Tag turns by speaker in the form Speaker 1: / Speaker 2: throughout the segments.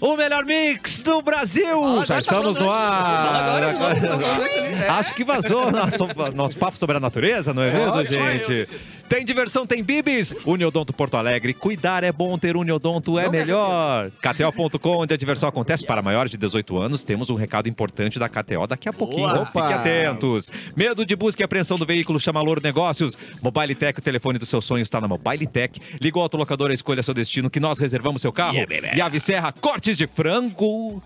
Speaker 1: o melhor mix do Brasil.
Speaker 2: Fala,
Speaker 1: Já
Speaker 2: agora tá
Speaker 1: estamos no
Speaker 2: falando
Speaker 1: ar.
Speaker 2: antes. Fala agora,
Speaker 1: Agora-
Speaker 2: tá falando antes, né?
Speaker 1: Acho que vazou nosso, nosso papo sobre a natureza, não é mesmo,
Speaker 2: olha, olha,
Speaker 1: gente? Tem diversão, tem bibis. Uniodonto Porto Alegre. Cuidar é bom, ter Uniodonto é
Speaker 2: Não,
Speaker 1: melhor. KTO.com, onde a diversão acontece para maiores de 18 anos. Temos um recado importante da KTO daqui a pouquinho. Então,
Speaker 2: Boa.
Speaker 1: Fique atentos. Medo de busca e apreensão do veículo, chama Louro Negócios. Mobile Tech, o telefone do seu sonho está na Mobile Tech. Liga o autolocador, escolha seu destino, que nós reservamos seu carro.
Speaker 3: Yeah, baby.
Speaker 1: e a Serra, cortes de frango.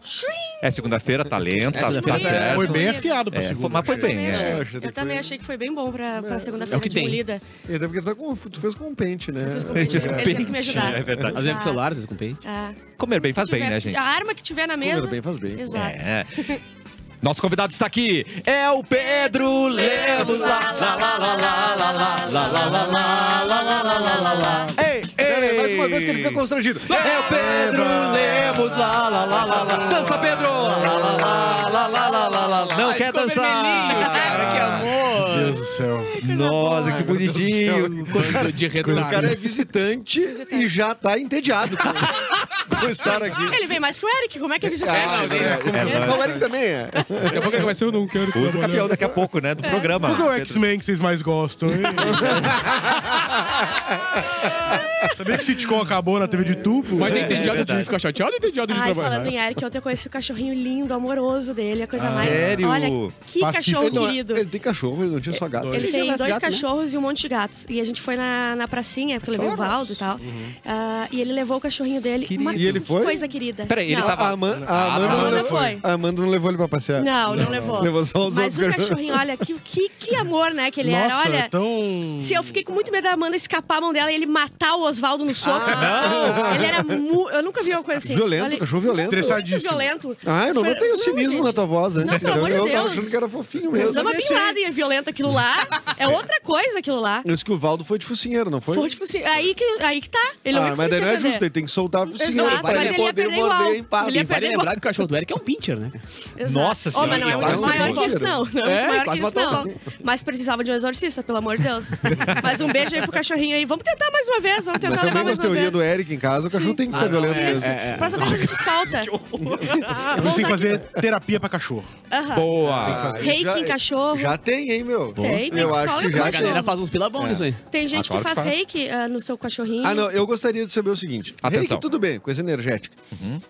Speaker 1: É segunda-feira, tá lento, tá,
Speaker 2: É
Speaker 1: tá
Speaker 2: segunda-feira.
Speaker 1: certo.
Speaker 4: Foi bem
Speaker 5: Bonito.
Speaker 4: afiado pra
Speaker 1: É,
Speaker 4: segunda.
Speaker 1: foi- mas foi
Speaker 4: achei.
Speaker 1: bem,
Speaker 5: Eu
Speaker 1: é.
Speaker 4: Eu
Speaker 5: também achei-
Speaker 4: achei
Speaker 5: Eu
Speaker 4: que
Speaker 5: também
Speaker 4: foi-
Speaker 5: achei que foi bem bom pra, pra
Speaker 2: É o
Speaker 5: segunda-feira
Speaker 2: que
Speaker 5: de
Speaker 2: tem.
Speaker 5: molida.
Speaker 4: E até porque tu tá com- tu fez com um pente, né?
Speaker 5: Eu fiz com
Speaker 1: Ele
Speaker 5: pente.
Speaker 1: fez com
Speaker 5: Ele teve que me
Speaker 1: pente,
Speaker 5: ajudar.
Speaker 1: é verdade.
Speaker 2: Às vezes é pro
Speaker 5: Exato.
Speaker 2: celular, às vezes com pente.
Speaker 5: Ah,
Speaker 1: Comer bem faz
Speaker 5: tiver-
Speaker 1: bem, né, gente?
Speaker 5: A arma que tiver na mesa.
Speaker 4: Comer bem faz bem.
Speaker 5: Exato.
Speaker 1: É. Nosso convidado está aqui, é o Pedro Lemos. Lá, lá, lá, lá, lá, lá, lá, lá, lá, lá, lá, lá, lá, lá, lá, lá, lá. Ei,
Speaker 4: Pera aí,
Speaker 1: ei.
Speaker 4: É, né, mais uma vez que ele fica constrangido.
Speaker 1: É o Pedro Lemos, lá, lá, lá, lá, lá. Dança, Pedro! Lá, lá, lá, lá, lá, lá, lá, lá, lá. Não
Speaker 2: Ai,
Speaker 1: quer
Speaker 2: ficou vermelhinho, Ah, Cara, que
Speaker 1: dançar!
Speaker 2: amor.
Speaker 4: Deus do céu.
Speaker 1: Nossa, que bonitinho!
Speaker 2: Bando de
Speaker 4: O cara é
Speaker 2: retardo.
Speaker 4: visitante e já tá entediado com, com estar aqui.
Speaker 5: Ele vem mais que o Eric, como é que ele
Speaker 4: Ah,
Speaker 2: não,
Speaker 4: é,
Speaker 2: vem-
Speaker 4: é,
Speaker 1: é,
Speaker 4: não, o Eric também é.
Speaker 2: Daqui a pouco ele começa, eu não quero
Speaker 1: Usa o campeão daqui a pouco, né? Do programa.
Speaker 6: Qual que é o
Speaker 1: Pedro.
Speaker 6: X-Men que vocês mais gostam? hein? Sabia que sitcom acabou na TV de tubo?
Speaker 2: Mas é
Speaker 6: é,
Speaker 2: entediado de
Speaker 1: verdade.
Speaker 2: ficar chateado ou entediado de
Speaker 5: Ai, falando
Speaker 2: trabalhar?
Speaker 5: em Eric, ontem eu conheci o cachorrinho lindo, amoroso dele, a coisa mais.
Speaker 1: Ah, sério?
Speaker 5: Olha, que
Speaker 6: Pacífico.
Speaker 5: cachorro
Speaker 4: Ele, não é-
Speaker 5: querido.
Speaker 4: ele tem cachorro, ele não tinha só gato.
Speaker 5: Ele tem
Speaker 4: tinha
Speaker 5: dois
Speaker 4: gato, né?
Speaker 5: cachorros e um monte de gatos. E a gente foi na, na pracinha, porque eu levei o
Speaker 4: Cachorros.
Speaker 5: Valdo e tal.
Speaker 4: Uhum.
Speaker 5: Ah, e ele levou o cachorrinho dele. Uma
Speaker 4: E ele foi?
Speaker 5: coisa querida.
Speaker 1: Peraí, ele
Speaker 5: não.
Speaker 1: tava-
Speaker 4: A, Ama- a
Speaker 1: Ah,
Speaker 4: Amanda
Speaker 5: não,
Speaker 4: não
Speaker 5: não
Speaker 4: levou,
Speaker 5: foi.
Speaker 4: a Amanda não levou ele pra passear.
Speaker 5: Não, não, levou.
Speaker 4: Levou só os
Speaker 5: Mas o
Speaker 4: outros cachorros.
Speaker 5: cachorrinho, olha, que, que, que amor, né, que ele era.
Speaker 6: Nossa,
Speaker 5: Olha,
Speaker 6: tão...
Speaker 5: se eu fiquei com muito medo da Amanda escapar a mão dela e ele matar o Oswaldo no soco.
Speaker 6: Ah,
Speaker 5: Ele era mu... Eu nunca vi uma coisa assim.
Speaker 4: Violento,
Speaker 5: Olha,
Speaker 4: cachorro violento.
Speaker 5: Muito
Speaker 6: Estressadíssimo.
Speaker 5: violento.
Speaker 4: Ah, eu não,
Speaker 5: Foi-
Speaker 4: não tenho cinismo
Speaker 5: gente.
Speaker 4: na tua voz antes.
Speaker 5: Não, pelo
Speaker 4: então
Speaker 5: amor de
Speaker 4: eu tava
Speaker 5: Deus.
Speaker 4: achando que era fofinho
Speaker 5: O
Speaker 4: mesmo.
Speaker 5: Osama Bin Laden é violento aquilo lá. é outra coisa aquilo lá.
Speaker 4: Eu disse que o Valdo foi de focinheiro, não foi?
Speaker 5: Foi, tipo assim, aí que, aí que tá. Ele não
Speaker 4: ah,
Speaker 5: vai
Speaker 4: mas daí
Speaker 5: conseguir
Speaker 4: não é
Speaker 5: defender.
Speaker 4: justo, ele tem que soltar a focinheira
Speaker 5: Exato,
Speaker 4: pra
Speaker 5: mas
Speaker 4: ele
Speaker 5: ele ia
Speaker 4: poder
Speaker 5: perder
Speaker 4: morder
Speaker 5: igual.
Speaker 4: em paz.
Speaker 5: Ele ia
Speaker 2: Vale lembrar que o cachorro do Eric é um pincher, né?
Speaker 5: Exato.
Speaker 1: Nossa
Speaker 5: Ô, mas não
Speaker 1: senhora,
Speaker 5: é muito
Speaker 4: quase
Speaker 5: maior
Speaker 4: matou.
Speaker 5: que isso, não. Não é,
Speaker 2: É,
Speaker 5: muito maior
Speaker 2: quase
Speaker 5: que isso,
Speaker 2: matou.
Speaker 5: não. Mas precisava de um exorcista, pelo amor de Deus. Mas um beijo aí pro cachorrinho aí. Vamos tentar mais uma vez, vamos tentar
Speaker 4: Mas
Speaker 5: levar
Speaker 4: também com a
Speaker 5: mais uma
Speaker 4: teoria
Speaker 5: vez.
Speaker 4: do né? Eric em casa, o cachorro tem que
Speaker 2: Ah,
Speaker 4: ficar violento
Speaker 2: é,
Speaker 5: Isso.
Speaker 4: mesmo.
Speaker 5: Próxima vez a gente solta.
Speaker 6: Eu
Speaker 5: Vamos
Speaker 6: preciso
Speaker 5: aqui.
Speaker 6: fazer terapia pra cachorro.
Speaker 5: Aham.
Speaker 1: Boa!
Speaker 4: Ah,
Speaker 5: Reiki
Speaker 4: assim, já-
Speaker 5: em cachorro.
Speaker 4: Já tem, hein, meu?
Speaker 5: Tem, tem
Speaker 4: eu
Speaker 5: que
Speaker 4: acho
Speaker 5: escola
Speaker 4: que
Speaker 5: do
Speaker 4: já
Speaker 2: A
Speaker 5: cachorro.
Speaker 2: galera faz uns pila bom nisso aí.
Speaker 5: Tem gente
Speaker 1: Ah, claro
Speaker 5: que faz
Speaker 1: que faz.
Speaker 5: reiki ah, no seu cachorrinho.
Speaker 4: Ah, não, eu gostaria de saber o seguinte.
Speaker 1: Atenção.
Speaker 4: Reiki, tudo bem, coisa energética.
Speaker 2: Uhum.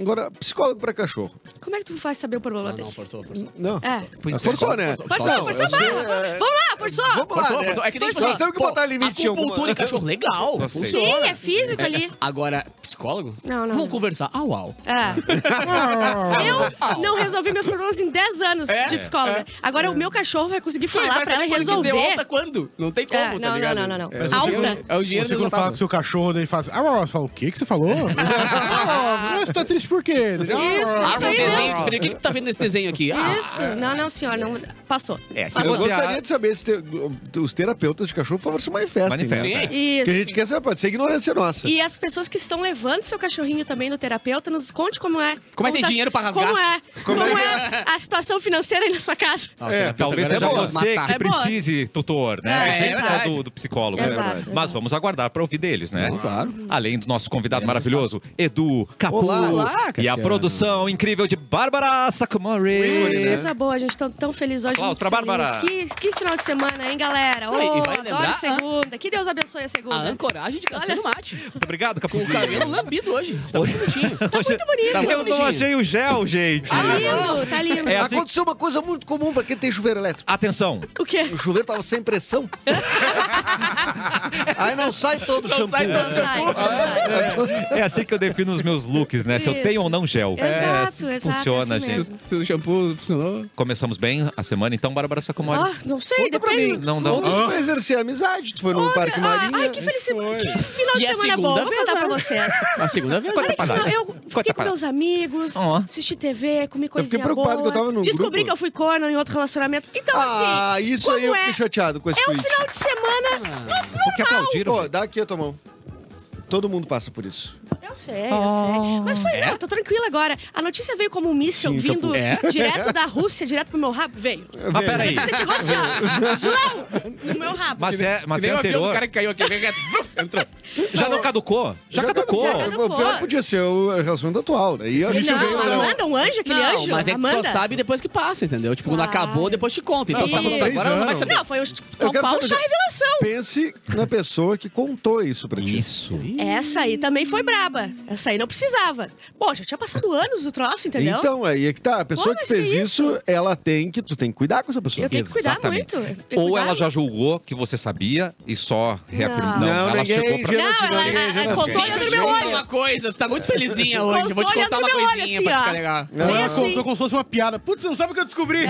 Speaker 4: Agora, psicólogo pra cachorro.
Speaker 5: Como é que tu vai saber o problema
Speaker 2: Não, Ah, não,
Speaker 5: dele?
Speaker 2: forçou, forçou.
Speaker 4: Ah, Não.
Speaker 5: É.
Speaker 2: Pois é.
Speaker 4: Forçou, né?
Speaker 5: Forçou,
Speaker 4: Não,
Speaker 5: forçou
Speaker 4: eu sei,
Speaker 5: barra.
Speaker 4: é,
Speaker 5: Vamos lá, forçou!
Speaker 4: Vamos lá,
Speaker 2: Forçou,
Speaker 4: né?
Speaker 2: forçou. É que nem
Speaker 4: Nós temos que
Speaker 2: pô,
Speaker 4: botar limite em alguma...
Speaker 2: Acupuntura em cachorro, legal.
Speaker 1: Gostei.
Speaker 2: Funciona.
Speaker 5: Sim, é físico ali.
Speaker 2: Agora, psicólogo?
Speaker 5: Não, não,
Speaker 2: Vamos
Speaker 5: não.
Speaker 2: conversar. Au, au.
Speaker 5: É.
Speaker 6: Ah.
Speaker 5: Eu não resolvi meus problemas em 10 anos
Speaker 2: É,
Speaker 5: de psicóloga.
Speaker 2: é.
Speaker 5: Agora o meu cachorro vai conseguir falar
Speaker 2: Vai
Speaker 5: pra ela
Speaker 2: saber quando que
Speaker 5: resolver.
Speaker 2: deu alta quando? Não tem como, tá
Speaker 5: É, não,
Speaker 2: ligado?
Speaker 5: não, não, não, não.
Speaker 2: É,
Speaker 5: É,
Speaker 2: o dinheiro-
Speaker 5: alta.
Speaker 2: é o dinheiro
Speaker 6: Você
Speaker 2: não
Speaker 6: quando fala
Speaker 2: tava.
Speaker 6: com seu cachorro, ele faz... Ah, você fala, o que que você falou? ah, você tá triste por quê? Ele, "Ah,
Speaker 5: Isso, isso
Speaker 2: Arma um
Speaker 5: aí não.
Speaker 2: desenho, Felipe, o que que tu tá vendo nesse desenho aqui? Ah,
Speaker 5: Isso. Não, não, senhor. Não... Passou.
Speaker 1: É, se
Speaker 4: Eu
Speaker 1: você
Speaker 4: gostaria de saber se te- os terapeutas de cachorro, por favor, se manifestem.
Speaker 1: Manifesta.
Speaker 4: né?
Speaker 2: sim.
Speaker 4: Porque a
Speaker 5: Isso.
Speaker 4: gente quer saber, pode ser ignorância nossa.
Speaker 5: E as pessoas que estão levando seu cachorrinho também no terapeuta, nos conte como é.
Speaker 2: Como é que tem
Speaker 5: tá-
Speaker 2: dinheiro pra rasgar?
Speaker 5: Como é?
Speaker 4: Como
Speaker 5: Como,
Speaker 4: é que-
Speaker 5: é a situação financeira aí na sua casa?
Speaker 2: Nossa,
Speaker 4: É,
Speaker 2: terapeuta
Speaker 1: Talvez
Speaker 2: agora
Speaker 1: seja
Speaker 4: é
Speaker 2: já
Speaker 4: bom.
Speaker 2: gosta de
Speaker 1: você
Speaker 2: matar.
Speaker 1: que
Speaker 5: É boa.
Speaker 1: precise, tutor, né?
Speaker 5: É,
Speaker 1: você
Speaker 5: é
Speaker 1: que precisa
Speaker 2: verdade.
Speaker 1: do, do psicólogo, né?
Speaker 5: Exato,
Speaker 1: Mas
Speaker 5: exato.
Speaker 1: vamos aguardar para ouvir deles, né?
Speaker 2: Claro.
Speaker 1: Além do nosso convidado maravilhoso, Edu Capu.
Speaker 4: Olá.
Speaker 2: Olá,
Speaker 1: e a
Speaker 2: Cassiano.
Speaker 1: produção incrível de Bárbara Sacomori.
Speaker 4: ícone, né?
Speaker 5: Coisa boa, a gente tá tão feliz hoje.
Speaker 1: Aplausos pra
Speaker 5: muito
Speaker 1: Bárbara.
Speaker 5: feliz. Que, que final de semana, hein, galera?
Speaker 2: e vai
Speaker 5: Oh,
Speaker 2: lembrar a-
Speaker 5: adoro segunda. Que Deus abençoe a segunda.
Speaker 2: A ancoragem de Cassiano Mate.
Speaker 1: Muito obrigado,
Speaker 2: Com o cabelo
Speaker 1: Capuzinho.
Speaker 2: lambido hoje. Tá muito bonitinho.
Speaker 5: Muito bonito.
Speaker 2: Tá
Speaker 1: Eu
Speaker 2: bonitinho. Ah.
Speaker 1: não achei o gel, gente.
Speaker 5: Tá lindo, tá lindo.
Speaker 1: É assim-
Speaker 4: Aconteceu uma coisa muito comum pra quem tem chuveiro elétrico.
Speaker 1: Atenção,
Speaker 5: O quê?
Speaker 4: O chuveiro tava sem pressão. Aí não sai todo o shampoo.
Speaker 2: sai todo.
Speaker 5: Não sai, não sai.
Speaker 1: é assim que eu defino os meus looks, né? Se eu
Speaker 5: Isso.
Speaker 1: tenho ou não gel. é,
Speaker 5: Exato,
Speaker 1: assim que
Speaker 5: exato,
Speaker 1: Funciona,
Speaker 5: é assim
Speaker 1: gente.
Speaker 5: mesmo.
Speaker 2: Seu shampoo funcionou?
Speaker 1: Começamos bem a semana, então, Bárbara Sacomori.
Speaker 5: Ah, não sei,
Speaker 4: Conta pra
Speaker 5: depende.
Speaker 4: mim.
Speaker 1: Não, não.
Speaker 4: Onde tu
Speaker 6: Ah.
Speaker 4: foi exercer amizade? Tu foi no Parque
Speaker 5: Ah,
Speaker 4: Marinha?
Speaker 5: ai, que felicidade. Que final
Speaker 2: E
Speaker 5: de
Speaker 2: a
Speaker 5: semana bom.
Speaker 2: segunda
Speaker 5: Vou
Speaker 2: vez,
Speaker 5: contar pra
Speaker 2: né?
Speaker 5: vocês.
Speaker 2: A segunda vez.
Speaker 1: Conta
Speaker 5: Olha
Speaker 1: pra
Speaker 5: que
Speaker 1: nós.
Speaker 5: final, eu
Speaker 1: Conta
Speaker 5: fiquei
Speaker 1: pra
Speaker 5: com
Speaker 1: nós.
Speaker 5: meus amigos,
Speaker 1: Ó.
Speaker 5: assisti TV, comi coisinha
Speaker 4: fiquei preocupado
Speaker 5: boa.
Speaker 4: que eu tava num
Speaker 5: Descobri
Speaker 4: grupo.
Speaker 5: que eu fui corno em outro relacionamento. Então,
Speaker 4: Ah,
Speaker 5: assim,
Speaker 4: isso
Speaker 5: como
Speaker 4: aí eu
Speaker 5: é,
Speaker 4: fiquei chateado com esse
Speaker 5: é um
Speaker 4: tweet.
Speaker 5: final de semana
Speaker 1: Porque aplaudiram.
Speaker 4: Ó, dá aqui a tua mão. Todo mundo passa por isso.
Speaker 5: Eu sei, eu
Speaker 2: Oh.
Speaker 5: sei. Mas foi, não, tô tranquila agora. A notícia veio como um míssil
Speaker 4: É? Sim, É?
Speaker 5: vindo
Speaker 4: capô.
Speaker 5: direto da Rússia, direto pro meu rabo. Veio.
Speaker 1: Mas peraí.
Speaker 5: Você chegou assim, ó. Zlão! No meu rabo.
Speaker 1: Mas é, mas
Speaker 2: Que
Speaker 1: é
Speaker 2: nem o avião do
Speaker 1: anterior.
Speaker 2: cara que caiu aqui. veio reto, vuf, Entrou.
Speaker 1: Já não caducou? Já, caducou.
Speaker 5: caducou.
Speaker 4: O pior podia ser o relacionamento atual. né? E a gente veio.
Speaker 5: não, Amanda, um anjo, aquele
Speaker 2: não,
Speaker 5: anjo?
Speaker 2: mas é que
Speaker 5: Amanda?
Speaker 2: só sabe depois que passa, entendeu? Tipo, quando
Speaker 5: Claro.
Speaker 2: acabou, depois te conta. Então
Speaker 4: Não,
Speaker 2: você tá falando
Speaker 4: três
Speaker 2: agora, ela não vai
Speaker 4: anos.
Speaker 2: saber.
Speaker 5: Não, foi o
Speaker 4: Eu
Speaker 5: São
Speaker 4: quero
Speaker 5: Paulo
Speaker 4: saber-
Speaker 5: chá revelação.
Speaker 4: Pense na pessoa que contou isso pra ti.
Speaker 1: Isso.
Speaker 5: Essa aí também foi braba. Essa aí não precisava. Pô, já tinha passado anos o troço, entendeu?
Speaker 4: Então, aí é que tá. A pessoa
Speaker 5: Pô,
Speaker 4: que
Speaker 5: mas
Speaker 4: fez
Speaker 5: que
Speaker 4: isso, ela tem que. Tu tem que cuidar com essa pessoa.
Speaker 5: eu tenho que cuidar
Speaker 1: Exatamente.
Speaker 5: muito. Eu tenho que
Speaker 1: Ou
Speaker 5: cuidar
Speaker 1: ela já julgou que você sabia e só reafirmou.
Speaker 5: Não.
Speaker 1: Não,
Speaker 4: Não,
Speaker 1: ela
Speaker 4: ninguém
Speaker 1: chegou pra.
Speaker 4: já-
Speaker 5: Não, ela,
Speaker 4: Ninguém,
Speaker 5: ela
Speaker 4: gente,
Speaker 5: contou
Speaker 4: gente,
Speaker 2: Deixa
Speaker 5: olhando no
Speaker 2: eu te
Speaker 5: meu
Speaker 2: contar
Speaker 5: olho.
Speaker 2: uma coisa, você tá muito felizinha hoje. Eu vou te
Speaker 5: Contou
Speaker 2: contar uma
Speaker 5: olhando no meu olho,
Speaker 2: coisinha
Speaker 5: assim,
Speaker 2: pra
Speaker 5: ó.
Speaker 2: ficar legal.
Speaker 4: Não,
Speaker 6: Ela
Speaker 5: assim. É.
Speaker 6: contou como se fosse uma piada. Putz, você não sabe o que eu descobri.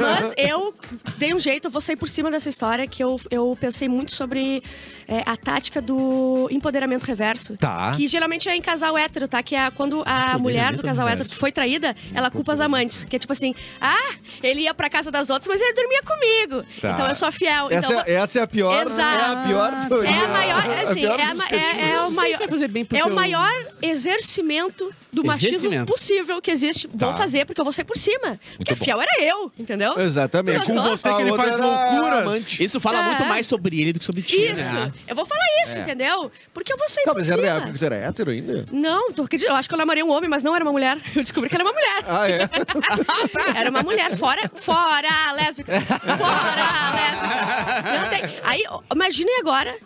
Speaker 5: Mas eu dei um jeito, eu vou sair por cima dessa história, que eu, eu pensei muito sobre é, a tática do empoderamento reverso.
Speaker 1: Tá.
Speaker 5: Que geralmente é em casal hétero, tá? Que é quando a mulher do casal hétero que foi traída, ela culpa as amantes. Que é tipo assim, ah, ele ia pra casa das outras, mas ele dormia comigo.
Speaker 1: Tá.
Speaker 5: Então eu sou fiel.
Speaker 4: Essa,
Speaker 5: então,
Speaker 4: essa é a pior.
Speaker 5: Exato.
Speaker 4: É a pior teoria.
Speaker 5: É a maior, é assim,
Speaker 4: pior
Speaker 5: é, a ma- é-
Speaker 4: perspectiva.
Speaker 5: é o
Speaker 2: Não sei
Speaker 5: maior,
Speaker 2: se vai fazer bem pro
Speaker 5: é o
Speaker 2: teu-
Speaker 5: maior exercimento do machismo
Speaker 2: Exercimento.
Speaker 5: possível que existe.
Speaker 1: Tá.
Speaker 5: Vou fazer porque eu vou sair por cima. Porque
Speaker 1: bom.
Speaker 5: fiel era eu, entendeu?
Speaker 4: Exatamente.
Speaker 5: Tu gostou?
Speaker 6: Com você que ele
Speaker 4: A outra
Speaker 6: faz
Speaker 4: era
Speaker 6: loucuras.
Speaker 4: amante.
Speaker 2: Isso fala
Speaker 5: É.
Speaker 2: muito mais sobre ele do que sobre ti,
Speaker 5: Isso.
Speaker 1: É.
Speaker 2: né?
Speaker 5: Eu vou falar isso, entendeu? Porque eu vou sair
Speaker 4: Tá,
Speaker 5: por
Speaker 4: mas era da
Speaker 5: cima.
Speaker 4: época que tu era hétero ainda?
Speaker 5: Não, tô, acreditando. eu acho que eu namorei um homem, mas não era uma mulher. Eu descobri que ela é uma mulher.
Speaker 4: Ah, é?
Speaker 5: Era uma mulher fora, fora lésbica. Fora lésbica. Não tem. Aí, ó, imaginem agora,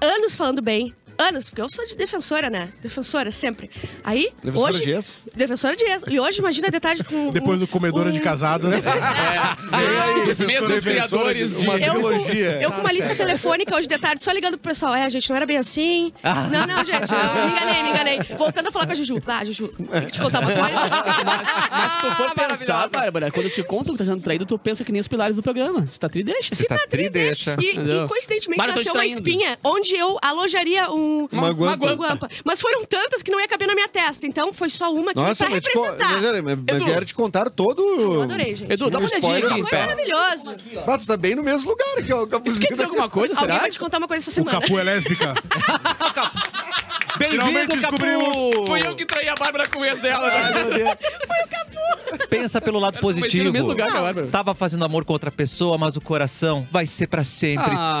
Speaker 5: anos falando bem. Anos, porque eu sou de defensora, né? Defensora, sempre. Aí,
Speaker 4: Defensora
Speaker 5: hoje...
Speaker 4: de ex?
Speaker 5: Defensora de ex. E hoje, imagina detalhe com...
Speaker 6: Depois
Speaker 5: um-
Speaker 6: do comedora de
Speaker 5: um-
Speaker 6: casadas.
Speaker 2: É. Os mesmos criadores de...
Speaker 4: Uma
Speaker 5: Eu, com-
Speaker 4: trilogia.
Speaker 5: eu com uma lista telefônica hoje de tarde, só ligando pro pessoal. É, gente, não era bem assim. Não, não, gente, me enganei, me enganei. Voltando a falar com a Juju. Ah, Juju, tem que te contar uma coisa.
Speaker 2: Mas se tu for pensar, Bárbara, quando eu te conto que tá sendo traído, tu pensa que nem os pilares do programa. Você tá tri, deixa.
Speaker 1: Você tá tri deixa.
Speaker 5: E,
Speaker 2: Entendeu?
Speaker 5: e coincidentemente
Speaker 2: Mas eu tô
Speaker 5: nasceu uma
Speaker 2: distraindo.
Speaker 5: espinha onde eu alojaria um.
Speaker 4: Uma guampa.
Speaker 5: uma guampa. Mas foram tantas que não ia caber na minha testa. Então foi só uma que
Speaker 4: Nossa,
Speaker 5: pra
Speaker 4: mas, te, co-
Speaker 5: representar.
Speaker 4: mas, olha, mas- mas
Speaker 2: Edu.
Speaker 4: vieram te contar todo.
Speaker 5: Eu adorei, gente.
Speaker 2: Edu, dá uma olhadinha
Speaker 4: Spoiler
Speaker 2: aqui.
Speaker 1: em
Speaker 5: foi
Speaker 1: pé.
Speaker 5: maravilhoso.
Speaker 4: Ah, tu tá bem no mesmo lugar aqui, ó. o
Speaker 2: Isso quer dizer
Speaker 4: capuzinho.
Speaker 2: alguma coisa,
Speaker 5: Alguém
Speaker 2: será?
Speaker 5: vai te contar uma coisa essa
Speaker 6: O
Speaker 5: semana.
Speaker 6: Capu é lésbica.
Speaker 1: Bem-vindo,
Speaker 6: Finalmente
Speaker 1: Capu!
Speaker 6: descobrimos.
Speaker 2: Foi eu que traí a Bárbara com o ex dela.
Speaker 1: Pensa pelo lado
Speaker 2: Comecei
Speaker 1: positivo.
Speaker 2: no mesmo lugar que a Bárbara.
Speaker 1: Tava fazendo amor com outra pessoa, mas o coração vai ser pra sempre
Speaker 2: Ah.
Speaker 5: Ai,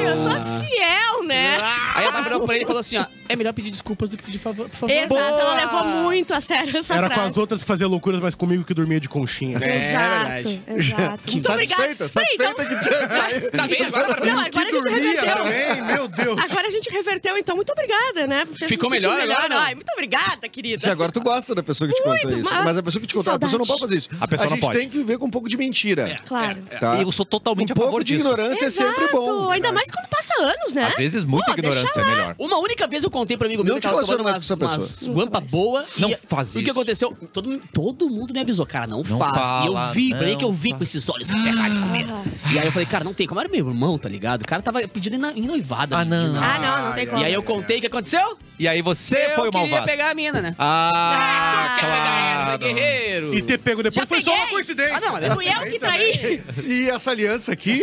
Speaker 1: teu.
Speaker 5: eu sou fiel, né?
Speaker 4: Ah,
Speaker 2: Aí a Bárbara olhou pra ele e falou assim, ó, é melhor pedir desculpas do que pedir favor, por favor.
Speaker 5: Exato,
Speaker 1: Boa!
Speaker 5: ela levou muito a sério essa
Speaker 6: Era com
Speaker 5: frase.
Speaker 6: as outras que fazia loucuras, mas comigo que dormia de conchinha.
Speaker 2: É,
Speaker 5: Exato,
Speaker 2: verdade.
Speaker 5: exato. Muito
Speaker 4: Satisfeita?
Speaker 5: obrigada. Peraí, então-
Speaker 4: Satisfeita que é. tinha saído.
Speaker 2: Tá bem agora, Bárbara?
Speaker 5: Não, agora a gente
Speaker 4: dormia
Speaker 5: reverteu.
Speaker 6: Também, meu
Speaker 4: né?
Speaker 6: Deus.
Speaker 5: Agora a gente reverteu, então muito obrigada, né? Vocês
Speaker 2: Ficou
Speaker 5: me sentiram
Speaker 2: melhor agora, não?
Speaker 5: Ai, muito obrigada, querida.
Speaker 4: Se agora tu gosta da pessoa que te conta isso.
Speaker 5: mas-
Speaker 4: Mas a pessoa que te
Speaker 5: que
Speaker 4: conta, a pessoa não pode
Speaker 5: saudade.
Speaker 4: fazer isso.
Speaker 1: A pessoa não
Speaker 4: gente
Speaker 1: pode.
Speaker 4: tem que ver com um pouco de
Speaker 6: É,
Speaker 4: mentira.
Speaker 5: Claro.
Speaker 4: Tá?
Speaker 1: Eu sou totalmente
Speaker 4: um
Speaker 1: a favor
Speaker 4: pouco de
Speaker 1: disso.
Speaker 4: ignorância é sempre bom.
Speaker 5: Ainda mais quando passa anos, né?
Speaker 1: Às vezes, muita
Speaker 5: Pô, deixa
Speaker 1: ignorância é melhor.
Speaker 2: Uma única vez eu contei pra amigo
Speaker 4: Não
Speaker 2: meu que
Speaker 4: te
Speaker 2: tava tomando
Speaker 4: relaciona mais
Speaker 2: umas,
Speaker 4: com essa
Speaker 2: umas
Speaker 5: pessoa.
Speaker 2: guampa
Speaker 5: Nunca mais.
Speaker 2: boa. e-
Speaker 1: Não faz
Speaker 2: E o
Speaker 1: isso.
Speaker 2: que acoeceu? Todo, todo mundo me avisou, cara, não,
Speaker 1: Não
Speaker 2: faz. e
Speaker 1: fala,
Speaker 2: eu vi, pra mim que eu
Speaker 1: não
Speaker 2: vi com esses olhos ferrados comigo. E aí eu falei, cara, não tem. Como era meu irmão, tá ligado? O cara tava pedindo em na- em noivada.
Speaker 1: Ah,
Speaker 2: menina.
Speaker 1: não.
Speaker 5: Ah, não, não tem como.
Speaker 2: E aí eu contei o que aconteceu?
Speaker 1: E aí você
Speaker 2: eu
Speaker 1: foi o
Speaker 2: queria
Speaker 1: malvado.
Speaker 2: pegar a mina, né?
Speaker 1: Ah,
Speaker 2: Quer pegar essa,
Speaker 1: claro.
Speaker 2: guerreiro.
Speaker 6: E ter pego depois
Speaker 5: Já
Speaker 6: foi só
Speaker 5: peguei.
Speaker 6: uma coincidência.
Speaker 2: Ah, não, mas
Speaker 5: Fui eu que traí.
Speaker 4: E essa aliança aqui,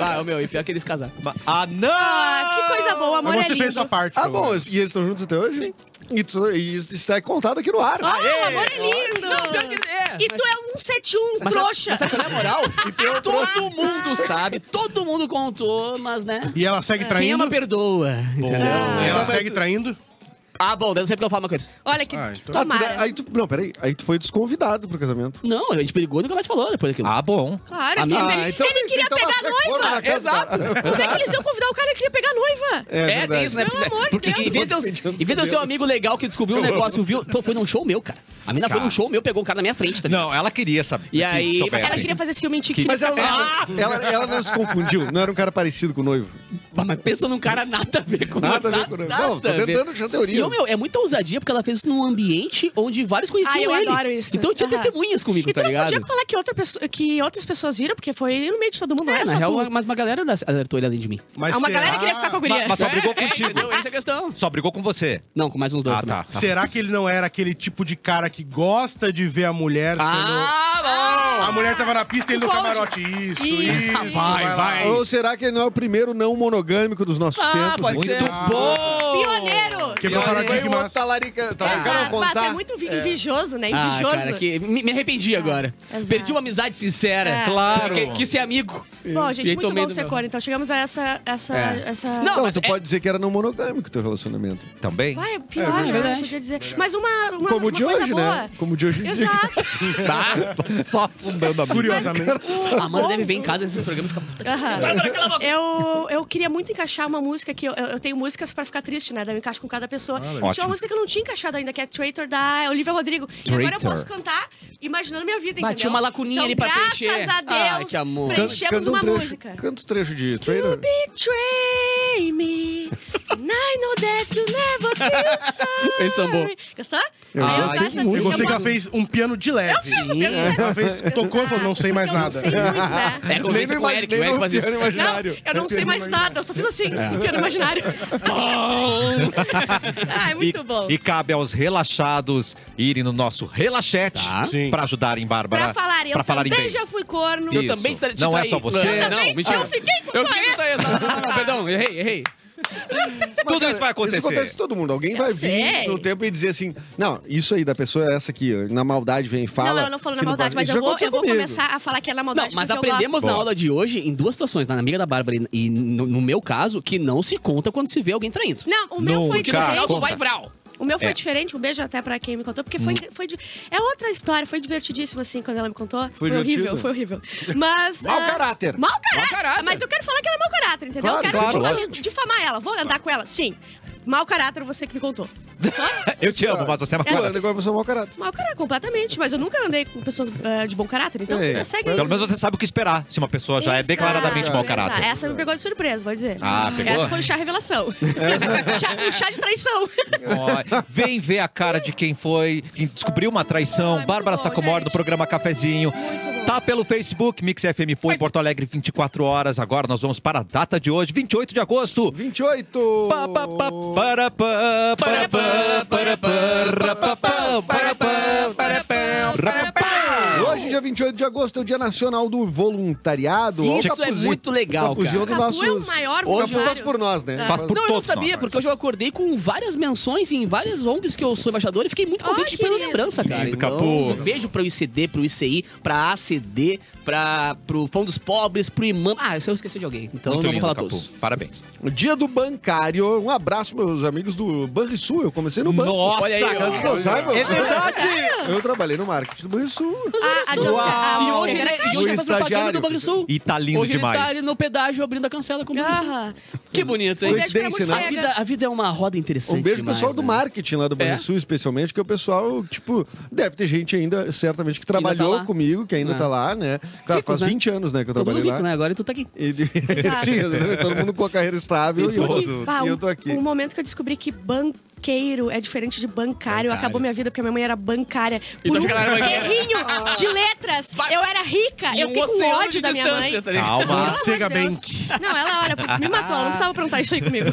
Speaker 2: Ah, o meu, e pior que eles casaram.
Speaker 1: Ma- Ah, não!
Speaker 5: Ah, que coisa boa, amor.
Speaker 6: Mas
Speaker 5: é
Speaker 6: você
Speaker 5: lindo.
Speaker 6: fez sua parte.
Speaker 4: Ah,
Speaker 6: pelo
Speaker 4: bom,
Speaker 6: menos.
Speaker 4: e eles estão juntos até hoje? E, tu, e isso está contado aqui no ar.
Speaker 5: Ah, o amor é lindo.
Speaker 1: Ah.
Speaker 2: Pior que é.
Speaker 5: E tu é um 171,
Speaker 2: Mas sabe-
Speaker 5: trouxa.
Speaker 2: Mas sabe qual é a moral? todo mundo sabe, todo mundo contou, mas né?
Speaker 6: E ela segue
Speaker 2: Quem
Speaker 6: traindo.
Speaker 2: ama, perdoa. Entendeu? É.
Speaker 6: E É. ela
Speaker 4: Ah.
Speaker 6: segue traindo.
Speaker 2: Ah, bom, daí eu sei porque eu falo uma coisa.
Speaker 5: Olha que
Speaker 6: Ah, então-
Speaker 4: Ah, tu-
Speaker 5: tomara.
Speaker 4: aí tu, não, peraí. Aí tu foi desconvidado pro casamento.
Speaker 2: Não, a gente brigou e nunca mais falou depois daquilo.
Speaker 1: Ah, bom.
Speaker 5: Claro,
Speaker 2: Ah,
Speaker 5: que
Speaker 2: não.
Speaker 5: ele, ele queria
Speaker 4: então
Speaker 5: pegar a
Speaker 4: você corno na
Speaker 5: noiva.
Speaker 4: casa
Speaker 2: Exato.
Speaker 4: da-
Speaker 5: Como é que eles iam convidar o cara que queria pegar a noiva?
Speaker 4: É,
Speaker 2: É,
Speaker 4: verdade.
Speaker 2: tem isso, né?
Speaker 5: Pelo amor de
Speaker 2: Porque
Speaker 5: Deus.
Speaker 2: em vez de eu, em vez de eu ser um amigo legal que descobriu um negócio, viu? Pô, foi num show meu, cara. A mina foi
Speaker 1: Cara.
Speaker 2: num show meu, pegou um cara na minha frente, tá ligado?
Speaker 1: Não, ela queria saber.
Speaker 2: E aí-
Speaker 1: soubesse.
Speaker 5: Ela queria fazer ciúme em ti.
Speaker 1: Que-
Speaker 5: queria-
Speaker 4: Mas ela, não- ela, ela não se confundiu. Não era um cara parecido com o noivo.
Speaker 2: Bah, Ah, Mas pensa num cara nada a ver com
Speaker 4: Nada a ver com o noivo. Não, tô
Speaker 2: a ver.
Speaker 4: tentando achar teorias.
Speaker 2: E, ô, meu, é muita ousadia porque ela fez isso num ambiente onde vários conheciam
Speaker 5: Ah, eu
Speaker 2: ele.
Speaker 5: adoro isso.
Speaker 2: Então tinha
Speaker 5: Aham.
Speaker 2: testemunhas comigo,
Speaker 5: E tu
Speaker 2: tá
Speaker 5: não
Speaker 2: ligado?
Speaker 5: podia falar que, outra pessoa, que outras pessoas viram, porque foi no meio de todo mundo. não
Speaker 2: É,
Speaker 5: era
Speaker 2: na
Speaker 5: só
Speaker 2: real,
Speaker 5: tu.
Speaker 2: mas uma galera da- alertou ele além de mim.
Speaker 6: Mas
Speaker 5: Ah, uma
Speaker 6: será-
Speaker 5: galera queria ficar com a guria.
Speaker 1: Mas, mas só brigou
Speaker 2: É,
Speaker 1: contigo.
Speaker 2: entendeu? Essa é a questão.
Speaker 1: Só brigou com você.
Speaker 2: Não, com mais uns dois
Speaker 5: assim,
Speaker 1: Ah, tá.
Speaker 2: também.
Speaker 6: Será que ele não era aquele tipo de cara que gosta de ver a mulher sendo.
Speaker 2: Ah,
Speaker 6: A mulher tava na pista e ele no
Speaker 5: Pode.
Speaker 6: camarote. Isso,
Speaker 5: Isso.
Speaker 6: isso.
Speaker 1: Vai,
Speaker 6: lá.
Speaker 1: vai.
Speaker 4: Ou será que ele não é o primeiro não monogâmico dos nossos
Speaker 2: Ah,
Speaker 4: tempos?
Speaker 2: pode
Speaker 1: Muito
Speaker 2: ser.
Speaker 1: bom!
Speaker 5: Pioneiro!
Speaker 6: Quebrou a parada de
Speaker 4: Foi o outro
Speaker 6: Ignacio.
Speaker 4: talarica. Talarica
Speaker 5: Exato,
Speaker 4: não
Speaker 5: Bato, é
Speaker 4: contar.
Speaker 5: muito vi- invejoso, né?
Speaker 2: Ah,
Speaker 5: Invejoso.
Speaker 2: cara, que me, me arrependi agora.
Speaker 5: exato.
Speaker 2: Perdi uma amizade sincera.
Speaker 5: É.
Speaker 1: Claro.
Speaker 2: Que, quis ser amigo.
Speaker 5: Bom,
Speaker 2: E
Speaker 5: gente,
Speaker 2: aí
Speaker 5: muito
Speaker 2: tomei
Speaker 5: bom
Speaker 2: do
Speaker 5: ser
Speaker 2: meu.
Speaker 5: cor. Então chegamos a essa. essa,
Speaker 2: É.
Speaker 5: essa...
Speaker 2: Não,
Speaker 4: Não,
Speaker 2: mas
Speaker 4: tu
Speaker 2: é-
Speaker 4: pode dizer que era não monogâmico teu relacionamento.
Speaker 1: Também?
Speaker 5: Vai, é pior,
Speaker 2: verdade.
Speaker 5: né? Eu podia dizer. Mas uma. uma
Speaker 4: Como
Speaker 5: uma
Speaker 4: o de
Speaker 5: coisa
Speaker 4: hoje,
Speaker 5: boa.
Speaker 4: né? Como o de hoje em dia.
Speaker 5: Exato.
Speaker 1: tá? Só afundando a mão.
Speaker 6: Curiosamente.
Speaker 2: A Amanda deve ver em casa esses programas e fica... puta,
Speaker 5: Aham. Eu, eu queria muito encaixar uma música que eu, eu tenho músicas pra ficar triste, né? Daí eu encaixo com cada pessoa. Tinha
Speaker 1: Ótimo.
Speaker 5: uma música que eu não tinha encaixado ainda, que é Traitor da Olivia Rodrigo. E agora eu
Speaker 1: Traitor.
Speaker 5: posso cantar imaginando minha vida,
Speaker 2: Bati
Speaker 5: entendeu?
Speaker 2: uma lacuninha
Speaker 5: então,
Speaker 2: ali pra
Speaker 5: graças
Speaker 2: preencher.
Speaker 5: a
Speaker 2: Ai,
Speaker 5: Deus,
Speaker 2: que amor.
Speaker 5: preenchemos
Speaker 4: um
Speaker 5: uma
Speaker 4: trecho,
Speaker 5: música.
Speaker 4: Canta um trecho de
Speaker 5: You
Speaker 4: trailer.
Speaker 5: betray me. And I know that you never feel sorry.
Speaker 2: Esse é um sambô.
Speaker 5: Gostou?
Speaker 4: Eu
Speaker 5: Aí
Speaker 1: gostei
Speaker 5: faço-
Speaker 6: Eu
Speaker 5: eu
Speaker 6: gostei que ela
Speaker 5: mostro-
Speaker 6: fez um piano de leve.
Speaker 5: Eu fiz o piano.
Speaker 6: Ela fez, tocou e falou, não sei mais
Speaker 5: Porque
Speaker 6: nada.
Speaker 5: Eu não sei muito, né?
Speaker 2: É, conversa com o Eric, o
Speaker 4: nem
Speaker 2: Eric
Speaker 4: no
Speaker 2: faz isso.
Speaker 4: piano
Speaker 5: Não,
Speaker 4: imaginário.
Speaker 5: eu não sei mais nada, eu só fiz assim, piano imaginário. ah, é muito
Speaker 1: e,
Speaker 5: bom.
Speaker 1: e cabe aos relaxados irem no nosso relaxete
Speaker 2: Tá.
Speaker 6: Sim.
Speaker 1: pra ajudarem Bárbara.
Speaker 5: Pra falar, eu
Speaker 1: pra falarem
Speaker 5: também
Speaker 1: bem.
Speaker 5: já fui corno.
Speaker 1: Isso.
Speaker 2: Eu também te
Speaker 1: Não é
Speaker 2: traí.
Speaker 1: só você.
Speaker 2: É,
Speaker 1: Eu
Speaker 2: Não,
Speaker 5: também-
Speaker 2: mentira.
Speaker 5: eu fiquei com
Speaker 2: Eu fiquei
Speaker 5: essa.
Speaker 2: com essa. Não, não, não, perdão, errei, errei.
Speaker 1: Tudo isso vai acontecer.
Speaker 4: Isso acontece com todo mundo. Alguém vai
Speaker 5: sei.
Speaker 4: vir no tempo e dizer assim: não, isso aí da pessoa é essa aqui. ó. Na maldade vem e fala.
Speaker 5: não, ela não falou na
Speaker 4: que
Speaker 5: maldade,
Speaker 4: passa.
Speaker 5: mas
Speaker 4: Isso
Speaker 5: eu vou,
Speaker 4: aconteceu
Speaker 5: eu vou
Speaker 4: comigo.
Speaker 5: começar a falar que é na
Speaker 2: Não,
Speaker 5: maldade.
Speaker 2: mas
Speaker 5: porque eu
Speaker 2: aprendemos
Speaker 5: gosto.
Speaker 2: na aula de hoje, em duas situações, na amiga da Bárbara e- e no, no meu caso, que não se conta quando se vê alguém traindo.
Speaker 5: Não, o meu foi
Speaker 1: Nunca.
Speaker 2: Porque no final
Speaker 5: diferente.
Speaker 2: tu vai vral.
Speaker 5: O meu foi
Speaker 1: É. Hum.
Speaker 5: diferente, um beijo até pra quem me contou, porque foi, foi de- é outra história, foi divertidíssimo assim quando ela me contou. Foi, horrível,
Speaker 4: divertido.
Speaker 5: foi horrível. Mas.
Speaker 4: Mau
Speaker 5: ah,
Speaker 4: caráter.
Speaker 5: Mau caráter.
Speaker 2: Mau caráter.
Speaker 5: Mas eu quero falar que ela é mau caráter, entendeu?
Speaker 4: Claro,
Speaker 5: eu quero
Speaker 4: claro,
Speaker 5: difamar,
Speaker 4: lógico.
Speaker 5: difamar ela. Vou andar com ela? Sim. Mau caráter, você que me contou.
Speaker 1: Eu te amo, mas você é uma
Speaker 5: É,
Speaker 4: Pô,
Speaker 1: coisa.
Speaker 4: ela igual a pessoa um mau caráter.
Speaker 5: Mau caráter, completamente. Mas eu nunca andei com pessoas ah, de bom caráter, então
Speaker 4: É.
Speaker 5: é. segue
Speaker 1: Pelo menos você sabe o que esperar se uma pessoa já é
Speaker 5: Exato,
Speaker 1: declaradamente mau
Speaker 5: exato.
Speaker 1: caráter.
Speaker 5: Essa me pegou de surpresa, vou dizer.
Speaker 1: Ah, pegou? É.
Speaker 5: Essa foi o chá revelação. Chá- o chá de traição.
Speaker 1: Ó, Vem ver a cara de quem foi, quem descobriu uma traição.
Speaker 5: Ai,
Speaker 1: Bárbara
Speaker 5: muito bom,
Speaker 1: Sacomori do
Speaker 5: gente.
Speaker 1: programa Cafezinho.
Speaker 5: Muito bom.
Speaker 1: Tá pelo Facebook, Mix FM Pô, em Porto Alegre, 24 horas. Agora nós vamos para a data de hoje, 28 de agosto.
Speaker 4: 28!
Speaker 1: Pá, pá, pá, para, pá, para, pá, para, para, pá, pá, para, pá, para, pá, para, pá.
Speaker 4: Hoje, dia 28 de agosto, é o Dia Nacional do Voluntariado. Olha o
Speaker 2: Isso é
Speaker 4: Capuzinho.
Speaker 2: muito legal,
Speaker 4: Capuzinho
Speaker 2: cara.
Speaker 4: é um
Speaker 5: Capu
Speaker 4: dos
Speaker 5: é o
Speaker 4: nossos-
Speaker 5: maior Tá.
Speaker 4: O
Speaker 2: Hoje
Speaker 4: Capu faz
Speaker 5: voluntário.
Speaker 4: por nós, né?
Speaker 1: Faz por
Speaker 2: não, eu não
Speaker 1: todos
Speaker 2: sabia,
Speaker 1: nós.
Speaker 2: porque hoje eu acordei com várias menções em várias ONGs que eu sou embaixador e fiquei muito contente
Speaker 5: Ai,
Speaker 2: pela
Speaker 5: querido.
Speaker 2: lembrança, cara.
Speaker 1: Querido,
Speaker 2: Então,
Speaker 1: Capu.
Speaker 2: um beijo pro ICD, pro ICI, pra ACD, pra, pro Pão dos Pobres, pro Imam. Ah, isso eu esqueci de alguém, então
Speaker 1: Muito
Speaker 2: não vou
Speaker 1: lindo,
Speaker 2: falar
Speaker 1: Capu.
Speaker 2: todos.
Speaker 1: Parabéns.
Speaker 4: O Dia do Bancário. Um abraço, meus amigos do Banrisul. Eu comecei no banco.
Speaker 1: Nossa,
Speaker 2: Olha aí, ó.
Speaker 4: Caso vocês não saibam.
Speaker 1: É verdade.
Speaker 4: Eu trabalhei no marketing do Banrisul.
Speaker 5: A, a
Speaker 4: Uau.
Speaker 5: José- a-
Speaker 2: Ah, E hoje ele, e hoje ele faz propaganda
Speaker 4: estagiário.
Speaker 2: do Banco do Sul.
Speaker 1: E tá lindo
Speaker 2: hoje
Speaker 1: demais.
Speaker 2: ele tá ali no pedágio abrindo a cancela com o Banco do Sul.
Speaker 5: Aham.
Speaker 2: Que bonito, hein?
Speaker 5: Um beijo pra
Speaker 4: Coincidência, né?
Speaker 2: A
Speaker 5: morcega.
Speaker 2: vida, a vida é uma roda interessante.
Speaker 4: Um beijo pro
Speaker 2: demais,
Speaker 4: pessoal do
Speaker 2: né?
Speaker 4: marketing lá do Banrisul, especialmente, que o pessoal, tipo, deve ter gente ainda, certamente, que
Speaker 2: ainda tá
Speaker 4: trabalhou
Speaker 2: lá.
Speaker 4: comigo, que ainda
Speaker 2: É.
Speaker 4: tá lá, né? Claro,
Speaker 2: Ricos,
Speaker 4: faz
Speaker 2: né?
Speaker 4: 20 anos, né, que eu
Speaker 2: Todo mundo
Speaker 4: trabalhei
Speaker 2: rico,
Speaker 4: lá.
Speaker 2: né? Agora e tu tá aqui.
Speaker 4: E- Sim, todo mundo com a carreira estável e, eu,
Speaker 1: todo-
Speaker 5: Bah,
Speaker 4: e eu tô aqui.
Speaker 5: Um momento que eu descobri que banqueiro é diferente de bancário.
Speaker 2: Bancário.
Speaker 5: Acabou minha vida porque minha mãe era bancária. Por
Speaker 2: Então
Speaker 5: um
Speaker 2: fica lá na banqueira.
Speaker 5: errinho de letras.
Speaker 2: Vai.
Speaker 5: Eu era rica.
Speaker 2: E
Speaker 5: Ah, eu
Speaker 2: um
Speaker 5: fiquei com
Speaker 2: oceano
Speaker 5: ódio
Speaker 2: de
Speaker 5: da minha
Speaker 2: distância,
Speaker 5: mãe.
Speaker 2: tá ligado?
Speaker 1: Calma.
Speaker 6: Morcega
Speaker 5: Pelo amor de
Speaker 6: Bank.
Speaker 5: Deus. Não, ela olha, me matou. Ela não precisava perguntar isso aí comigo.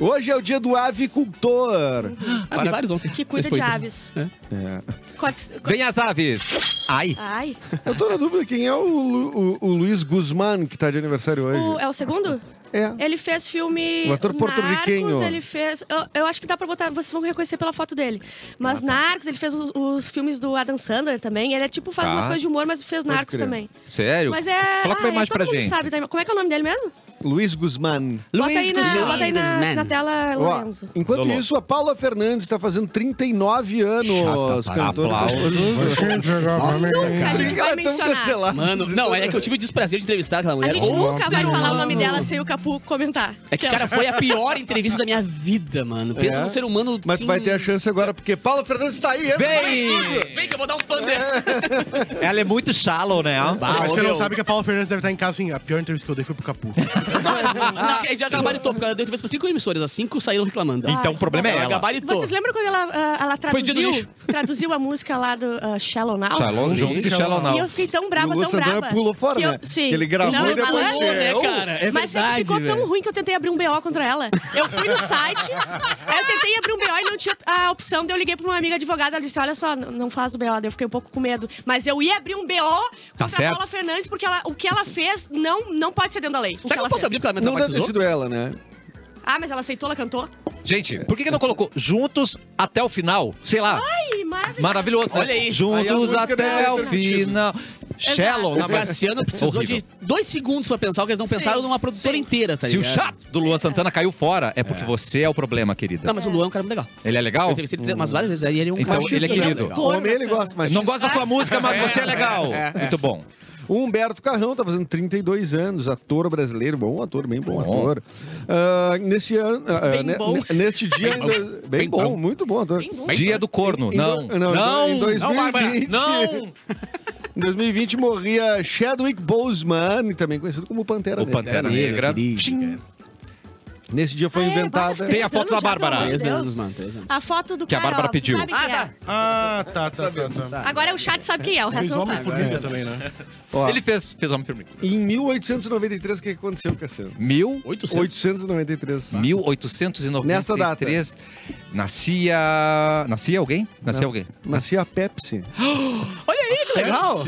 Speaker 4: Hoje é o dia do avicultor.
Speaker 2: Ah, vi vários ontem.
Speaker 5: Que cuida
Speaker 2: Esse
Speaker 5: de
Speaker 2: coito.
Speaker 5: aves.
Speaker 2: É.
Speaker 4: É.
Speaker 5: Cotes- co-
Speaker 1: Vem as aves. Ai.
Speaker 5: Ai.
Speaker 4: Eu tô na dúvida quem é o, Lu- o- o Luiz Guzmán, que tá de aniversário hoje.
Speaker 5: O- é o segundo?
Speaker 4: É.
Speaker 5: Ele fez filme.
Speaker 4: O ator porto-riquenho.
Speaker 5: Narcos, ele fez. Eu, eu acho que dá pra botar. Vocês vão reconhecer pela foto dele. Mas Narcos, ele fez os, os filmes do Adam Sandler também. Ele é tipo, faz
Speaker 1: Tá.
Speaker 5: umas coisas de humor, mas fez Narcos
Speaker 4: crer.
Speaker 5: também.
Speaker 1: Sério?
Speaker 5: Mas é.
Speaker 1: Coloca uma
Speaker 5: ah,
Speaker 1: imagem
Speaker 5: todo
Speaker 1: pra
Speaker 5: mundo
Speaker 1: gente.
Speaker 5: sabe da ima- Como é que é o nome dele mesmo?
Speaker 4: Luiz Guzmán.
Speaker 5: bota aí, na,
Speaker 2: Guzmán.
Speaker 5: bota aí na,
Speaker 2: Guzmán.
Speaker 5: na tela,
Speaker 4: Ó,
Speaker 5: Lorenzo.
Speaker 4: enquanto
Speaker 1: Lolo.
Speaker 4: isso, a Paula Fernandes está fazendo 39 anos.
Speaker 1: Chata,
Speaker 4: cantora.
Speaker 1: aplausos.
Speaker 6: Gente, agora pra mim,
Speaker 5: Nunca a
Speaker 6: cara.
Speaker 5: gente vai
Speaker 4: Obrigado, tão
Speaker 5: mencionar.
Speaker 4: cancelado.
Speaker 2: Mano, não, é que eu tive o desprazer de entrevistar aquela
Speaker 5: A
Speaker 2: mulher.
Speaker 5: gente
Speaker 2: Ô,
Speaker 5: nunca vai falar o nome dela sem o Capu comentar.
Speaker 2: É que, cara, foi a pior entrevista da minha vida, mano. Pensa
Speaker 1: É?
Speaker 2: num ser humano assim.
Speaker 4: Mas
Speaker 2: sim.
Speaker 4: vai ter a chance agora, porque Paula Fernandes está aí.
Speaker 1: Bem!
Speaker 2: Vem que eu vou dar um pandeiro.
Speaker 1: Ela é muito shallow, né?
Speaker 2: Bah,
Speaker 6: Mas
Speaker 2: ô,
Speaker 6: você não
Speaker 2: meu.
Speaker 6: sabe que a Paula Fernandes deve estar em casa assim. A pior entrevista que eu dei foi pro Capu.
Speaker 2: Não, é de gabaritou, porque ela deu entrevista pra cinco emissoras, as cinco saíram reclamando.
Speaker 1: Então o problema é
Speaker 2: ela
Speaker 1: ela.
Speaker 2: gabaritou.
Speaker 5: Vocês lembram quando ela, ah, ela
Speaker 2: Então. Foi dia do
Speaker 5: traduziu,
Speaker 2: lixo.
Speaker 5: traduziu a música lá do ah, Shallow Now?
Speaker 1: Shallow Jones e
Speaker 2: Então,
Speaker 1: Shallow
Speaker 5: E eu
Speaker 1: Now.
Speaker 5: fiquei tão
Speaker 4: E
Speaker 5: brava,
Speaker 4: o
Speaker 5: tão
Speaker 4: Lúcio
Speaker 5: brava.
Speaker 4: André pulou fora,
Speaker 5: que eu-
Speaker 4: né?
Speaker 5: sim.
Speaker 4: Que ele gravou
Speaker 5: Não,
Speaker 4: e
Speaker 5: é
Speaker 4: depois
Speaker 5: malandro,
Speaker 4: tirou.
Speaker 5: né?
Speaker 2: né, cara? É
Speaker 5: Mas
Speaker 2: verdade,
Speaker 5: ficou tão
Speaker 2: velho.
Speaker 5: ruim que eu tentei abrir um BO contra ela. Eu fui no site, aí eu tentei abrir um BO e não tinha a opção. Daí eu liguei pra uma amiga advogada, ela disse, olha só, n- não faz o BO. Daí eu fiquei um pouco com medo. Mas eu ia abrir um BO
Speaker 1: Tá
Speaker 5: contra a
Speaker 1: certo.
Speaker 5: Paula Fernandes, porque ela- o que ela fez não, não pode ser dentro da lei.
Speaker 2: Será
Speaker 5: O
Speaker 2: que eu
Speaker 5: ela
Speaker 2: posso
Speaker 5: fez.
Speaker 2: abrir porque ela me
Speaker 4: Não deve ter
Speaker 2: traumatizou?
Speaker 5: Tá,
Speaker 4: sido ela, né?
Speaker 5: Ah, mas ela aceitou, ela cantou.
Speaker 1: Gente, por que, que não colocou juntos até o final? Sei lá.
Speaker 5: Ai, maravilhoso.
Speaker 1: Maravilhoso.
Speaker 2: Olha aí.
Speaker 4: Aí a
Speaker 1: Juntos
Speaker 4: música
Speaker 1: até
Speaker 4: não é
Speaker 1: o final. Shallow, na
Speaker 2: O Graciano precisou de dois segundos pra pensar, o que eles não pensaram numa produtora inteira, tá
Speaker 1: Se o
Speaker 2: ligado?
Speaker 1: chato do Luan Santana caiu fora, é porque você é o problema, querida.
Speaker 2: Não, mas o Luan é um cara muito legal.
Speaker 1: Ele é
Speaker 2: Eu
Speaker 1: legal?
Speaker 2: entrevistei ele umas várias vezes, aí ele é um
Speaker 1: Então,
Speaker 2: cara
Speaker 1: ele é
Speaker 2: muito
Speaker 1: querido.
Speaker 2: legal.
Speaker 5: Pô,
Speaker 4: Homem, né? ele gosta, mas...
Speaker 1: Não gosta da sua música, mas você é legal.
Speaker 2: é, é.
Speaker 1: Muito bom.
Speaker 4: O Humberto Carrão tá fazendo 32 anos, ator brasileiro, bom ator, bem bom,
Speaker 1: Bom.
Speaker 4: ator. Ah, nesse ano, ah,
Speaker 5: Bem
Speaker 4: ne-
Speaker 5: bom.
Speaker 4: ne- neste dia ainda, bem,
Speaker 2: Bem
Speaker 4: bom,
Speaker 2: bom.
Speaker 4: muito bom ator.
Speaker 5: Bem bom.
Speaker 1: Dia do corno.
Speaker 4: Em
Speaker 1: Não.
Speaker 4: do-
Speaker 1: Não.
Speaker 4: não, em dois-
Speaker 1: Não.
Speaker 2: Não, Bárbara,
Speaker 1: Não.
Speaker 4: Em 2020 morria Chadwick Boseman, também conhecido como Pantera
Speaker 1: O
Speaker 4: Negra.
Speaker 1: Pantera Negra. Tchim.
Speaker 4: Nesse dia foi
Speaker 5: Ah, é,
Speaker 4: inventada.
Speaker 5: basta
Speaker 1: Tem a
Speaker 5: Três
Speaker 1: foto da
Speaker 5: anos já,
Speaker 1: Bárbara.
Speaker 5: pelo amor de
Speaker 2: Três
Speaker 5: Deus.
Speaker 2: anos, mano, três anos.
Speaker 5: A foto do
Speaker 1: Que a
Speaker 5: cara,
Speaker 1: Bárbara
Speaker 5: ó,
Speaker 1: pediu.
Speaker 5: Sabe
Speaker 2: Ah,
Speaker 5: quem é?
Speaker 2: tá.
Speaker 6: Ah, tá, tá, tá. tá.
Speaker 5: Agora o chat sabe quem é, o
Speaker 6: Fez
Speaker 5: resto não
Speaker 6: homem
Speaker 5: sabe.
Speaker 6: formiga também, né?
Speaker 4: Ó,
Speaker 1: Ele fez, fez Homem Formiga.
Speaker 4: Em 1893, o que aconteceu, Cassiano?
Speaker 1: Mil.
Speaker 2: 800.
Speaker 4: 893.
Speaker 2: né?
Speaker 1: 1893.
Speaker 4: Nesta data.
Speaker 1: Nascia. Nascia alguém? Nascia
Speaker 4: Nas-
Speaker 1: alguém.
Speaker 4: Nascia a Pepsi.
Speaker 2: Olha aí,
Speaker 5: É?
Speaker 2: que legal.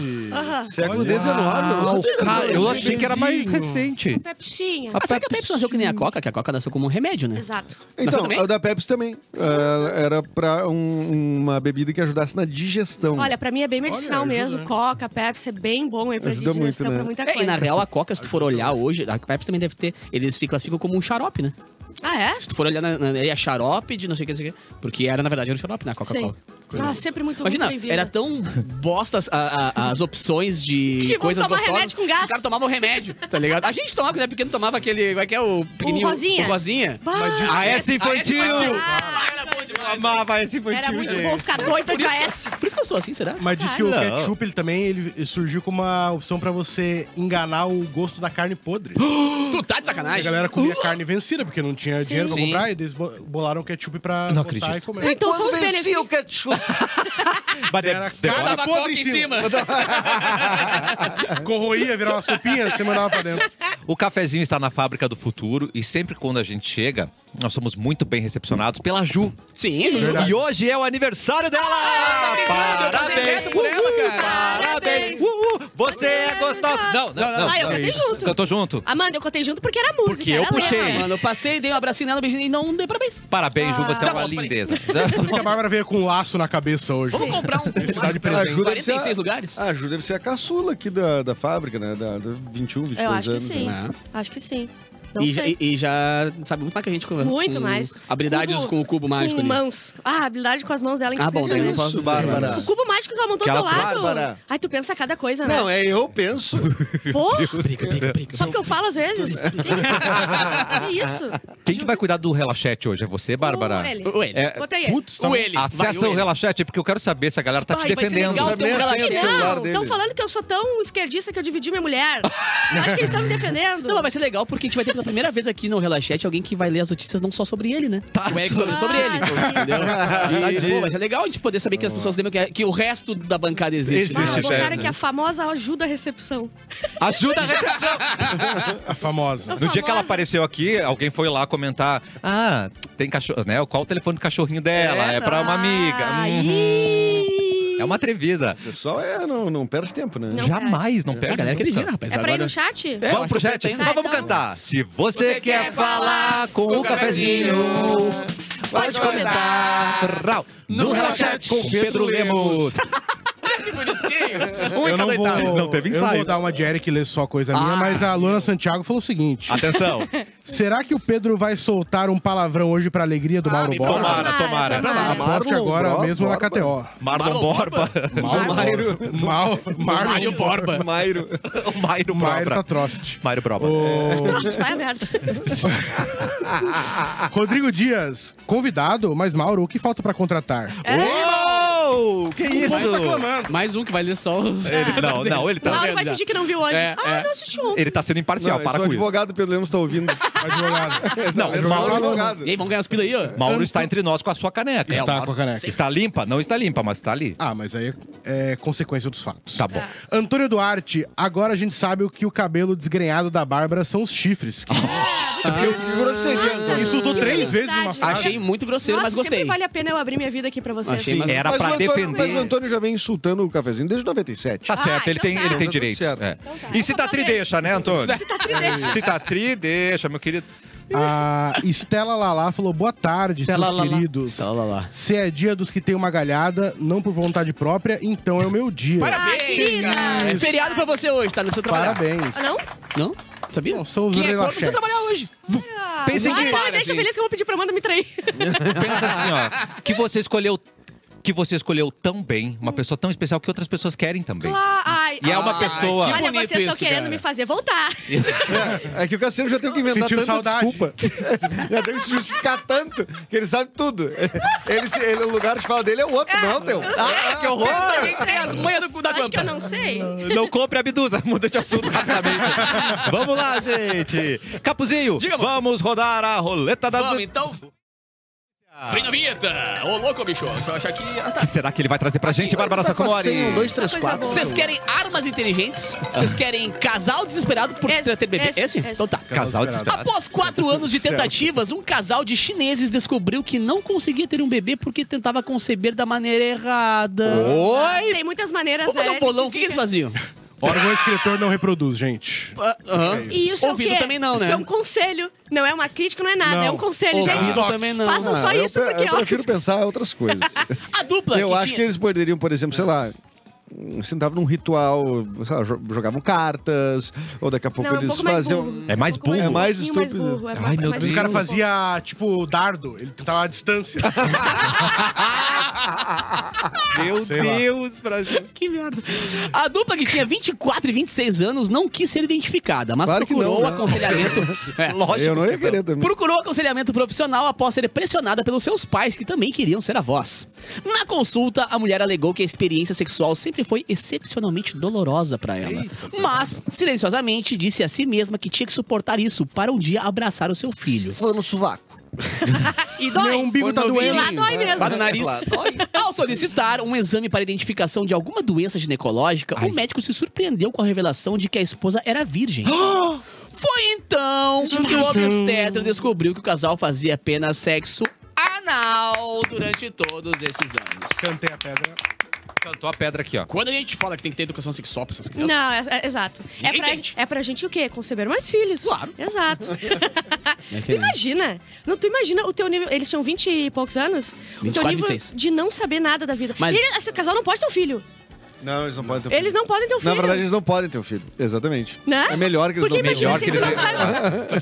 Speaker 4: Século
Speaker 6: Olha.
Speaker 4: XIX. eu sou-
Speaker 1: Ah, Cara, eu achei que era mais
Speaker 6: Bebezinho.
Speaker 1: recente.
Speaker 5: É, Pepsinha.
Speaker 1: A
Speaker 2: Ah, será que a Pepsi nasceu que nem a Coca? Que a Coca nasceu como um remédio, né?
Speaker 5: Exato.
Speaker 2: Nasceu
Speaker 4: Então,
Speaker 2: também?
Speaker 4: a da Pepsi também. Ah, era pra um- uma bebida que ajudasse na digestão.
Speaker 5: Olha, pra mim é bem medicinal
Speaker 6: Olha, ajuda,
Speaker 5: mesmo.
Speaker 6: né?
Speaker 5: Coca, Pepsi é bem bom aí pra
Speaker 4: Ajuda
Speaker 5: gente
Speaker 4: muito,
Speaker 5: digestão
Speaker 4: né?
Speaker 5: pra muita
Speaker 2: É,
Speaker 5: coisa.
Speaker 2: e na real, a Coca, se tu for olhar hoje, a Pepsi também deve ter. Eles se classificam como um xarope, né?
Speaker 5: Ah, é?
Speaker 2: Se tu for olhar, na, na, ele é xarope de não sei o que, não sei o que. Porque era, na verdade, era um xarope na
Speaker 5: Sim.
Speaker 2: Coca-Cola.
Speaker 5: Ah, sempre muito, muito
Speaker 2: Imagina,
Speaker 5: bem-vinda.
Speaker 2: era tão bostas a- a- as opções de
Speaker 5: Que vão
Speaker 2: coisas
Speaker 5: tomar
Speaker 2: gostosas.
Speaker 5: remédio com gás.
Speaker 2: Os caras tomavam remédio, tá ligado? A gente tomava, quando era pequeno, tomava aquele... Como é que é o pequenininho?
Speaker 5: Rosinha.
Speaker 2: O Rosinha.
Speaker 5: Bah,
Speaker 1: A essa infantil!
Speaker 2: Ah, essa infantil.
Speaker 5: Ah,
Speaker 2: Ah, era bom demais.
Speaker 1: Amava esse
Speaker 5: era
Speaker 1: infantil,
Speaker 5: muito
Speaker 1: gente.
Speaker 5: bom ficar doida de AS.
Speaker 2: Por isso que eu sou assim, será?
Speaker 6: Mas diz que o
Speaker 1: Não.
Speaker 6: ketchup ele também ele surgiu como uma opção pra você enganar o gosto da carne podre.
Speaker 2: Tu tá de
Speaker 6: A
Speaker 2: sacanagem.
Speaker 6: galera
Speaker 1: Uh!
Speaker 6: comia carne vencida, porque não tinha dinheiro pra
Speaker 2: Sim.
Speaker 6: comprar, e eles bo- bolaram o ketchup pra
Speaker 1: Não
Speaker 6: botar
Speaker 1: acredito.
Speaker 6: e comer.
Speaker 5: Então são os
Speaker 4: Quando vencia
Speaker 5: benefícios.
Speaker 4: o ketchup.
Speaker 1: Mas de-
Speaker 6: Era
Speaker 1: de-
Speaker 6: cada-
Speaker 2: Tava a Coca em cima.
Speaker 6: É. Corroía, virar uma sopinha, você mandava pra dentro.
Speaker 1: O cafezinho está na fábrica do futuro e sempre quando a gente chega, nós somos muito bem recepcionados pela Ju.
Speaker 2: Sim, Juju.
Speaker 6: Verdade.
Speaker 1: E hoje é o aniversário dela!
Speaker 2: obrigado, eu tô
Speaker 1: parabéns!
Speaker 2: celebrando por ela,
Speaker 1: Uhul,
Speaker 2: cara.
Speaker 1: parabéns! Uhul, você é gostosa! Não, não, não.
Speaker 2: é
Speaker 5: Ah, eu
Speaker 1: não.
Speaker 5: cantei junto.
Speaker 1: Cantou junto.
Speaker 5: Amanda, eu contei junto porque era música.
Speaker 1: Porque eu
Speaker 5: era
Speaker 1: puxei.
Speaker 5: letra.
Speaker 2: Mano, eu passei, dei um abracinho nela, um beijinho e não dei parabéns.
Speaker 1: Parabéns, Ju, você é
Speaker 2: Tá
Speaker 1: uma
Speaker 2: bom, parei.
Speaker 1: lindeza.
Speaker 6: Por isso que a Bárbara veio com um laço na cabeça hoje.
Speaker 2: Vamos comprar um.
Speaker 6: Felicidade
Speaker 2: pra
Speaker 6: presente.
Speaker 2: 46
Speaker 4: a-
Speaker 2: lugares?
Speaker 4: A Ah, Ju deve ser a caçula aqui da, da fábrica, né? Da, da 21, 22
Speaker 5: Eu acho que
Speaker 4: anos.
Speaker 5: sim.
Speaker 2: né?
Speaker 5: Acho que sim. Não
Speaker 2: e,
Speaker 5: Então sei.
Speaker 2: já- e- e já sabe muito mais que a gente com
Speaker 5: Muito
Speaker 2: com
Speaker 5: mais.
Speaker 2: Habilidades
Speaker 5: Cubo-
Speaker 2: com o cubo mágico
Speaker 5: com
Speaker 2: ali.
Speaker 5: mãos. Ah, a habilidade com as mãos dela é
Speaker 2: Ah, bom,
Speaker 5: impressionante.
Speaker 2: daí eu não
Speaker 4: Isso,
Speaker 2: posso dizer,
Speaker 4: Bárbara.
Speaker 2: né?
Speaker 5: O cubo mágico que ela montou do
Speaker 1: Aquela
Speaker 5: teu lado.
Speaker 4: Bárbara.
Speaker 5: Ai, tu pensa cada coisa, né?
Speaker 4: Não, é eu penso.
Speaker 5: Pô,
Speaker 2: Briga, briga, briga.
Speaker 5: sabe o que eu falo às vezes? Que isso?
Speaker 1: Quem que vai cuidar do relaxete hoje? É você, Bárbara?
Speaker 5: O ele.
Speaker 2: O ele.
Speaker 1: É-
Speaker 5: Botei ele.
Speaker 6: Putz, tá
Speaker 2: O ele.
Speaker 1: Acessa
Speaker 2: vai,
Speaker 1: o relaxete, porque eu quero saber se a galera tá
Speaker 2: Vai,
Speaker 1: te
Speaker 2: vai ser
Speaker 1: defendendo.
Speaker 2: legal.
Speaker 4: Sabe nem
Speaker 2: Ela-
Speaker 4: a senha do
Speaker 2: Não,
Speaker 4: celular
Speaker 5: Não, estão
Speaker 4: dele.
Speaker 5: falando que eu sou tão esquerdista que eu dividi minha mulher. Eu Acho que eles estão me defendendo.
Speaker 2: Não, mas vai ser legal porque a gente vai ter pela primeira vez aqui no Relaxete alguém que vai ler as notícias não só sobre ele, né?
Speaker 1: Tá.
Speaker 2: O Eric sobre, sobre ele.
Speaker 5: Ah,
Speaker 2: Entendeu? E, pô, vai ser legal a gente poder saber que as pessoas lembram que, que o resto da bancada existe.
Speaker 5: Ah,
Speaker 1: Existe,
Speaker 5: botaram
Speaker 1: né?
Speaker 5: que a famosa ajuda a recepção.
Speaker 1: Ajuda a recepção!
Speaker 6: A famosa.
Speaker 1: No dia que ela
Speaker 5: Famosa.
Speaker 1: apareceu aqui, alguém foi lá comentar: Ah, tem cachorro, né? Qual o telefone do cachorrinho dela? É,
Speaker 2: É,
Speaker 1: pra uma amiga.
Speaker 5: Ah,
Speaker 1: Hum,
Speaker 5: ih.
Speaker 1: é uma atrevida.
Speaker 4: O pessoal é, não, não perde tempo, né?
Speaker 5: Não.
Speaker 1: Jamais, não perde.
Speaker 2: A galera que ele
Speaker 1: nunca.
Speaker 6: Então,
Speaker 2: gira, rapaz.
Speaker 5: É pra ir
Speaker 2: Agora...
Speaker 5: no chat?
Speaker 2: É. eu
Speaker 1: Vamos pro
Speaker 2: acho que eu
Speaker 1: chat?
Speaker 2: pretendo.
Speaker 1: Então vamos
Speaker 5: Tá, então.
Speaker 1: cantar. Se você, quer falar com o cafezinho, pode comentar Rau, no Relaxete com Pedro Lemos.
Speaker 2: Que bonitinho. Um em
Speaker 6: Eu não
Speaker 2: cada
Speaker 6: vou,
Speaker 2: oitavo.
Speaker 1: Não, teve
Speaker 6: eu
Speaker 1: ensaio.
Speaker 6: não vou dar uma de Eric ler só coisa minha,
Speaker 2: Ah.
Speaker 6: mas a Luana Santiago falou o seguinte.
Speaker 1: Atenção.
Speaker 6: Será que o Pedro vai soltar um palavrão hoje pra alegria do Mauro
Speaker 2: me
Speaker 6: Borba?
Speaker 2: provoca.
Speaker 1: Ah, Tomara, tomara.
Speaker 5: tomara.
Speaker 6: Aposte
Speaker 4: Marlon
Speaker 6: agora
Speaker 4: Bro-
Speaker 6: mesmo na
Speaker 4: Borba.
Speaker 6: KTO.
Speaker 1: Marlon Borba.
Speaker 6: Mauro Mal,
Speaker 2: Mário
Speaker 6: Mário
Speaker 2: Borba.
Speaker 4: Mairo.
Speaker 1: o Mairo
Speaker 6: Mário
Speaker 1: Borba.
Speaker 6: tá troste.
Speaker 1: Mairo Borba.
Speaker 5: Nossa, vai, merda.
Speaker 6: Rodrigo Dias, convidado, mas Mauro, o que falta pra contratar?
Speaker 5: É.
Speaker 1: Uou! Que isso?
Speaker 2: Mais um que vai ler só
Speaker 6: É
Speaker 2: os...
Speaker 1: Ele- não, não, ele tá.
Speaker 5: Laura Ah, vai fingir que não viu hoje.
Speaker 2: É,
Speaker 5: ah,
Speaker 2: é.
Speaker 5: não assisti ontem.
Speaker 1: Ele tá sendo imparcial,
Speaker 4: Não,
Speaker 1: para
Speaker 4: esse
Speaker 1: com
Speaker 4: assim, o advogado Pedro Lemos tá ouvindo.
Speaker 6: Advogado.
Speaker 1: isso. Não,
Speaker 4: Ele é
Speaker 1: Mauro,
Speaker 4: um advogado.
Speaker 2: E aí, vamos ganhar as pilas aí, ó.
Speaker 1: Mauro está entre nós com a sua caneca.
Speaker 5: É,
Speaker 6: Está
Speaker 1: o Mauro-
Speaker 6: com a caneca.
Speaker 1: Está limpa? Não está limpa, mas está ali.
Speaker 6: Ah, mas aí é é consequência dos
Speaker 5: Ah,
Speaker 6: fatos.
Speaker 1: Tá bom.
Speaker 6: Antônio Duarte, agora a gente sabe o que o cabelo desgrenhado da Bárbara são os chifres. Que
Speaker 4: Eu disse que grosseria.
Speaker 5: tá.
Speaker 4: Antônio.
Speaker 6: insultou três vezes numa
Speaker 5: felicidade.
Speaker 6: frase.
Speaker 2: Achei muito grosseiro,
Speaker 5: Nossa,
Speaker 2: mas gostei.
Speaker 5: sempre vale a pena eu abrir minha vida aqui pra vocês.
Speaker 2: Achei, mas-
Speaker 1: Era
Speaker 4: Mas o
Speaker 1: pra
Speaker 4: Antônio- Mas o
Speaker 1: defender.
Speaker 4: Antônio já vem insultando o cafezinho desde 97.
Speaker 1: Tá certo,
Speaker 5: Ah,
Speaker 1: ele
Speaker 5: então
Speaker 1: tem,
Speaker 5: tá.
Speaker 1: ele tem
Speaker 4: Então tá
Speaker 1: direitos.
Speaker 4: certo.
Speaker 1: é.
Speaker 5: Então tá.
Speaker 1: E Citatri
Speaker 5: Então tá.
Speaker 1: deixa, né, Antônio?
Speaker 5: Citatri deixa.
Speaker 1: Citatri deixa, meu querido.
Speaker 6: A Estela Lalá falou, boa tarde,
Speaker 1: Estela
Speaker 6: seus
Speaker 1: Lalá.
Speaker 6: queridos.
Speaker 2: Está lá, lá.
Speaker 6: Se é dia dos que tem uma galhada, não por vontade própria, então é o meu dia.
Speaker 2: Parabéns,
Speaker 5: querida!
Speaker 2: cara. É feriado pra você hoje, tá? Não precisa trabalhar.
Speaker 6: Parabéns.
Speaker 5: Ah, não?
Speaker 2: Não? Sabia?
Speaker 6: Não, são os
Speaker 2: Quem é corno não
Speaker 6: relaxetes.
Speaker 2: precisa trabalhar hoje.
Speaker 5: Ah,
Speaker 1: Pensem que-
Speaker 5: Ai, não me
Speaker 2: Para,
Speaker 5: deixa
Speaker 2: gente.
Speaker 5: feliz que eu vou pedir pra Amanda me trair.
Speaker 1: Pensa assim, ó. Que você escolheu. Que você escolheu tão bem, uma pessoa tão especial que outras pessoas querem também.
Speaker 5: Lá, ai,
Speaker 1: E é uma
Speaker 5: ai.
Speaker 1: pessoa- Que
Speaker 5: Olha,
Speaker 2: bonito
Speaker 5: vocês estão
Speaker 2: isso,
Speaker 5: querendo
Speaker 2: cara.
Speaker 5: me fazer voltar.
Speaker 4: É, é que o Cassiano já tem que inventar
Speaker 6: Sentiu
Speaker 4: tanta
Speaker 6: saudade.
Speaker 4: desculpa. já tem que se justificar tanto que ele sabe tudo. Ele, se- ele- o lugar de fala dele é o outro, não é o teu. Ah,
Speaker 1: que horror!
Speaker 2: Tem É, as manhas do cu da
Speaker 5: Acho que eu
Speaker 2: guampa.
Speaker 5: não sei.
Speaker 1: Não compre abdusa, muda de assunto rapidamente. vamos lá, gente. Capuzinho,
Speaker 2: Diga, mano.
Speaker 1: vamos rodar a roleta da.
Speaker 2: Vamos, então.
Speaker 5: Ah.
Speaker 2: Fim da vinheta. Ô, louco, bicho. Deixa eu achar aqui. Ah,
Speaker 1: O que será que ele vai trazer pra gente, Bárbara
Speaker 4: tá com a
Speaker 1: Sacomori?
Speaker 4: senha, um, dois, três,
Speaker 5: Coisa
Speaker 4: quatro.
Speaker 5: boa.
Speaker 2: Vocês querem armas inteligentes? Vocês querem casal desesperado por
Speaker 5: Esse,
Speaker 2: ter bebê? Esse?
Speaker 5: esse, esse.
Speaker 2: Então tá.
Speaker 1: Casal de
Speaker 2: Após quatro anos de tentativas, um casal de chineses descobriu que não conseguia ter um bebê porque tentava conceber da maneira errada.
Speaker 1: Oi!
Speaker 5: Tem muitas maneiras,
Speaker 2: Vamos fazer
Speaker 5: né?
Speaker 2: um bolão.
Speaker 5: gente
Speaker 2: O que, que
Speaker 5: fica-
Speaker 2: eles faziam?
Speaker 6: Órgão escritor não reproduz, gente.
Speaker 2: Ah, aham.
Speaker 5: E isso
Speaker 2: Ouvido
Speaker 5: é o quê?
Speaker 2: também não, né?
Speaker 5: Isso é um conselho. Não é uma crítica, não é nada.
Speaker 6: Não.
Speaker 5: É um conselho,
Speaker 2: Ouvido
Speaker 5: gente.
Speaker 2: também não.
Speaker 5: Façam só
Speaker 4: Ah, eu
Speaker 5: isso,
Speaker 4: pre-
Speaker 5: porque é
Speaker 4: Eu prefiro
Speaker 5: ó.
Speaker 4: pensar em outras coisas.
Speaker 2: A dupla
Speaker 4: eu
Speaker 2: que
Speaker 4: acho
Speaker 2: tinha...
Speaker 4: que eles poderiam, por exemplo, sei lá. Sentavam num ritual, sei lá, jo- jogavam cartas, ou daqui a pouco
Speaker 5: Não, é um
Speaker 4: eles
Speaker 5: pouco mais
Speaker 4: faziam.
Speaker 5: burro.
Speaker 1: É mais
Speaker 5: Um pouco
Speaker 1: burro.
Speaker 4: É mais
Speaker 5: um pouquinho mais
Speaker 4: estúpido.
Speaker 5: burro. É
Speaker 1: Ai,
Speaker 5: mais-
Speaker 1: meu
Speaker 5: mais
Speaker 1: Deus.
Speaker 6: Os caras
Speaker 5: burro.
Speaker 6: faziam, tipo, dardo. Ele tentava a distância.
Speaker 1: Meu
Speaker 6: Sei lá.
Speaker 1: Deus, Brasil.
Speaker 2: Que merda. A dupla que tinha 24 e 26 anos não quis ser identificada, mas
Speaker 4: Claro que
Speaker 2: procurou
Speaker 4: não, né?
Speaker 2: aconselhamento. É.
Speaker 1: Lógico.
Speaker 4: Eu não ia
Speaker 1: que
Speaker 4: querer também.
Speaker 2: Procurou aconselhamento profissional após ser pressionada pelos seus pais, que também queriam ser avós. Na consulta, a mulher alegou que a experiência sexual sempre foi excepcionalmente dolorosa para ela. Mas, silenciosamente, disse a si mesma que tinha que suportar isso para um dia abraçar o seu filho.
Speaker 4: Foi no sovaco.
Speaker 5: E dói.
Speaker 6: Meu umbigo tá
Speaker 2: Foi
Speaker 5: E
Speaker 2: novinho.
Speaker 6: doendo.
Speaker 5: lá dói mesmo.
Speaker 2: Lá no nariz. É Ao solicitar um exame para identificação de alguma doença ginecológica, o médico se surpreendeu com a revelação de que a esposa era virgem. Foi então que o obstetra descobriu que o casal fazia apenas sexo anal durante todos esses anos.
Speaker 6: Cantei a pedra.
Speaker 1: Cantou a pedra aqui, ó.
Speaker 2: Quando a gente fala que tem que ter educação sexual pra essas crianças,
Speaker 5: Não, é, é- exato. É
Speaker 2: Ninguém
Speaker 5: pra,
Speaker 2: entende.
Speaker 5: é pra gente o quê? Conceber mais filhos.
Speaker 2: Claro.
Speaker 5: Exato. é tu
Speaker 2: entendendo.
Speaker 5: imagina. Não, tu imagina o teu nível. Eles tinham 20 e poucos anos. o
Speaker 2: 24,
Speaker 5: teu nível
Speaker 2: 26.
Speaker 5: de não saber nada da vida.
Speaker 2: Mas-
Speaker 5: E ele- esse casal não pode ter um filho.
Speaker 4: Não, eles não podem ter um filho.
Speaker 5: Eles não podem ter um filho.
Speaker 4: Na verdade, eles não podem ter um filho. Exatamente.
Speaker 5: Né?
Speaker 4: É melhor que eles
Speaker 5: Porque
Speaker 4: não
Speaker 5: imagina,
Speaker 1: melhor
Speaker 5: se
Speaker 1: que
Speaker 5: tu
Speaker 1: eles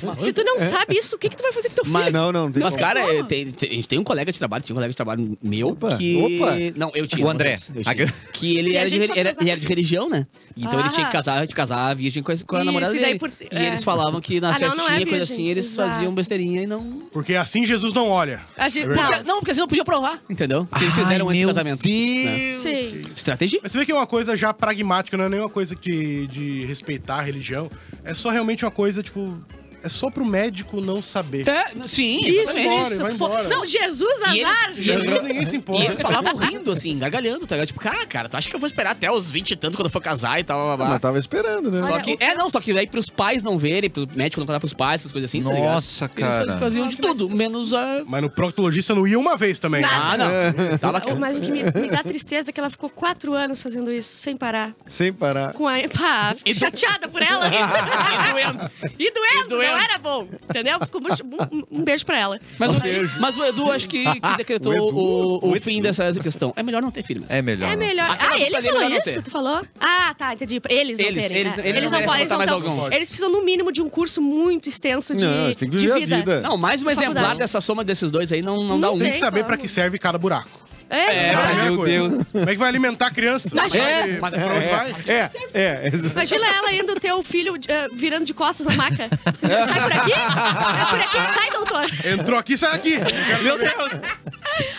Speaker 5: não sabe. se tu não sabe isso, o que, que tu vai fazer com teu filho?
Speaker 2: Mas,
Speaker 4: Não, não, tem
Speaker 2: mas
Speaker 4: como.
Speaker 2: cara,
Speaker 5: Não tem
Speaker 2: é, tem- tem- a gente tem um colega de trabalho, tinha um colega de trabalho meu
Speaker 4: Opa,
Speaker 2: que.
Speaker 4: opa.
Speaker 2: Não, eu tinha.
Speaker 1: O
Speaker 2: não
Speaker 1: André.
Speaker 2: acontece, eu tinha. que ele
Speaker 5: Que a
Speaker 2: era, de,
Speaker 5: gente
Speaker 2: re-
Speaker 5: só
Speaker 2: era-
Speaker 5: casava.
Speaker 2: ele era de religião, né? Então ele tinha que
Speaker 5: Ah.
Speaker 2: casar, de casar a virgem com a, com a
Speaker 5: Isso,
Speaker 2: namorada
Speaker 5: e
Speaker 2: dele.
Speaker 5: daí por-
Speaker 2: E
Speaker 5: é.
Speaker 2: eles falavam que na
Speaker 5: Ah, não,
Speaker 2: festa
Speaker 5: não é
Speaker 2: tinha coisa
Speaker 5: virgem,
Speaker 2: assim, eles
Speaker 5: exato.
Speaker 2: faziam besteirinha e não.
Speaker 6: Porque assim Jesus não olha.
Speaker 5: A gente,
Speaker 6: É
Speaker 5: não,
Speaker 6: verdade.
Speaker 2: Não, porque assim não podia provar, entendeu? Porque eles fizeram
Speaker 1: Ai,
Speaker 2: antes do
Speaker 1: meu
Speaker 2: casamento.
Speaker 1: Deus.
Speaker 5: sim.
Speaker 2: Estratégia?
Speaker 6: Mas você vê que é uma coisa já pragmática, não é nenhuma coisa de, de respeitar a religião. É só realmente uma coisa, tipo, é só pro médico não saber.
Speaker 1: Tá
Speaker 2: É, sim,
Speaker 5: Isso,
Speaker 2: exatamente.
Speaker 6: Fora, vai
Speaker 5: isso.
Speaker 6: embora.
Speaker 5: Fo- Não, Jesus
Speaker 2: E eles-
Speaker 5: azar.
Speaker 2: e eles-
Speaker 6: Ninguém se
Speaker 2: E
Speaker 6: importa.
Speaker 2: eles falavam rindo, assim, gargalhando, tá ligado? Tipo, cara, cara, tu acha que eu vou esperar até os 20 e tanto quando eu for casar e tal, blá, blá, blá.
Speaker 4: Mas tava esperando, né?
Speaker 2: Só
Speaker 5: Olha,
Speaker 2: que,
Speaker 5: o-
Speaker 2: é, não, só que daí pros pais não verem, pro médico não contar pros pais, essas coisas assim, tá ligado?
Speaker 1: Nossa, cara.
Speaker 2: Eles faziam de tudo, menos a...
Speaker 6: Mas no proctologista não ia uma vez também. né?
Speaker 2: Ah, não. Tava aqui.
Speaker 5: Mas o que me, me dá tristeza é que ela ficou quatro anos fazendo isso, sem parar.
Speaker 4: Sem parar.
Speaker 5: Com a. Pá, fiquei chateada por ela.
Speaker 2: E doendo.
Speaker 5: E doendo,
Speaker 2: E doendo.
Speaker 5: não era bom. Entendeu? Ficou muito- um, um beijo pra ela.
Speaker 2: Mas, o, mas o Edu, acho que, que decretou
Speaker 4: O
Speaker 2: o,
Speaker 4: Edu,
Speaker 2: o fim dessa questão. É melhor não ter filho mesmo.
Speaker 1: É melhor.
Speaker 5: É melhor.
Speaker 2: Aquela
Speaker 5: ah, ele
Speaker 2: dupla
Speaker 5: falou
Speaker 2: tá dele, ela não é
Speaker 5: isso?
Speaker 2: tem.
Speaker 5: Tu falou? Ah, tá, entendi. Pra Eles não
Speaker 2: Eles-
Speaker 5: terem,
Speaker 2: eles-
Speaker 5: né?
Speaker 2: eles não merecem
Speaker 5: podem,
Speaker 2: botar mais
Speaker 5: tão-
Speaker 2: algum.
Speaker 5: Eles precisam, no mínimo, de um curso muito extenso de,
Speaker 4: Não, eles têm que
Speaker 5: de
Speaker 4: viver a
Speaker 5: vida.
Speaker 4: vida.
Speaker 2: Não, mais um
Speaker 5: Faculdade.
Speaker 2: exemplar dessa soma desses dois aí não, não dá um.
Speaker 5: Não
Speaker 6: Tem que
Speaker 5: Tem
Speaker 6: saber
Speaker 5: como.
Speaker 6: pra que serve cada buraco.
Speaker 5: É,
Speaker 2: É,
Speaker 5: sabe?
Speaker 6: Primeira
Speaker 1: meu
Speaker 6: coisa.
Speaker 1: Deus. é.
Speaker 6: Como é que vai alimentar a criança?
Speaker 5: Mas-
Speaker 6: Sabe
Speaker 2: Mas-
Speaker 6: pra onde vai?
Speaker 4: É, é.
Speaker 5: Imagina ela ainda ter o filho eh, virando de costas na maca. Sai por aqui? É por aqui que sai, doutor.
Speaker 6: Entrou aqui, sai aqui.
Speaker 1: Meu Deus.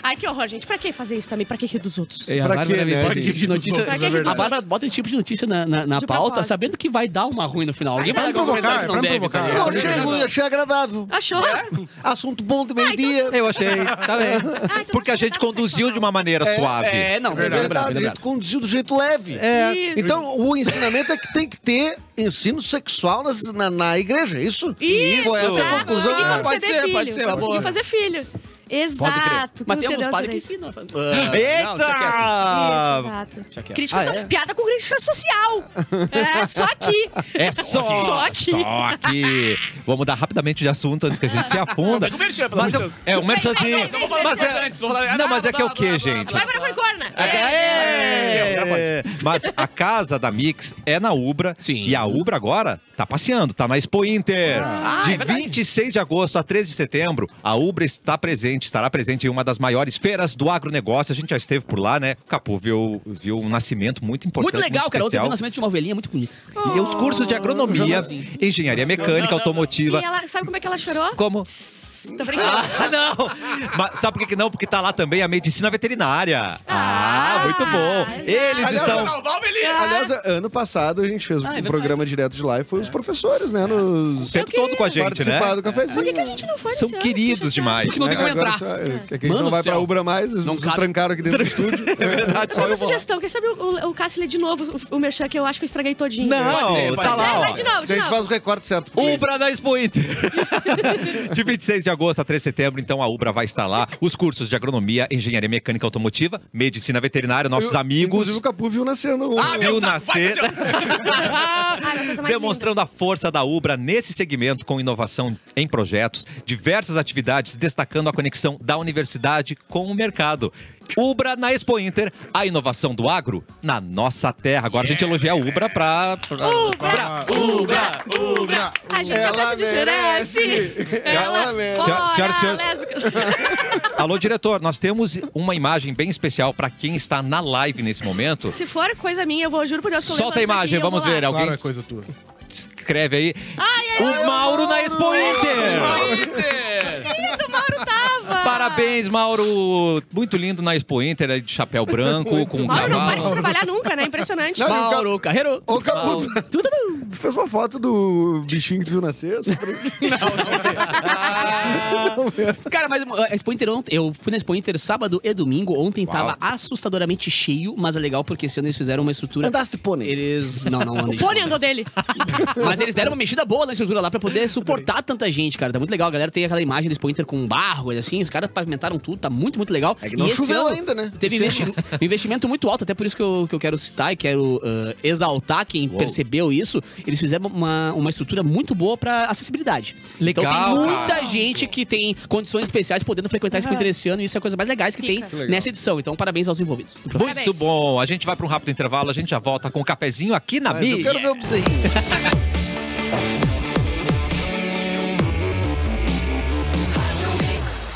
Speaker 5: Ai, que horror, gente. Pra que fazer isso também? Pra que rir dos outros?
Speaker 1: É, a
Speaker 4: Pra
Speaker 1: Bárbara
Speaker 4: quê,
Speaker 1: me
Speaker 4: né,
Speaker 1: pode-
Speaker 2: Esse tipo de notícia.
Speaker 5: Pra que
Speaker 2: A Bárbara bota esse tipo de notícia na, na, na
Speaker 5: De
Speaker 2: pauta,
Speaker 5: propósito.
Speaker 2: sabendo que vai dar uma ruim no final. Alguém vai
Speaker 6: pra
Speaker 2: dar um
Speaker 6: provocar,
Speaker 2: comentário que não
Speaker 6: é pra
Speaker 2: deve, tá
Speaker 6: provocar.
Speaker 2: ligado?
Speaker 6: Eu achei ruim,
Speaker 4: achei agradável.
Speaker 5: Achou?
Speaker 2: É.
Speaker 4: Assunto bom do meio-dia.
Speaker 1: Eu achei. Tá bem.
Speaker 5: então
Speaker 1: Porque a
Speaker 5: você
Speaker 1: gente
Speaker 5: tá
Speaker 1: conduziu de uma maneira suave.
Speaker 2: É, não,
Speaker 4: É
Speaker 2: é brabo, é
Speaker 4: verdade, a
Speaker 2: brabo.
Speaker 4: gente conduziu do jeito leve.
Speaker 5: então, Isso.
Speaker 4: Então, o ensinamento é que tem que ter ensino sexual nas- na, na igreja, é isso?
Speaker 5: Isso,
Speaker 4: Foi essa é a
Speaker 5: tá?
Speaker 4: conclusão.
Speaker 5: Consegui
Speaker 2: Ah,
Speaker 5: conceber
Speaker 2: pode ser,
Speaker 5: filho.
Speaker 2: pode ser, uma
Speaker 5: Consegui
Speaker 2: boa.
Speaker 5: fazer filho.
Speaker 1: crer.
Speaker 5: Exato.
Speaker 2: Mas
Speaker 5: tu
Speaker 2: tem alguns
Speaker 5: entendeu
Speaker 2: padres que
Speaker 5: direito.
Speaker 2: ensinam. Ah, não, é deixa quieto.
Speaker 5: Isso,
Speaker 1: Eita!
Speaker 5: exato.
Speaker 2: Deixa quieto.
Speaker 5: Crítica
Speaker 4: Ah,
Speaker 5: so-
Speaker 4: é?
Speaker 5: Piada com crítica social. É, só aqui.
Speaker 1: É só,
Speaker 5: Só aqui.
Speaker 1: Só aqui. Vamos mudar rapidamente de assunto antes que a gente se afunda.
Speaker 2: Não, pega o um merchan, pelo
Speaker 1: Mas
Speaker 2: amor de
Speaker 1: eu-
Speaker 2: Deus.
Speaker 1: É, o merchanzinho.
Speaker 5: vem,
Speaker 1: Mas
Speaker 5: vem,
Speaker 2: vamos
Speaker 1: é-
Speaker 2: antes, vamos lá.
Speaker 1: Não, mas é que é o
Speaker 2: Blá,
Speaker 1: quê,
Speaker 2: blá, blá,
Speaker 1: gente?
Speaker 2: blá,
Speaker 5: Vai É. para a Forcorna.
Speaker 1: É. Mas a casa da Mix é na Ubra.
Speaker 2: Sim.
Speaker 1: E a Ubra agora tá passeando, tá na Expo Inter. de
Speaker 2: é verdade.
Speaker 1: 26 de agosto a 13 de setembro, a Ubra está presente, estará presente em uma das maiores feiras do agronegócio. A gente já esteve por lá, né? O Capu viu, viu um nascimento muito importante.
Speaker 2: Muito legal, cara. Ontem vi o
Speaker 1: especial.
Speaker 2: nascimento de uma ovelhinha muito bonita.
Speaker 1: E os cursos de agronomia, engenharia mecânica, automotiva.
Speaker 5: E ela, sabe como é que ela chorou?
Speaker 1: Como?
Speaker 5: Tô brincando.
Speaker 1: Ah, não! Mas sabe por que que não? Porque tá lá também a medicina veterinária. Ah,
Speaker 5: Ah,
Speaker 1: muito bom.
Speaker 5: exato.
Speaker 1: Eles
Speaker 4: Aliás,
Speaker 1: estão.
Speaker 2: Salvar o velhinho.
Speaker 4: Aliás, ano passado a gente fez
Speaker 2: Ah, é
Speaker 4: um
Speaker 2: verdade.
Speaker 4: programa direto de lá e foi
Speaker 5: É.
Speaker 4: os professores, né? Nos
Speaker 1: O tempo todo com a gente, né?
Speaker 4: participar do cafezinho.
Speaker 5: Por que, que a gente não foi
Speaker 1: São
Speaker 5: nesse ano?
Speaker 1: queridos demais.
Speaker 2: Porque não tem
Speaker 4: Né,
Speaker 2: como
Speaker 4: agora
Speaker 2: entrar.
Speaker 4: só- é, que a gente
Speaker 2: Mano
Speaker 4: não vai
Speaker 2: do céu.
Speaker 4: pra Ubra mais, eles
Speaker 2: Não
Speaker 4: nos
Speaker 2: cabe.
Speaker 4: trancaram aqui dentro do estúdio.
Speaker 1: É verdade, só eu
Speaker 5: Uma
Speaker 1: vou. lá.
Speaker 5: sugestão, quer saber o, o, o Cássio lê de novo o, o merchan que eu acho que eu estraguei todinho.
Speaker 1: Não,
Speaker 2: Pode ser, pode
Speaker 1: tá
Speaker 2: ser.
Speaker 1: lá,
Speaker 5: Vai, vai
Speaker 1: ó.
Speaker 5: de novo,
Speaker 4: A
Speaker 5: de
Speaker 4: gente
Speaker 5: novo.
Speaker 4: faz o recorte certo. pro cliente.
Speaker 1: Ubra na Expo Inter. De 26 de agosto a 3 de setembro, então a Ubra vai estar lá. Os cursos de agronomia, engenharia mecânica automotiva, medicina veterinária, nossos
Speaker 4: Eu-
Speaker 1: amigos.
Speaker 4: Inclusive o Capu viu nascendo. um-
Speaker 2: Ah, meu
Speaker 1: viu
Speaker 2: saco, vai,
Speaker 1: nascer.
Speaker 2: meu senhor.
Speaker 5: Ai, Ah, uma coisa mais
Speaker 1: Demonstrando a força da Ubra nesse segmento com inovação em projetos, diversas atividades, destacando a conexão da universidade com o mercado. Ubra na Expo Inter, a inovação do agro na nossa terra. Agora a gente elogia a Ubra pra. pra-
Speaker 5: Ubra,
Speaker 1: Ubra,
Speaker 6: Ubra!
Speaker 5: linda. A gente
Speaker 4: Ela
Speaker 5: abraça de merece.
Speaker 4: merece.
Speaker 5: Ela
Speaker 4: Ela merece.
Speaker 5: fora,
Speaker 1: Senhoras e senhores.
Speaker 5: lésbicas.
Speaker 1: Alô, diretor, nós temos uma imagem bem especial para quem está na live nesse momento.
Speaker 5: Se for coisa minha, eu vou, juro por Deus que eu
Speaker 1: Solta a
Speaker 5: levanto
Speaker 1: imagem,
Speaker 5: aqui, eu
Speaker 1: vamos
Speaker 5: vou lá.
Speaker 1: ver. Alguém
Speaker 6: Claro, é coisa tua.
Speaker 1: escreve aí.
Speaker 5: Ai, ai, ai,
Speaker 1: o Mauro na Expo Inter!
Speaker 5: o Mauro tava.
Speaker 1: Parabéns, Mauro! Muito lindo na Expo Inter, aí de chapéu branco, com um
Speaker 5: Mauro, não
Speaker 1: cavalo.
Speaker 5: para de trabalhar nunca, né? Impressionante.
Speaker 1: Ah,
Speaker 4: Não,
Speaker 2: Mauro Carreiro.
Speaker 4: Ô, Capu, tu-
Speaker 2: Tudo
Speaker 4: tu fez uma foto do bichinho que tu viu nascer? Só pra-
Speaker 2: Cara, mas uh, a Expo Inter ontem, eu fui na Expo Inter sábado e domingo. Ontem
Speaker 1: Uau.
Speaker 2: tava assustadoramente cheio, mas é legal porque esse ano eles fizeram uma estrutura.
Speaker 4: Andaste pônei?
Speaker 2: Eles. Não, não andei.
Speaker 5: O pônei andou dele.
Speaker 4: Ah,
Speaker 2: Mas eles deram uma mexida boa na estrutura lá pra poder suportar tanta gente, cara. Tá muito legal. A galera tem aquela imagem da Expo Inter com barro, e assim. Os caras pavimentaram tudo, tá muito, muito legal.
Speaker 4: É que não
Speaker 2: e esse
Speaker 4: choveu
Speaker 2: ano
Speaker 4: ainda, né?
Speaker 2: Teve
Speaker 4: Esse
Speaker 2: investi- um investimento muito alto, até por isso que eu, que eu quero citar e quero ah, exaltar quem percebeu isso. Eles fizeram uma, uma estrutura muito boa pra acessibilidade. então
Speaker 1: Legal,
Speaker 2: tem
Speaker 1: cara.
Speaker 2: muita gente que tem condições especiais podendo frequentar a Expo Inter esse ano, e isso é a coisa mais legais que tem
Speaker 5: Que
Speaker 4: legal.
Speaker 2: nessa edição. Então, parabéns aos envolvidos.
Speaker 1: Muito bom! A gente vai para um rápido intervalo, a gente já volta com um cafezinho aqui na
Speaker 4: Mas
Speaker 1: Mi.
Speaker 4: eu quero ver o bezerrinho.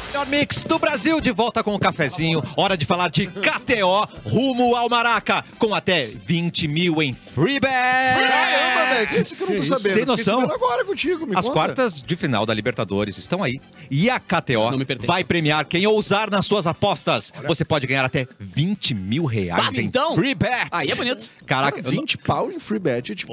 Speaker 1: Melhor mix do Brasil, de volta com o cafezinho. Hora de falar de KTO rumo ao Maraca, com até 20 mil em free bet.
Speaker 4: Caramba, velho, que isso que eu não tô sabendo.
Speaker 1: Tem
Speaker 4: Fiquei
Speaker 1: noção?
Speaker 4: sabendo agora contigo, me
Speaker 1: As
Speaker 4: conta.
Speaker 1: quartas de final da Libertadores estão aí. E a KTO
Speaker 2: Isso não me pertence.
Speaker 1: vai premiar quem ousar nas suas apostas. Você pode ganhar até 20 mil reais
Speaker 2: Bah,
Speaker 1: em
Speaker 2: então?
Speaker 1: free bet.
Speaker 2: Aí é bonito.
Speaker 1: Caraca, eu não-
Speaker 4: 20 pau em free bet é tipo...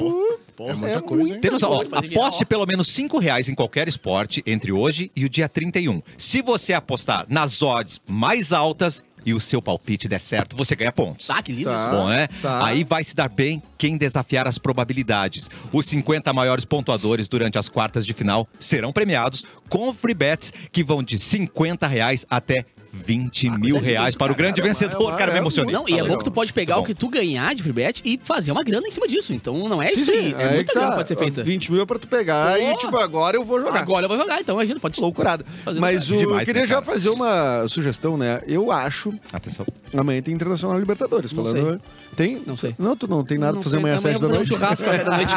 Speaker 6: porra, muita coisa, hein?
Speaker 1: Tem noção, ó,
Speaker 2: Pode fazer virar,
Speaker 1: aposte pelo menos 5 reais em qualquer esporte entre hoje e o dia 31. Se você apostar nas odds mais altas e o seu palpite der certo, você ganha pontos.
Speaker 2: Ah, que lindo
Speaker 4: Tá.
Speaker 2: isso.
Speaker 1: Bom, né?
Speaker 4: tá.
Speaker 1: Aí vai se dar bem quem desafiar as probabilidades. Os 50 maiores pontuadores durante as quartas de final serão premiados com free bets que vão de 50 reais até
Speaker 4: Ah,
Speaker 1: 20 mil reais para o grande
Speaker 4: Cara, é uma- é
Speaker 1: vencedor.
Speaker 4: uma-
Speaker 1: Cara, me
Speaker 4: é um-
Speaker 1: emocionei.
Speaker 2: Não, e
Speaker 4: Tá
Speaker 2: é bom
Speaker 4: legal.
Speaker 2: que tu pode pegar
Speaker 1: Tá
Speaker 2: o que tu ganhar de freebet e fazer uma grana em cima disso. Então não é
Speaker 4: Sim,
Speaker 2: isso aí.
Speaker 4: sim,
Speaker 2: É
Speaker 4: que
Speaker 2: muita grana que pode ser feita.
Speaker 4: 20 mil é pra tu pegar
Speaker 2: Pô.
Speaker 4: e, tipo, agora eu vou jogar.
Speaker 2: Agora eu vou jogar, então imagina, pode.
Speaker 4: Loucurada.
Speaker 2: Fazer
Speaker 4: Mas o,
Speaker 1: Demais, né,
Speaker 4: eu queria já
Speaker 1: cara?
Speaker 4: fazer uma sugestão, né? Eu acho...
Speaker 1: Atenção.
Speaker 4: Amanhã tem Internacional Libertadores.
Speaker 2: Não
Speaker 4: falando... né? Tem?
Speaker 2: Não sei.
Speaker 4: Não, tu não tem nada pra fazer amanhã às 7
Speaker 2: Eu
Speaker 4: da
Speaker 2: vou
Speaker 4: noite?
Speaker 2: fazer um churrasco às sete da noite.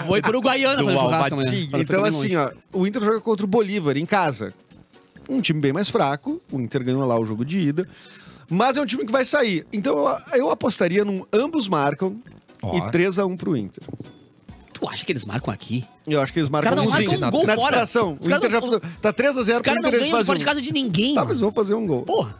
Speaker 2: Eu Vou ir pro Guaiana
Speaker 1: Do
Speaker 2: fazer um churrasco amanhã.
Speaker 1: Almaty.
Speaker 2: Pra
Speaker 4: Então,
Speaker 2: todo mundo.
Speaker 4: assim, ó, o Inter joga contra o Bolívar em casa. Um time bem mais fraco, o Inter ganhou lá o jogo de ida. Mas é um time que vai sair. Então eu, eu apostaria num ambos marcam
Speaker 1: Ó.
Speaker 4: e 3x1 pro Inter.
Speaker 2: Tu acha que eles marcam aqui?
Speaker 4: Eu acho que eles marcam
Speaker 2: caras não
Speaker 4: umzinho.
Speaker 1: marcam um
Speaker 2: gol
Speaker 4: na
Speaker 2: fora.
Speaker 4: distração.
Speaker 2: Os
Speaker 4: o
Speaker 2: caras
Speaker 4: Inter
Speaker 2: não-
Speaker 4: já tá 3x0
Speaker 2: Os caras
Speaker 4: pro
Speaker 2: não
Speaker 4: Inter, eles
Speaker 2: ganham
Speaker 4: fazem
Speaker 2: fora
Speaker 4: um.
Speaker 2: de casa de ninguém.
Speaker 4: Tá,
Speaker 2: mano.
Speaker 4: mas vão fazer um gol.
Speaker 2: Porra.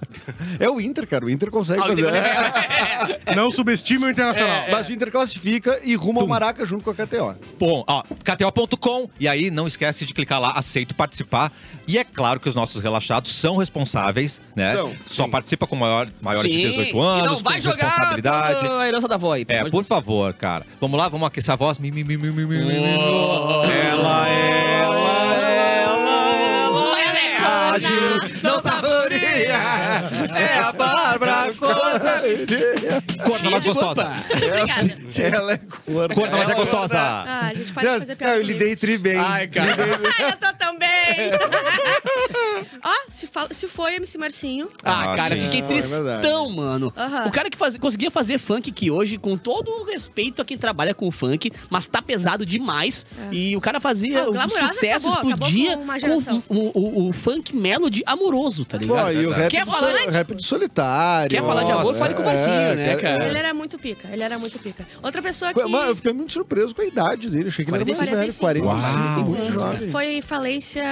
Speaker 4: É o Inter, cara. O Inter consegue
Speaker 2: Ah, o
Speaker 4: fazer.
Speaker 2: Inter ganha.
Speaker 6: Não subestime o
Speaker 2: é,
Speaker 6: Internacional.
Speaker 1: É.
Speaker 4: Mas o Inter classifica e rumo ao Maraca junto com a KTO.
Speaker 1: Bom, ó, KTO.com. E aí, não esquece de clicar lá, aceito participar. E é claro que os nossos relaxados são responsáveis, né?
Speaker 4: São,
Speaker 1: Só
Speaker 4: sim.
Speaker 1: participa com maior,
Speaker 4: É
Speaker 1: maiores de
Speaker 2: Sim.
Speaker 1: 18 anos,
Speaker 2: Então vai
Speaker 1: com
Speaker 2: jogar
Speaker 1: responsabilidade.
Speaker 2: toda a herança da avó aí. pelo
Speaker 1: É,
Speaker 2: amor de
Speaker 1: por
Speaker 2: Deus.
Speaker 1: favor, cara. Vamos lá, vamos aquecer a voz. Mi, mi, mi, mi, mi, mi, mi, mi, mi. Ela, ela, ela, ela.
Speaker 5: Ela é
Speaker 1: Ágil, não tá outra coisa. Corna, mas gostosa.
Speaker 5: Obrigada.
Speaker 4: Ela é corna.
Speaker 1: Corna, mas é gostosa.
Speaker 5: Ah, a gente pode fazer piada.
Speaker 4: Não, eu
Speaker 5: comigo.
Speaker 4: lidei né? tri bem.
Speaker 2: Ai, cara.
Speaker 5: Ai, eu tô também! Ó, se, fal- se foi MC Marcinho.
Speaker 2: Ah,
Speaker 1: Ah,
Speaker 2: cara,
Speaker 1: sim.
Speaker 2: fiquei
Speaker 4: Não, é
Speaker 2: tristão,
Speaker 4: verdade.
Speaker 2: mano.
Speaker 5: Aham.
Speaker 2: O cara que faz- conseguia fazer funk que hoje, com todo o respeito a quem trabalha com funk, mas tá pesado demais. E o cara fazia
Speaker 5: Ah, o
Speaker 2: o
Speaker 5: Glamourosa
Speaker 2: sucesso,
Speaker 5: acabou, acabou
Speaker 2: explodia
Speaker 5: com uma geração.
Speaker 2: com o, o- o funk melody amoroso, tá ligado?
Speaker 4: Pô, e o rap,
Speaker 2: Quer
Speaker 4: do
Speaker 2: falar
Speaker 4: sol-
Speaker 2: de-
Speaker 4: rap do solitário.
Speaker 2: Quer falar de amor,
Speaker 4: Nossa,
Speaker 2: fale com o Marcinho,
Speaker 4: é,
Speaker 2: né, cara?
Speaker 5: Ele era muito pica, ele era muito pica. Outra pessoa que.
Speaker 4: Co- Mano, eu fiquei muito surpreso com a idade dele. Achei que ele era mais velho.
Speaker 5: 45.
Speaker 4: 45,
Speaker 2: Uau.
Speaker 4: assim, muito jovem.
Speaker 5: Foi falência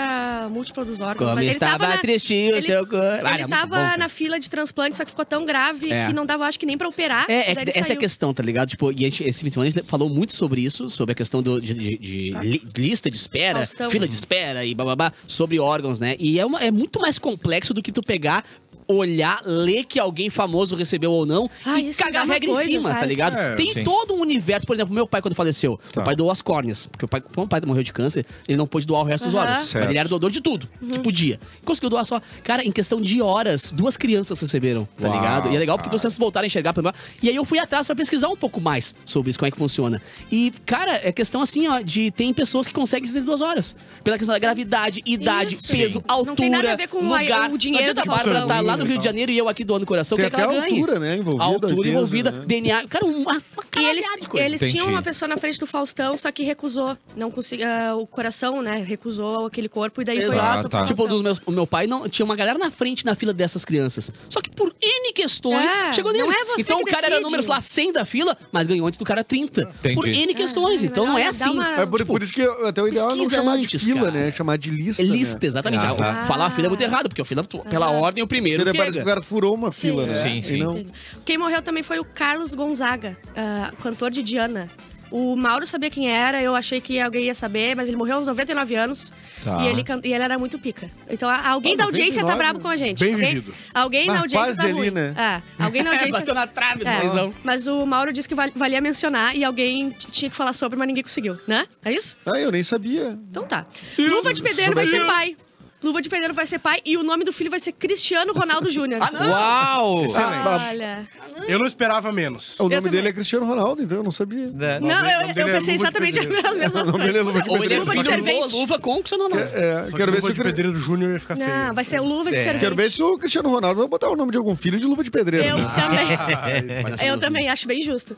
Speaker 5: múltipla dos órgãos.
Speaker 2: Como
Speaker 5: mas ele
Speaker 2: estava
Speaker 5: tava na-
Speaker 2: triste o
Speaker 5: ele-
Speaker 2: seu corpo. Ah,
Speaker 5: Ele
Speaker 2: era muito
Speaker 5: tava
Speaker 2: bom, cara.
Speaker 5: na fila de transplante, só que ficou tão grave
Speaker 2: É.
Speaker 5: que não dava, acho que nem pra operar.
Speaker 2: É, é
Speaker 5: e
Speaker 2: que
Speaker 5: daí ele
Speaker 2: essa é a
Speaker 5: saiu.
Speaker 2: questão, tá ligado? Tipo, e a gente, esse fim de semana a gente falou muito sobre isso, sobre a questão do, de, de- de li- lista de espera,
Speaker 5: Tá. Faustão.
Speaker 2: fila de espera e bababá, sobre órgãos, né? E é, uma- é muito mais complexo do que tu pegar, olhar, ler que alguém famoso recebeu ou não
Speaker 5: Ah,
Speaker 2: e
Speaker 5: isso
Speaker 2: cagar
Speaker 5: dá uma
Speaker 2: regra
Speaker 5: coisa,
Speaker 2: em cima,
Speaker 5: sabe?
Speaker 2: tá ligado?
Speaker 6: É,
Speaker 2: Tem
Speaker 1: sim.
Speaker 2: todo um universo. Por exemplo, meu pai, quando faleceu,
Speaker 1: Tá.
Speaker 2: meu pai doou as córneas, porque o pai, como o pai morreu de câncer, ele não pôde doar o resto dos
Speaker 5: Aham. Uhum.
Speaker 2: órgãos. Mas
Speaker 1: Certo.
Speaker 2: ele era doador de tudo que podia. Conseguiu doar só. Cara, em questão de horas, duas crianças receberam, tá
Speaker 1: Uau,
Speaker 2: ligado? E é legal porque
Speaker 1: cara.
Speaker 2: duas crianças voltaram a enxergar. blá, blá, blá. E aí eu fui atrás pra pesquisar um pouco mais sobre isso, como é que funciona. E, cara, é questão assim, ó, de tem pessoas que conseguem ter duas horas. Pela questão da gravidade, idade,
Speaker 5: Isso.
Speaker 2: peso,
Speaker 5: Sim.
Speaker 2: altura,
Speaker 5: Não tem nada a ver com a-
Speaker 2: lugar.
Speaker 5: o dinheiro
Speaker 2: Não adianta a
Speaker 5: do
Speaker 2: Bárbara
Speaker 5: Faustão.
Speaker 2: estar lá no Rio de Janeiro e eu aqui doando coração,
Speaker 4: Tem
Speaker 2: que
Speaker 4: até
Speaker 2: ela
Speaker 4: a
Speaker 2: ganhe.
Speaker 4: altura, né? Envolvida.
Speaker 2: altura
Speaker 4: peso,
Speaker 2: envolvida,
Speaker 4: né?
Speaker 2: DNA. Cara, uma, uma
Speaker 5: E eles,
Speaker 2: caralhada de coisa.
Speaker 5: eles
Speaker 1: Entendi.
Speaker 5: tinham uma pessoa na frente do Faustão, só que recusou. Não consegui, ah, o coração, né? Recusou aquele corpo e daí foi
Speaker 2: Exato.
Speaker 5: passou pro
Speaker 1: tá.
Speaker 5: Faustão.
Speaker 2: Tipo, dos meus, o meu pai não tinha uma galera na frente na fila dessas crianças. Só que por N questões,
Speaker 5: É,
Speaker 2: chegou
Speaker 5: não
Speaker 2: neles.
Speaker 5: é você
Speaker 2: então
Speaker 5: que
Speaker 2: o cara era
Speaker 5: decide.
Speaker 2: número, sei lá, 100 da fila, mas ganhou antes do cara 30. Por
Speaker 1: Entendi.
Speaker 2: N questões.
Speaker 5: Ah,
Speaker 2: então não é
Speaker 5: dá
Speaker 2: assim.
Speaker 5: uma-
Speaker 4: É por, por isso que eu- até o ideal é não
Speaker 2: pesquisa
Speaker 4: chamar
Speaker 2: antes,
Speaker 4: de fila,
Speaker 2: cara.
Speaker 4: né? Chamar de lista.
Speaker 2: É Lista,
Speaker 4: Né?
Speaker 2: exatamente.
Speaker 1: Ah,
Speaker 2: Ah, Falar a fila é muito errado, porque o fila, tu- pela ordem, o primeiro
Speaker 4: Porque parece que
Speaker 2: pega.
Speaker 4: o cara furou uma
Speaker 5: Sim.
Speaker 4: fila, né?
Speaker 1: Sim, sim.
Speaker 4: E não...
Speaker 5: Quem morreu também foi o Carlos Gonzaga, ah, cantor de Diana. O Mauro sabia quem era, eu achei que alguém ia saber, mas ele morreu aos 99 anos
Speaker 1: Tá.
Speaker 5: e, ele, can- e ele era muito pica. Então a- alguém
Speaker 4: Ah,
Speaker 5: da audiência
Speaker 4: 99?
Speaker 5: tá brabo com a gente.
Speaker 6: Bem
Speaker 5: alguém,
Speaker 6: vivido.
Speaker 5: Alguém
Speaker 4: Mas
Speaker 5: na audiência
Speaker 4: quase
Speaker 5: tá
Speaker 4: ali,
Speaker 5: ruim.
Speaker 4: né?
Speaker 5: É, alguém na
Speaker 2: É,
Speaker 5: audiência...
Speaker 2: bateu na trave do
Speaker 5: É,
Speaker 2: Luizão.
Speaker 5: mas o Mauro disse que val- valia mencionar e alguém t- tinha que falar sobre, mas ninguém conseguiu, né? É isso?
Speaker 4: Ah, eu nem sabia.
Speaker 5: Então tá. Luva de Pedreiro vai ser pai. Luva de Pedreiro vai ser pai e o nome do filho vai ser Cristiano Ronaldo Júnior.
Speaker 2: Ah, não!
Speaker 1: Uau!
Speaker 5: Olha.
Speaker 6: Eu não esperava menos.
Speaker 4: O nome
Speaker 5: também.
Speaker 4: dele é Cristiano Ronaldo, então eu não sabia.
Speaker 1: Né?
Speaker 5: Não,
Speaker 6: dele- o
Speaker 5: eu,
Speaker 6: nome
Speaker 5: eu
Speaker 6: dele é
Speaker 5: pensei
Speaker 6: Luva de
Speaker 5: exatamente
Speaker 6: Pedreiro.
Speaker 5: as mesmas
Speaker 4: O nome dele é Luva
Speaker 5: coisas.
Speaker 4: de
Speaker 2: Ou ele é
Speaker 5: Luva de
Speaker 2: filho do
Speaker 5: servente.
Speaker 2: Luva com que você não
Speaker 4: É, é,
Speaker 6: Só que
Speaker 4: quero, ver
Speaker 6: luva
Speaker 4: se o
Speaker 6: de
Speaker 4: Cri-
Speaker 6: pedreiro júnior ia ficar feio.
Speaker 5: Não, vai ser Luva de
Speaker 4: É. quero
Speaker 5: servente.
Speaker 4: ver se o Cristiano Ronaldo vai botar o nome de algum filho de luva de pedreiro.
Speaker 5: Eu Ah,
Speaker 4: né?
Speaker 5: também. Eu
Speaker 2: Eu
Speaker 5: também acho bem justo.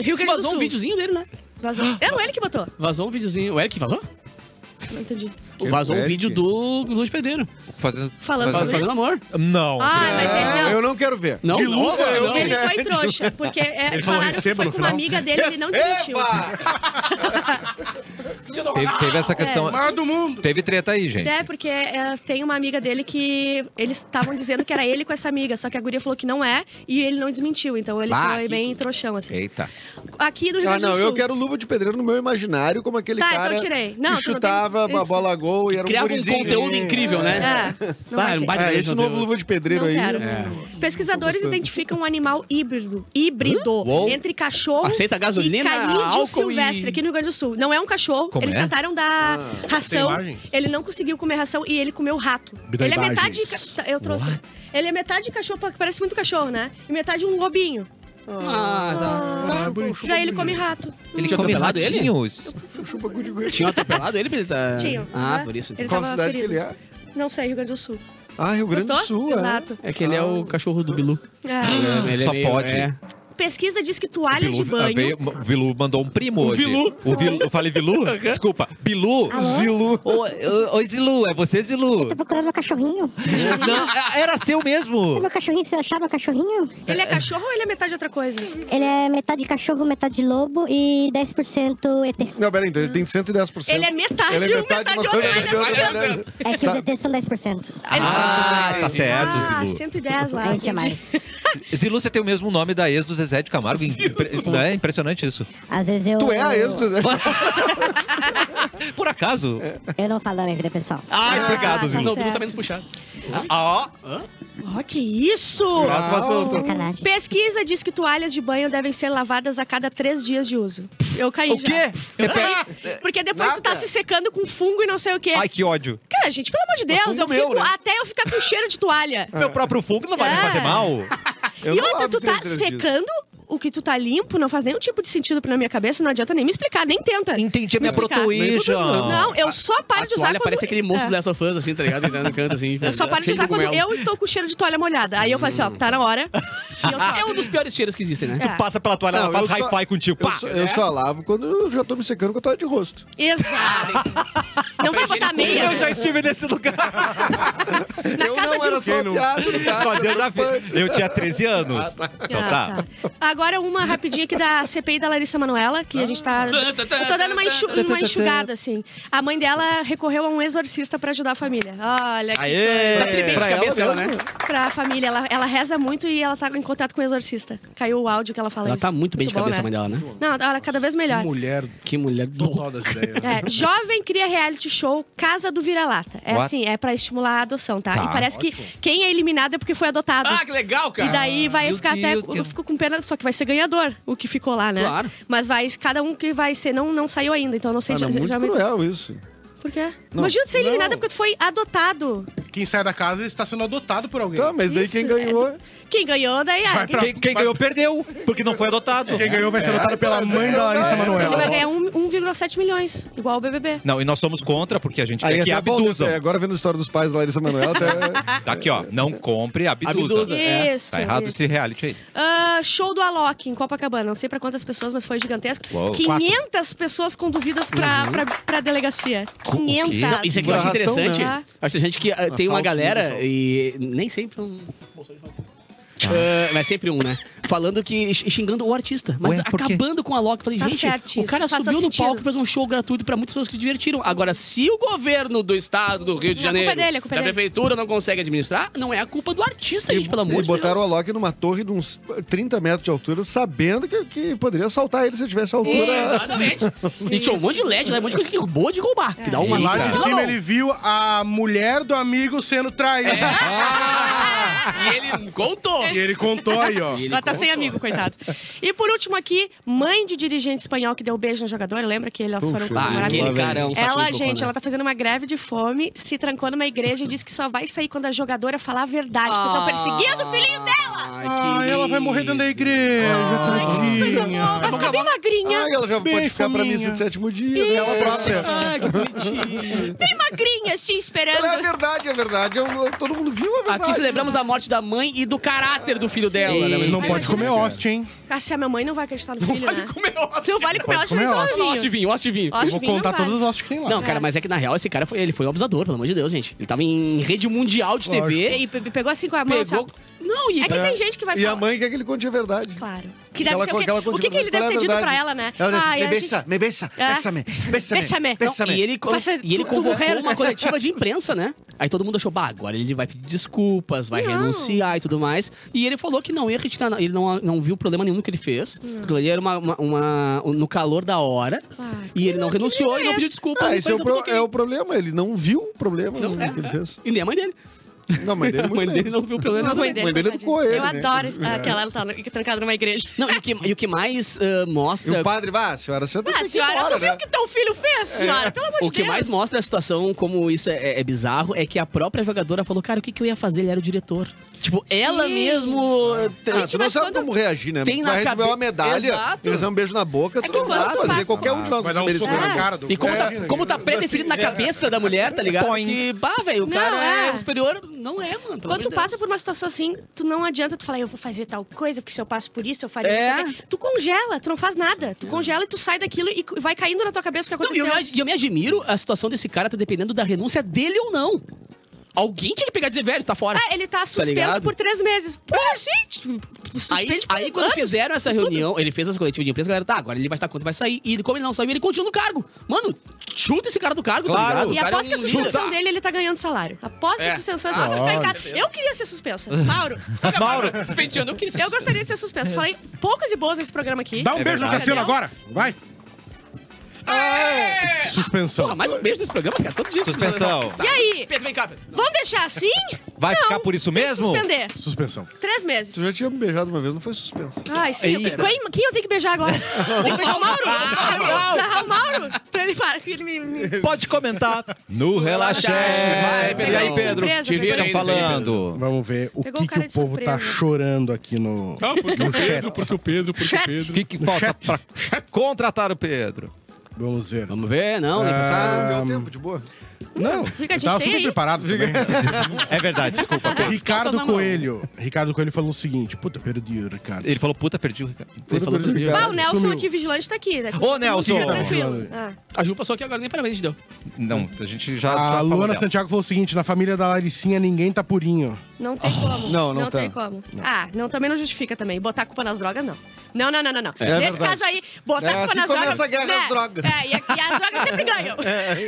Speaker 5: Rio Grande do
Speaker 2: assim, Vazou
Speaker 5: Sul.
Speaker 2: um videozinho dele, né?
Speaker 5: Vazou. É não, ele que botou.
Speaker 2: Vazou um videozinho. O Eric vazou?
Speaker 5: Não entendi.
Speaker 4: Que
Speaker 2: vazou um
Speaker 4: Eric? um
Speaker 2: vídeo do Luiz Pedreiro.
Speaker 1: Fazendo...
Speaker 5: Falando
Speaker 2: Fazendo,
Speaker 5: sobre
Speaker 2: fazendo
Speaker 5: isso.
Speaker 2: amor.
Speaker 1: Não.
Speaker 5: Ah, mas
Speaker 4: Ah,
Speaker 5: ele não.
Speaker 4: eu não quero ver.
Speaker 2: Não,
Speaker 6: De
Speaker 2: não,
Speaker 6: luva,
Speaker 2: não.
Speaker 6: eu-
Speaker 5: Ele foi trouxa, porque é,
Speaker 6: Ele falou,
Speaker 5: falaram que
Speaker 6: "Receba"
Speaker 5: foi
Speaker 6: no
Speaker 5: com uma
Speaker 6: final.
Speaker 5: amiga dele e ele não desmentiu.
Speaker 4: Receba!
Speaker 1: Teve, teve essa questão...
Speaker 6: Maior do mundo!
Speaker 1: Teve treta aí, gente.
Speaker 5: É, porque é, tem uma amiga dele que eles estavam dizendo que era ele com essa amiga, só que a guria falou que não é e ele não desmentiu, então ele
Speaker 2: Ah,
Speaker 5: foi
Speaker 2: que-
Speaker 5: bem trouxão, assim.
Speaker 1: Eita.
Speaker 5: Aqui do Rio
Speaker 4: Ah,
Speaker 5: Grande do
Speaker 4: não,
Speaker 5: tá Sul.
Speaker 4: eu quero luva de pedreiro no meu imaginário, como aquele
Speaker 5: Tá, então
Speaker 4: cara
Speaker 5: eu tirei. Não,
Speaker 4: que
Speaker 5: tu não
Speaker 4: chutava
Speaker 5: tem-
Speaker 4: a
Speaker 5: esse-
Speaker 4: bola a gol e era um
Speaker 2: Criava um
Speaker 4: gurizinho.
Speaker 2: conteúdo incrível, né?
Speaker 5: É, não
Speaker 2: Vai,
Speaker 5: vai ter.
Speaker 2: vai
Speaker 4: É, esse
Speaker 2: né?
Speaker 4: novo luva de pedreiro
Speaker 5: é. Não
Speaker 4: aí. é.
Speaker 5: quero. Pesquisadores identificam um animal híbrido, híbrido
Speaker 1: Uou.
Speaker 5: entre cachorro
Speaker 2: Aceita gasolina,
Speaker 5: e canídeo
Speaker 2: álcool e-
Speaker 5: silvestre aqui no Rio Grande do Sul. Não é um cachorro.
Speaker 1: Como
Speaker 5: Eles
Speaker 1: é?
Speaker 5: tentaram dar
Speaker 4: Ah,
Speaker 5: ração.
Speaker 6: Tem imagens?
Speaker 5: Ele não conseguiu comer ração e ele comeu rato.
Speaker 6: Me dá
Speaker 5: ele é
Speaker 6: imagens.
Speaker 5: metade. ca- tá, Eu trouxe. Ele é metade cachorro, porque parece muito cachorro, né? E metade um lobinho.
Speaker 2: Ah,
Speaker 5: tá.
Speaker 6: Ah, bonitinho.
Speaker 5: Já é
Speaker 4: um
Speaker 5: ele come rato. Um
Speaker 2: Ele
Speaker 1: Tinha
Speaker 2: tinha atropelado ele?
Speaker 1: ratinhos.
Speaker 4: Chupa cu de guri.
Speaker 2: Tinha atropelado ele pra ele tá...
Speaker 5: Tinha.
Speaker 2: Ah,
Speaker 5: Uhum.
Speaker 2: por isso. então.
Speaker 5: Ele
Speaker 4: Qual
Speaker 5: tava
Speaker 4: cidade que
Speaker 5: ferido.
Speaker 4: ele é?
Speaker 5: Não sei, Rio Grande do Sul.
Speaker 4: Ah, Rio Grande do
Speaker 5: Gostou?
Speaker 4: Sul,
Speaker 5: Exato.
Speaker 2: É que ele é
Speaker 4: Ah.
Speaker 2: o cachorro do Bilu.
Speaker 5: É.
Speaker 2: Ele é
Speaker 1: Só
Speaker 2: meio-
Speaker 1: pode.
Speaker 2: é.
Speaker 5: Pesquisa diz que toalha de
Speaker 1: Bilu, ah,
Speaker 5: banho.
Speaker 1: veio- o Bilu mandou um primo hoje.
Speaker 2: Bilu.
Speaker 1: O Bilu. Eu falei Bilu? Desculpa. Bilu.
Speaker 4: é. Zilu.
Speaker 1: Oi, oi, oi, Zilu. É você, Zilu?
Speaker 3: Tô procurando meu cachorrinho.
Speaker 1: Não, é, era seu mesmo.
Speaker 3: Meu cachorrinho, vocês acharam meu cachorrinho?
Speaker 5: Ele é cachorro ou ele é metade de outra coisa?
Speaker 3: Ele é metade cachorro, metade lobo e 10% ET.
Speaker 4: Não, peraí, então ele tem 110%.
Speaker 5: Ele é metade,
Speaker 4: Ele
Speaker 5: um metade,
Speaker 4: uma
Speaker 5: outro,
Speaker 4: coisa,
Speaker 5: metade,
Speaker 4: outra,
Speaker 5: outro.
Speaker 4: metade outra.
Speaker 3: É que os ETs são 10%.
Speaker 1: Ah, tá certo,
Speaker 5: Ah,
Speaker 1: Zilu.
Speaker 5: 110 lá.
Speaker 3: Aí
Speaker 5: entendi.
Speaker 3: tinha mais.
Speaker 1: Zilu, você tem o mesmo nome da ex do Zezé de Camargo. Impre- É impressionante isso.
Speaker 3: Às vezes eu.
Speaker 4: Tu é a ex do Zé.
Speaker 1: Por acaso.
Speaker 4: É.
Speaker 3: Eu não falo da minha vida pessoal.
Speaker 4: Ah,
Speaker 1: Ai, obrigado,
Speaker 5: tá
Speaker 1: Zilu.
Speaker 2: Não, o
Speaker 5: certo.
Speaker 2: Bilu tá menos puxado.
Speaker 1: Ó,
Speaker 5: Ó, que isso!
Speaker 4: Próxima solta.
Speaker 3: Sacanagem.
Speaker 5: Pesquisa diz que toalhas de banho devem ser lavadas a cada três dias de uso. Eu caí
Speaker 1: o
Speaker 5: já.
Speaker 1: quê?
Speaker 5: Eu caí. Porque depois tu tá
Speaker 4: Nada.
Speaker 5: se secando com fungo e não sei o quê.
Speaker 1: Ai, que ódio.
Speaker 5: Cara, gente, pelo amor de Deus,
Speaker 4: fungo
Speaker 5: eu fico
Speaker 4: meu, né? É.
Speaker 5: até eu ficar com cheiro de toalha.
Speaker 1: Meu próprio fogo não vai me fazer
Speaker 5: É.
Speaker 1: mal.
Speaker 4: Eu
Speaker 5: e
Speaker 4: não
Speaker 5: outra,
Speaker 4: lavo
Speaker 5: tu tá
Speaker 4: 33 dias.
Speaker 5: secando o que tu tá limpo, não faz nenhum tipo de sentido na minha cabeça, não adianta nem me explicar, nem tenta.
Speaker 1: Entendi a minha
Speaker 5: me explicar.
Speaker 1: protuíja.
Speaker 5: Não, eu só paro
Speaker 2: a
Speaker 5: de usar
Speaker 2: toalha
Speaker 5: quando...
Speaker 2: parece aquele monstro
Speaker 5: é.
Speaker 2: do Last of Us, assim, tá ligado? Entrando no canto, assim.
Speaker 5: Eu só paro de
Speaker 2: cheio
Speaker 5: usar quando
Speaker 2: cogumelo.
Speaker 5: eu estou com cheiro de toalha molhada. Aí eu falo assim, ó, tá na hora. E eu
Speaker 4: Ah.
Speaker 5: toco.
Speaker 2: É um dos piores cheiros que existem, né?
Speaker 5: É.
Speaker 1: Passa pela toalha,
Speaker 4: Não,
Speaker 1: ela faz
Speaker 4: eu só-
Speaker 1: hi-fi contigo.
Speaker 4: Eu
Speaker 1: Pá!
Speaker 4: só, eu só lavo quando eu já tô me secando com a toalha de rosto.
Speaker 5: Exato. Não vai botar meia.
Speaker 1: Eu já estive nesse lugar.
Speaker 5: Na
Speaker 4: eu
Speaker 5: casa
Speaker 4: não
Speaker 5: de
Speaker 4: era
Speaker 5: um-
Speaker 4: só piada, cara.
Speaker 1: Fazendo a vida. Eu tinha 13 anos. Então
Speaker 5: Ah,
Speaker 1: tá.
Speaker 5: tá. Agora uma rapidinha aqui da CPI da Larissa Manoela, que a gente tá. Eu tô dando uma, enxu- uma enxugada, assim. A mãe dela recorreu a um exorcista pra ajudar a família. Olha que
Speaker 1: Aê!
Speaker 5: coisa.
Speaker 2: Bem de
Speaker 4: É, Pra ela
Speaker 2: cabeça, ela, né?
Speaker 4: mesmo?
Speaker 5: Pra família. Ela, ela reza muito e ela tá em contato com o exorcista. Caiu o áudio que ela fala
Speaker 2: Ela
Speaker 5: isso.
Speaker 2: tá muito bem de
Speaker 5: bom,
Speaker 2: cabeça, a
Speaker 5: né?
Speaker 2: mãe dela, né?
Speaker 5: Não, ela cada vez melhor.
Speaker 6: Mulher
Speaker 2: Que mulher do...
Speaker 6: total das ideias. né?
Speaker 5: É, jovem cria reality show Casa do Vira-Lata. É
Speaker 1: What?
Speaker 5: assim, é pra estimular a adoção, tá?
Speaker 1: Tá.
Speaker 5: e parece que quem é eliminado é porque foi adotado.
Speaker 2: Ah, que legal, cara!
Speaker 5: E daí vai
Speaker 1: Meu
Speaker 5: ficar
Speaker 1: Deus,
Speaker 5: até.
Speaker 1: que-
Speaker 5: Eu fico com pena, só que vai ser ganhador o que ficou lá, né?
Speaker 2: Claro.
Speaker 5: Mas vai, cada um que vai ser. Não, não saiu ainda, então eu não sei
Speaker 4: Mano, é
Speaker 5: já-
Speaker 4: muito
Speaker 5: já-
Speaker 4: cruel isso.
Speaker 5: Por quê?
Speaker 4: Não.
Speaker 5: Imagina tu ser eliminado é
Speaker 6: Não.
Speaker 5: porque tu foi adotado.
Speaker 6: Quem sai da casa está sendo adotado por alguém.
Speaker 4: Tá, mas daí
Speaker 5: Isso,
Speaker 4: quem ganhou.
Speaker 5: é. Quem ganhou, daí. ah,
Speaker 6: Vai pra-
Speaker 1: Quem, quem ganhou perdeu, porque não foi adotado.
Speaker 6: Quem ganhou vai
Speaker 4: É,
Speaker 6: ser adotado pela mãe da Larissa
Speaker 5: Ele vai
Speaker 6: Manoela.
Speaker 5: ganhar um- 1,7 milhões, igual o BBB.
Speaker 1: Não, e nós somos contra, porque a gente quer que
Speaker 4: até volta,
Speaker 1: abduzam.
Speaker 4: é, agora vendo a história dos pais da Larissa Manoela, até.
Speaker 1: Tá aqui, ó. Não compre, abduza.
Speaker 2: Abduza. É.
Speaker 5: Isso.
Speaker 1: Tá errado
Speaker 5: isso.
Speaker 1: esse reality aí.
Speaker 5: Ah, show do Alok em Copacabana. Não sei pra quantas pessoas, mas foi gigantesco.
Speaker 1: Uou.
Speaker 5: 500 pessoas conduzidas pra, pra, pra delegacia.
Speaker 1: quê?
Speaker 5: 500.
Speaker 2: Uhum. Não, isso aqui eu acho
Speaker 4: Arrastão,
Speaker 2: interessante.
Speaker 5: né?
Speaker 2: Eu Acho interessante que ah, tem uma
Speaker 4: Assalto,
Speaker 2: galera
Speaker 4: assalto.
Speaker 2: e nem sempre um. Ah, mas sempre um, né? Falando que. xingando o artista. Mas
Speaker 1: Ué, por quê?
Speaker 2: acabando com a Loki. Falei,
Speaker 5: Tá
Speaker 2: gente,
Speaker 5: certo
Speaker 2: o
Speaker 5: isso,
Speaker 2: cara
Speaker 5: faz
Speaker 2: subiu no
Speaker 5: todo sentido.
Speaker 2: palco e fez um show gratuito pra muitas pessoas que se divertiram. Agora, se o governo do estado do Rio de
Speaker 5: Não, a culpa
Speaker 2: Janeiro.
Speaker 5: é dele, a culpa
Speaker 2: se a
Speaker 5: é dele.
Speaker 2: prefeitura não consegue administrar, não é a culpa do artista, gente, pelo amor
Speaker 4: E
Speaker 2: de
Speaker 4: botaram o
Speaker 2: Deus.
Speaker 4: Alok numa torre de uns 30 metros de altura, sabendo que, que poderia assaltar ele se tivesse a altura.
Speaker 2: Exatamente. E tinha um monte de LED lá, um monte de coisa que roubou de roubar. Que dá uma
Speaker 6: E É. lá
Speaker 2: Não,
Speaker 6: de
Speaker 2: não.
Speaker 6: cima ele viu a mulher do amigo sendo traída.
Speaker 5: É.
Speaker 6: Ah,
Speaker 2: E ele contou.
Speaker 6: E ele contou aí, ó.
Speaker 2: E ele
Speaker 5: Ela tá sem amigo, coitado. E por último aqui, mãe de dirigente espanhol que deu beijo na jogadora. Lembra que eles foram
Speaker 4: Puxa,
Speaker 2: Ah,
Speaker 5: comemorar?
Speaker 4: Maravilha.
Speaker 2: aquele cara é um saquinho
Speaker 5: Ela,
Speaker 2: de
Speaker 5: gente,
Speaker 2: cocô, né?
Speaker 5: ela tá fazendo uma greve de fome, se trancou numa igreja e disse que só vai sair quando a jogadora falar a verdade, porque estão perseguindo o filhinho dela.
Speaker 6: Ah, ela vai morrer dentro da igreja,
Speaker 5: Ah,
Speaker 2: Ah.
Speaker 5: Coisa boa,
Speaker 6: tadinha.
Speaker 5: vai ficar bem magrinha.
Speaker 4: Ah, ela já
Speaker 6: Bem
Speaker 4: pode ficar pra
Speaker 6: fominha.
Speaker 4: mim de sétimo dia, né? Ela própria.
Speaker 2: Ah, que bonitinho.
Speaker 5: Bem magrinha, assim,
Speaker 4: É
Speaker 5: esperando.
Speaker 4: verdade, é verdade. Eu- eu- todo mundo viu a verdade.
Speaker 2: Aqui celebramos a morte da mãe e do caráter do filho dela. né? Mas
Speaker 6: Não
Speaker 2: Ai,
Speaker 6: pode comer
Speaker 2: imagina
Speaker 6: hóstia, hein?
Speaker 5: Cassia, minha mãe não vai acreditar no
Speaker 2: se- Não
Speaker 5: filho, né?
Speaker 2: vale comer hóstia.
Speaker 5: Não vale comer, ela
Speaker 6: comer
Speaker 5: chama
Speaker 6: hóstia.
Speaker 2: Hóstia de vinho, hóstia de vinho.
Speaker 5: Acho
Speaker 6: Eu vou
Speaker 5: que não
Speaker 6: contar
Speaker 5: vai.
Speaker 6: todas as hóstias que tem lá.
Speaker 2: Não, cara, mas é que na real esse cara foi, ele foi um abusador, pelo amor de Deus, gente. Ele tava em rede mundial de TV,
Speaker 5: E pe- pegou assim com a mão,
Speaker 2: pegou...
Speaker 5: sabe?
Speaker 2: Não, e...
Speaker 5: É que tem gente que vai
Speaker 4: né? E a
Speaker 5: falar.
Speaker 4: mãe quer que ele conte a verdade.
Speaker 5: Claro. Que deve
Speaker 4: ela,
Speaker 5: ser o quê?
Speaker 4: ela
Speaker 5: O
Speaker 4: conte
Speaker 5: que, que ele
Speaker 4: qual é
Speaker 5: deve
Speaker 4: a
Speaker 5: ter dito
Speaker 4: verdade.
Speaker 5: pra ela, né?
Speaker 4: Ela deve-
Speaker 5: Ai,
Speaker 4: me
Speaker 5: a
Speaker 4: beça,
Speaker 5: gente-
Speaker 4: me beça,
Speaker 5: É.
Speaker 4: bésame, bésame,
Speaker 5: Bésame.
Speaker 4: bésame.
Speaker 2: E ele, co-
Speaker 5: Faça-
Speaker 2: e ele
Speaker 5: tu- tu
Speaker 2: convocou
Speaker 5: morrer.
Speaker 2: uma coletiva de imprensa, né? Aí todo mundo achou, bah, agora ele vai pedir desculpas, vai
Speaker 5: Não.
Speaker 2: renunciar e tudo mais. E ele falou que não ia retirar, não. ele não, não viu problema nenhum no que ele fez. Aquilo ali era uma, uma- uma- um- no calor da hora.
Speaker 5: Claro.
Speaker 2: E ele não renunciou e não pediu desculpa.
Speaker 4: Ah,
Speaker 2: e
Speaker 4: esse é
Speaker 2: foi
Speaker 4: o,
Speaker 2: tudo
Speaker 4: pro-
Speaker 2: ok.
Speaker 4: é o problema. Ele não viu o problema
Speaker 2: Não,
Speaker 4: que
Speaker 2: é,
Speaker 4: ele
Speaker 2: é.
Speaker 4: fez.
Speaker 2: E nem a mãe dele.
Speaker 4: Não, mas
Speaker 2: a
Speaker 4: dele é
Speaker 2: mãe
Speaker 4: muito
Speaker 2: dele
Speaker 4: bem.
Speaker 2: não viu problema
Speaker 5: A
Speaker 2: nenhum.
Speaker 5: mãe dele,
Speaker 4: Mãe dele
Speaker 5: coitadinha.
Speaker 4: educou ele,
Speaker 5: Eu
Speaker 4: né?
Speaker 5: adoro isso- ah, que ela tá no- trancada numa igreja.
Speaker 2: Não, e o que, e o que mais ah,
Speaker 4: E
Speaker 2: mostra.
Speaker 4: o padre, vá, senhora, você tem
Speaker 5: Ah,
Speaker 4: que ir
Speaker 5: senhora,
Speaker 4: embora,
Speaker 5: tu viu
Speaker 4: né? É.
Speaker 5: o que teu filho fez, senhora? Pelo amor de
Speaker 2: O que
Speaker 5: Deus.
Speaker 2: mais mostra a situação, como isso é, é- é bizarro, é que a própria jogadora falou, cara, o que, que eu ia fazer? Ele era o diretor. Tipo,
Speaker 5: Sim.
Speaker 2: ela mesmo. eh,
Speaker 4: Ah, tu não
Speaker 5: mas
Speaker 4: sabe
Speaker 5: quando-
Speaker 4: como reagir, né?
Speaker 2: Tem
Speaker 4: Tu
Speaker 2: na
Speaker 4: vai receber
Speaker 2: cabe-
Speaker 4: uma medalha,
Speaker 2: Exato.
Speaker 4: receber um beijo na boca, tu
Speaker 5: É que
Speaker 4: não sabe
Speaker 5: quando
Speaker 4: fazer.
Speaker 5: passa-
Speaker 4: Qualquer um de nós
Speaker 6: Vai dar um soco
Speaker 4: mereceria.
Speaker 6: na cara do
Speaker 2: E como,
Speaker 6: cara.
Speaker 2: tá, como tá pré-definido na cabeça da mulher, tá ligado?
Speaker 1: Põe.
Speaker 2: Que, bah, velho, o
Speaker 5: Assim, é. Não,
Speaker 2: cara é.
Speaker 5: é.
Speaker 2: o superior. Não é, mano. pelo amor
Speaker 5: Quando
Speaker 2: de
Speaker 5: tu passa
Speaker 2: Deus.
Speaker 5: por uma situação assim, tu não adianta tu falar, eu vou fazer tal coisa, porque se eu passo por isso, eu faria
Speaker 2: É.
Speaker 5: isso. aqui." Tu congela, tu não faz nada. Tu congela e tu sai daquilo e cu- vai caindo na tua cabeça o que
Speaker 2: Não, e eu,
Speaker 5: aconteceu.
Speaker 2: me, ad- eu me admiro a situação desse cara tá dependendo da renúncia dele ou não. Alguém tinha que pegar e dizer, velho, tá fora.
Speaker 5: Ah, ele tá suspenso
Speaker 2: ligado? É.
Speaker 5: por três meses. Pô, gente,
Speaker 2: Aí,
Speaker 5: suspende por
Speaker 2: aí quando
Speaker 5: anos. É
Speaker 2: fizeram essa reunião, ele fez essa coletiva de imprensa, a galera, tá, agora ele vai estar quanto vai sair. E como ele não saiu, ele continua no cargo. Mano, chuta esse cara do cargo,
Speaker 1: Claro.
Speaker 2: tá ligado? O
Speaker 5: E
Speaker 2: cara
Speaker 5: após
Speaker 2: é
Speaker 5: que a
Speaker 2: um
Speaker 5: suspensão
Speaker 2: líder.
Speaker 5: dele, ele tá ganhando salário. Após que a
Speaker 2: É.
Speaker 5: suspensão, é só você ficar em casa. Eu queria ser suspensa. Mauro,
Speaker 1: Mauro,
Speaker 2: Despenteando, eu queria ser
Speaker 5: eu gostaria de ser suspensa. Falei poucas e boas nesse programa aqui.
Speaker 6: Dá um
Speaker 2: É
Speaker 6: beijo no
Speaker 5: É verdade.
Speaker 6: Cassiano agora. Vai. Suspensão.
Speaker 2: Porra, mais um beijo nesse programa, cara. Todo dia.
Speaker 1: Suspensão.
Speaker 5: E aí?
Speaker 2: Pedro, vem cá, Pedro.
Speaker 5: Vamos deixar assim?
Speaker 1: vai
Speaker 5: Não,
Speaker 1: ficar por isso
Speaker 5: tem que
Speaker 1: mesmo?
Speaker 5: Suspender.
Speaker 6: Suspensão.
Speaker 5: Três
Speaker 4: Tu
Speaker 5: meses.
Speaker 4: já tinha me beijado uma vez, não foi suspenso.
Speaker 5: Ai, sim.
Speaker 1: Eita.
Speaker 5: Quem, quem eu tenho que beijar agora? Tem que beijar o Mauro? Tem que beijar o Mauro? Pra ele para, que ele me. me-
Speaker 1: Pode comentar no Relaxete.
Speaker 7: Vai,
Speaker 1: E
Speaker 7: Pedrão.
Speaker 1: aí, Pedro,
Speaker 5: Surpresa,
Speaker 1: te
Speaker 5: pegou
Speaker 1: viram
Speaker 5: de
Speaker 1: falando?
Speaker 6: Vamos ver o
Speaker 5: Pegou
Speaker 6: que,
Speaker 5: o cara
Speaker 6: que o
Speaker 5: de
Speaker 6: povo tá
Speaker 5: surpresa.
Speaker 6: chorando aqui no.
Speaker 7: Não, porque o Pedro, porque o Pedro, porque o
Speaker 1: O
Speaker 7: Pedro.
Speaker 1: que, que falta pra contratar o Pedro?
Speaker 6: Vamos ver.
Speaker 2: Vamos ver, não, né?
Speaker 4: Ah,
Speaker 2: Passar-
Speaker 4: deu tempo, de boa.
Speaker 6: Não,
Speaker 5: Fica, a
Speaker 6: eu
Speaker 5: gente
Speaker 6: tava
Speaker 5: tem
Speaker 6: super
Speaker 5: aí.
Speaker 6: preparado também. Tá
Speaker 1: É verdade, desculpa, Pedro.
Speaker 2: calças
Speaker 6: Ricardo
Speaker 2: na mão.
Speaker 6: Coelho. Ricardo Coelho falou o seguinte: Puta, perdi o Ricardo.
Speaker 1: Ele falou, puta, perdi o Ricardo.
Speaker 2: Ele falou pra mim.
Speaker 5: Ah, o Nelson
Speaker 6: Sumiu.
Speaker 5: aqui, vigilante, tá aqui. Né?
Speaker 1: Ô, Nelson!
Speaker 5: Fica tranquilo. Ah.
Speaker 2: A Ju passou aqui agora, nem parabéns deu.
Speaker 1: Não, a gente já, já
Speaker 6: A
Speaker 1: falou tá
Speaker 6: Luana
Speaker 1: dela.
Speaker 6: Santiago falou o seguinte: na família da Laricinha ninguém tá purinho.
Speaker 5: Não tem como.
Speaker 4: não, não tá.
Speaker 5: tem como. Ah, não, também não justifica também. Botar a culpa nas drogas, não. Não, não, não, não, não.
Speaker 4: É
Speaker 5: Nesse
Speaker 4: verdade.
Speaker 5: caso aí, botar
Speaker 4: É,
Speaker 5: a culpa
Speaker 4: assim
Speaker 5: nas drogas.
Speaker 4: começa a guerra às drogas.
Speaker 5: É, e, a- e as drogas sempre ganham.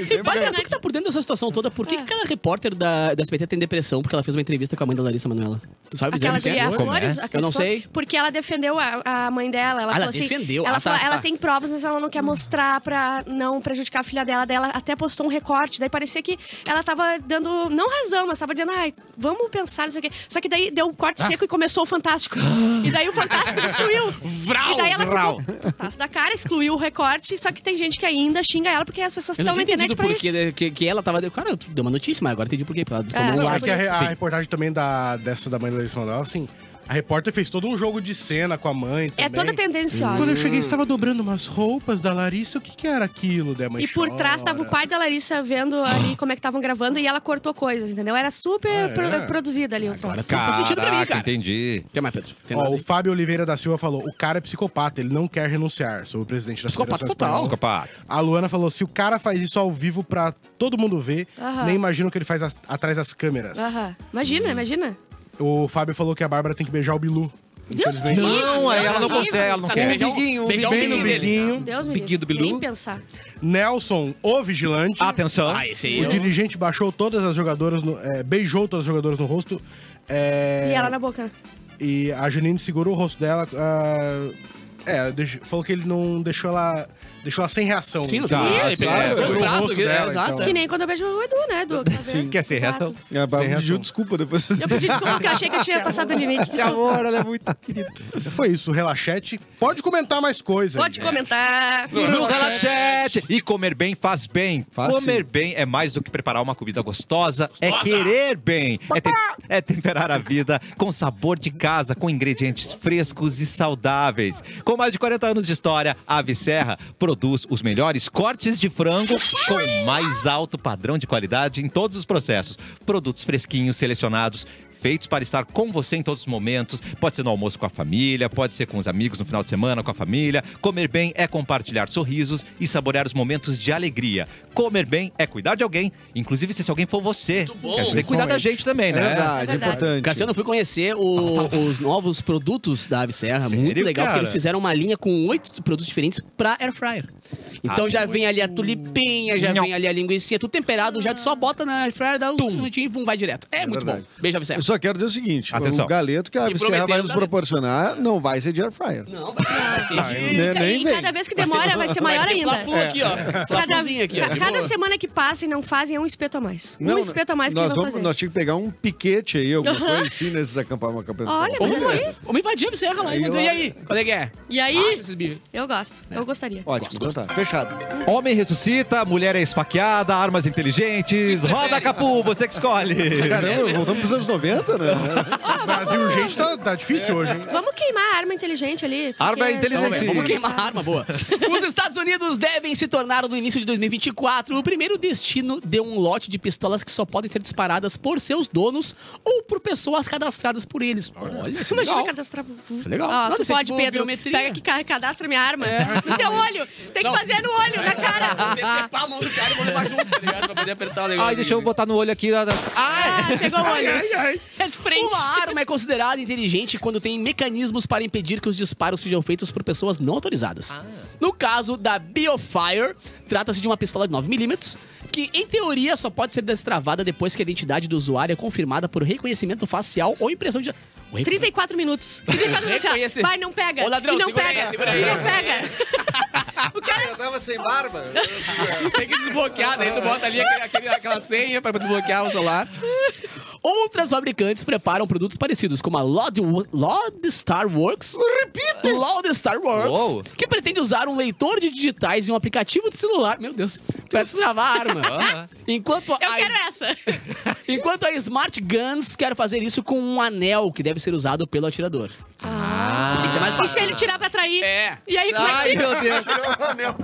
Speaker 4: sempre
Speaker 2: Mas é, tu que tá por dentro dessa situação toda, por
Speaker 5: É.
Speaker 2: que, que aquela repórter da, da SBT tem depressão porque ela fez uma entrevista com a mãe da Larissa Manoela? Tu sabe dizer
Speaker 5: Aquela
Speaker 2: que
Speaker 5: de
Speaker 2: é?
Speaker 5: a flores,
Speaker 2: Eu não sei.
Speaker 5: Porque ela defendeu a, a mãe dela. Ela,
Speaker 2: Ah,
Speaker 5: falou
Speaker 2: ela
Speaker 5: assim,
Speaker 2: defendeu.
Speaker 5: Ela,
Speaker 2: Ah, tá,
Speaker 5: falou, ela
Speaker 2: tá.
Speaker 5: tem provas, mas ela não quer mostrar pra não prejudicar a filha dela. Daí ela até postou um recorte. Daí parecia que ela tava dando, não razão, mas tava dizendo, ai, vamos pensar nisso aqui. Só que daí deu um corte
Speaker 2: Ah.
Speaker 5: seco e começou o Fantástico. e daí o Fantástico destruiu. e daí ela ficou putaça da cara, excluiu o recorte. Só que tem gente que ainda xinga ela porque as pessoas
Speaker 2: Eu não
Speaker 5: estão na
Speaker 2: tinha entendido
Speaker 5: internet pra
Speaker 2: por
Speaker 5: isso.
Speaker 2: que, que, que ela tava. Cara, tu deu uma notícia, mas agora entendi por quê. Porque ela tomou um
Speaker 5: Ah, Não,
Speaker 6: Não, é
Speaker 2: lado.
Speaker 6: que a, re- a
Speaker 2: Sim.
Speaker 6: reportagem também da, dessa da mãe da Larissa Manoela, assim, a repórter fez todo um jogo de cena com a mãe.
Speaker 5: É
Speaker 6: Também.
Speaker 5: toda tendenciosa.
Speaker 6: Quando eu cheguei, estava dobrando umas roupas da Larissa. O que, que era aquilo, né? A mãe
Speaker 5: E por trás
Speaker 6: chora.
Speaker 5: tava o pai da Larissa vendo ali como é que estavam gravando e ela cortou coisas, entendeu? Era super pro- produzida ali o troço.
Speaker 1: tá.
Speaker 2: Não faz sentido pra mim,
Speaker 1: Caraca,
Speaker 2: cara.
Speaker 1: entendi.
Speaker 2: O que mais, Pedro? Tem nada
Speaker 6: Ó, o
Speaker 2: aí?
Speaker 6: Fábio Oliveira da Silva falou: o cara é psicopata, ele não quer renunciar. Sou o presidente da
Speaker 2: Psicopata
Speaker 6: Federação
Speaker 2: total.
Speaker 6: Espanhola.
Speaker 1: Desculpa.
Speaker 6: A Luana falou: se o cara faz isso ao vivo pra todo mundo ver,
Speaker 5: Aham.
Speaker 6: nem imagino o que ele faz as- atrás das câmeras.
Speaker 5: Aham. Imagina, imagina.
Speaker 6: O Fábio falou que a Bárbara tem que beijar o Bilu.
Speaker 5: Deus me livre.
Speaker 1: Não, aí ela não
Speaker 5: Deus me
Speaker 1: consegue, ela não
Speaker 2: Ah,
Speaker 1: quer.
Speaker 2: beijar o-
Speaker 4: Biguinho, um
Speaker 2: beijar o
Speaker 4: biguinho,
Speaker 2: menino
Speaker 4: um
Speaker 2: dele.
Speaker 5: livre. Deus me
Speaker 1: Biquinho do
Speaker 5: livre.
Speaker 1: Bilu.
Speaker 5: Nem pensar.
Speaker 6: Nelson, o vigilante.
Speaker 1: Atenção.
Speaker 2: Ah, esse aí.
Speaker 6: O
Speaker 2: eu-
Speaker 6: dirigente baixou todas as jogadoras, no- é, beijou todas as jogadoras no rosto. é,
Speaker 5: E ela na boca.
Speaker 6: e a Janine segurou o rosto dela. ah, é, deixou- falou que ele não deixou ela. Deixou ela sem reação.
Speaker 2: Sim, não
Speaker 6: Tipo,
Speaker 2: tem
Speaker 1: Tá,
Speaker 2: Ele pegou
Speaker 1: certo.
Speaker 2: os dois
Speaker 6: Segurou o
Speaker 2: braços.
Speaker 6: rosto
Speaker 2: que- é,
Speaker 6: dela,
Speaker 2: Exato.
Speaker 6: então.
Speaker 5: Que nem quando eu beijo o Edu, né, Edu? Aquela vez.
Speaker 1: Quer ser
Speaker 5: Exato.
Speaker 1: reação?
Speaker 4: E a Bárbara
Speaker 6: Sem
Speaker 4: pediu
Speaker 6: reação.
Speaker 4: um desculpa depois.
Speaker 5: Eu pedi desculpa que eu achei que eu tinha passado do limite. Desculpa.
Speaker 4: amor, ela é muito querida.
Speaker 6: Foi isso, relaxete. Pode comentar mais coisa.
Speaker 5: Pode
Speaker 2: É,
Speaker 6: gente.
Speaker 5: comentar.
Speaker 1: No Relaxete! E comer bem faz bem.
Speaker 4: Faz
Speaker 1: comer
Speaker 4: sim.
Speaker 1: bem é mais do que preparar uma comida gostosa, é querer bem. É, tem- é temperar a vida com sabor de casa, com ingredientes frescos e saudáveis. Com mais de 40 anos de história, a Ave Serra produz os melhores cortes de frango com mais alto padrão de qualidade em todos os processos. Produtos fresquinhos selecionados feitos para estar com você em todos os momentos. Pode ser no almoço com a família, pode ser com os amigos no final de semana, com a família. Comer bem é compartilhar sorrisos e saborear os momentos de alegria. Comer bem é cuidar de alguém, inclusive se esse alguém for você.
Speaker 2: Muito bom.
Speaker 1: Que a gente Tem que cuidar da gente também,
Speaker 4: É
Speaker 1: né?
Speaker 4: verdade,
Speaker 5: É
Speaker 4: é
Speaker 5: verdade.
Speaker 4: importante.
Speaker 2: Cassiano, eu fui conhecer o- os novos produtos da Ave Serra.
Speaker 1: Sério,
Speaker 2: muito legal,
Speaker 1: cara?
Speaker 2: porque eles fizeram uma linha com oito produtos diferentes pra air fryer. Então já vem ali a tulipinha, já
Speaker 1: Nham.
Speaker 2: vem ali a linguiça, tudo temperado, já tu só bota na air fryer, dá um minutinho e pum, vai direto. É, muito
Speaker 4: verdade.
Speaker 2: bom. Beijo, Ave Serra.
Speaker 4: Eu só quero dizer o seguinte:
Speaker 1: Atenção.
Speaker 4: o galeto que a
Speaker 2: E
Speaker 4: Serra vai
Speaker 2: prometendo
Speaker 4: nos
Speaker 2: galeto.
Speaker 4: proporcionar não vai ser de air fryer.
Speaker 2: Não, vai assim. ser de...
Speaker 4: Nem-
Speaker 5: E
Speaker 4: nem
Speaker 5: aí,
Speaker 4: vem.
Speaker 5: cada vez que demora, vai ser maior
Speaker 2: vai ser
Speaker 5: ainda.
Speaker 2: Fla-flu aqui, ó.
Speaker 5: Cada,
Speaker 2: Fla-fluzinho aqui, ó.
Speaker 5: ca-
Speaker 2: de
Speaker 5: cada
Speaker 2: boa.
Speaker 5: semana que passa e não fazem é um espeto a mais. um espeto a mais que
Speaker 4: nós
Speaker 5: eles vão fazer.
Speaker 4: Nós tínhamos que pegar um piquete aí, alguma
Speaker 5: Aham.
Speaker 4: coisa assim, nesses acampamentos. acampamentos.
Speaker 5: Olha,
Speaker 2: Vamos,
Speaker 5: Vamos
Speaker 2: vamos, vamos invadir a Ave Serra lá. E
Speaker 4: Aí,
Speaker 2: dizer,
Speaker 4: ó.
Speaker 2: e aí? Qual é que é?
Speaker 5: E aí?
Speaker 2: Mata esses bichos.
Speaker 5: Eu gosto. Eu gostaria.
Speaker 4: Ótimo, então tá. Fechado.
Speaker 1: Homem ressuscita, mulher é esfaqueada, armas inteligentes. Roda Capu, você que escolhe.
Speaker 4: Caramba, voltamos pros anos 90, né?
Speaker 6: Brasil, gente, tá, tá difícil hoje, hein?
Speaker 5: Vamos queimar a arma inteligente ali. porque-
Speaker 1: Arma
Speaker 2: Então,
Speaker 1: inteligente.
Speaker 2: velho, vamos queimar a arma boa. Os Estados Unidos devem se tornar, no início de 2024, o primeiro destino de um lote de pistolas que só podem ser disparadas por seus donos ou por pessoas cadastradas por eles. Olha, isso é
Speaker 5: Imagina
Speaker 2: legal.
Speaker 5: cadastrar.
Speaker 2: Legal.
Speaker 5: Ó,
Speaker 2: Não,
Speaker 5: tu
Speaker 2: isso é
Speaker 5: pode,
Speaker 2: tipo
Speaker 5: Pedro.
Speaker 2: biometria. É.
Speaker 5: Pega que ca- cadastra minha arma. No teu olho. Tem que fazer no olho, na
Speaker 2: Vou
Speaker 5: cara.
Speaker 2: decepar a mão do cara e vou levar junto, tá ligado? Pra poder apertar o negócio.
Speaker 1: Ai, deixa eu botar no olho aqui. Ai!
Speaker 5: Ah, pegou o olho. É de frente.
Speaker 2: Uma arma é considerada inteligente quando tem mecanismos para impedir que os disparos sejam feitos por pessoas não autorizadas. No caso da Biofire, trata-se de uma pistola de 9mm, que em teoria só pode ser destravada depois que a identidade do usuário é confirmada por reconhecimento facial ou impressão de. O recon-
Speaker 5: 34 minutos. 34 minutos. assim,
Speaker 2: Reconhece-
Speaker 5: ó. Vai, não pega.
Speaker 2: Ô, ladrão,
Speaker 5: e não
Speaker 2: segura aí,
Speaker 5: pega.
Speaker 2: segura aí.
Speaker 5: E não pega.
Speaker 4: Eu tava sem barba.
Speaker 2: Tem que desbloquear, daí tu bota ali aquele- aquele- aquela senha pra desbloquear o celular. Outras fabricantes preparam produtos parecidos, como a Lod- Lodestar Works. Repita! Lodestar Works,
Speaker 1: Uou.
Speaker 2: que pretende usar um leitor de digitais e um aplicativo de celular. Meu Deus, pra destravar a arma.
Speaker 1: Ah.
Speaker 2: Enquanto a
Speaker 5: Eu quero essa.
Speaker 2: Enquanto a Smart Guns quer fazer isso com um anel que deve ser usado pelo atirador.
Speaker 1: Ah.
Speaker 2: Isso é mais
Speaker 5: E se ele tirar pra trair?
Speaker 2: É.
Speaker 5: E aí, como é
Speaker 1: Ai,
Speaker 5: que fica?
Speaker 1: meu Deus.